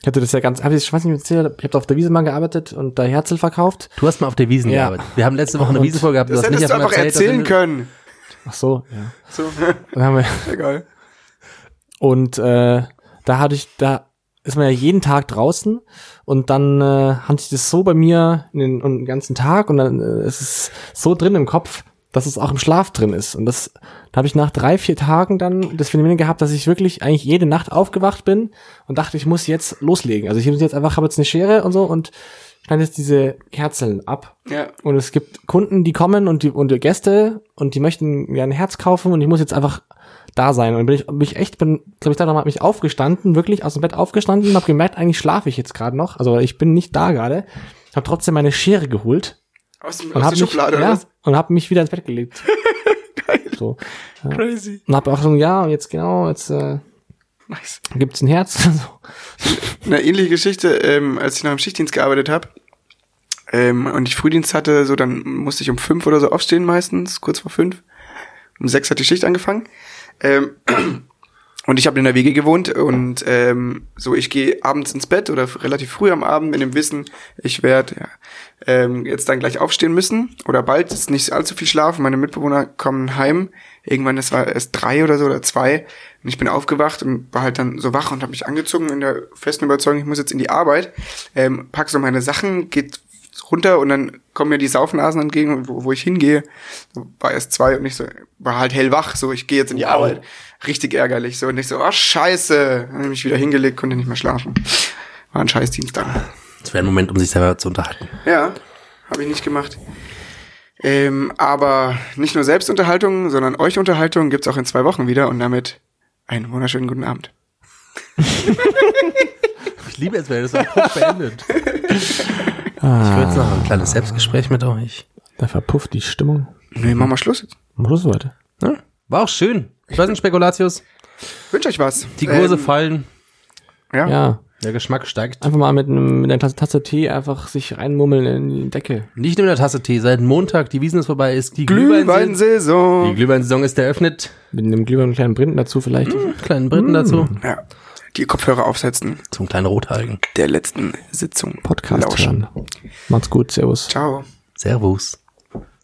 Speaker 3: Ich hatte das ja ganz, hab ich, ich weiß nicht, ich habe da auf der Wiese mal gearbeitet und da Herzl verkauft.
Speaker 4: Du hast mal auf der Wiesen
Speaker 3: Ja.
Speaker 4: gearbeitet. Wir haben letzte Woche eine Wiesenfolge gehabt.
Speaker 2: Das
Speaker 4: hast
Speaker 2: hättest du
Speaker 4: davon
Speaker 2: einfach
Speaker 4: erzählt, dass
Speaker 2: erzählen
Speaker 4: Also du-
Speaker 2: können.
Speaker 3: Ach so, ja.
Speaker 2: So, [LAUGHS]
Speaker 3: Dann haben wir,
Speaker 2: egal.
Speaker 3: und äh, da hatte ich, da ist man ja jeden Tag draußen und dann äh, hatte ich das so bei mir in den, und den ganzen Tag und dann äh, ist es so drin im Kopf, dass es auch im Schlaf drin ist. Und das da habe ich nach drei, vier Tagen dann das Phänomen gehabt, dass ich wirklich eigentlich jede Nacht aufgewacht bin und dachte, ich muss jetzt loslegen. Also ich muss jetzt einfach, habe jetzt eine Schere und so und schneide jetzt diese Kerzeln ab.
Speaker 2: Ja.
Speaker 3: Und es gibt Kunden, die kommen und die und die Gäste und die möchten mir ein Herz kaufen und ich muss jetzt einfach da sein. Und bin ich, bin ich echt, bin, glaube ich, da nochmal mich aufgestanden, wirklich aus dem Bett aufgestanden und habe gemerkt, eigentlich schlafe ich jetzt gerade noch. Also ich bin nicht da gerade. Habe trotzdem meine Schere geholt
Speaker 2: Aus, dem-
Speaker 3: und
Speaker 2: aus der
Speaker 3: habe mich,
Speaker 2: Schublade, oder
Speaker 3: ja,
Speaker 2: was?
Speaker 3: und hab mich wieder ins Bett
Speaker 2: [LAUGHS]
Speaker 3: gelegt. So.
Speaker 2: Crazy.
Speaker 3: Und habe auch so, ja, und jetzt genau, jetzt äh,
Speaker 2: Nice.
Speaker 3: gibt's ein Herz. [LAUGHS]
Speaker 2: Eine ähnliche Geschichte, ähm, als ich noch im Schichtdienst gearbeitet habe ähm, und ich Frühdienst hatte, so dann musste ich um fünf oder so aufstehen meistens, kurz vor fünf. Um sechs hat die Schicht angefangen. Ähm, und ich habe in der Wege gewohnt und ähm, so, ich gehe abends ins Bett oder f- relativ früh am Abend mit dem Wissen, ich werde ja, ähm, jetzt dann gleich aufstehen müssen oder bald, ist nicht allzu viel schlafen. Meine Mitbewohner kommen heim, irgendwann, das war erst drei oder so oder zwei und ich bin aufgewacht und war halt dann so wach und habe mich angezogen in der festen Überzeugung, ich muss jetzt in die Arbeit, ähm, pack so meine Sachen, geht runter und dann kommen mir die Saufnasen entgegen, und wo, wo ich hingehe. War erst zwei und ich so, war halt hellwach, so ich gehe jetzt in die Arbeit. Richtig ärgerlich. So, und ich so, oh scheiße. Dann hab ich mich wieder hingelegt, konnte nicht mehr schlafen. War ein scheiß Dienstag.
Speaker 4: Das wäre ein Moment, um sich selber zu unterhalten.
Speaker 2: Ja, habe ich nicht gemacht. Ähm, aber nicht nur Selbstunterhaltung, sondern euch Unterhaltung gibt's auch in zwei Wochen wieder und damit einen wunderschönen guten Abend.
Speaker 4: Ich liebe es, wenn das abrupt beendet. Ich will jetzt noch ein kleines Selbstgespräch mit euch.
Speaker 3: Da verpufft die Stimmung.
Speaker 2: Nee, machen wir Schluss jetzt.
Speaker 3: Schluss heute.
Speaker 4: Ja, war auch schön. Ich weiß nicht, Spekulatius.
Speaker 2: Wünsche euch was.
Speaker 4: Die Kurse
Speaker 2: Ähm,
Speaker 4: fallen,
Speaker 2: ja.
Speaker 3: Ja.
Speaker 4: der Geschmack steigt.
Speaker 3: Einfach mal mit, einem- mit einer Tasse, Tasse Tee einfach sich reinmummeln in die Decke.
Speaker 4: Nicht nur in der Tasse Tee. Seit Montag, die Wiesen ist vorbei, ist die Glühweinsaison. Die
Speaker 2: Glühweinsaison.
Speaker 4: Glühweinsaison ist eröffnet.
Speaker 3: Mit einem Glühwein und einem kleinen Brinden dazu vielleicht.
Speaker 4: Kleinen Briten dazu.
Speaker 2: Ja. Die Kopfhörer aufsetzen
Speaker 4: Zum kleinen Rothalgen.
Speaker 2: der letzten Sitzung.
Speaker 3: Podcast hören. Macht's gut. Servus.
Speaker 2: Ciao.
Speaker 4: Servus.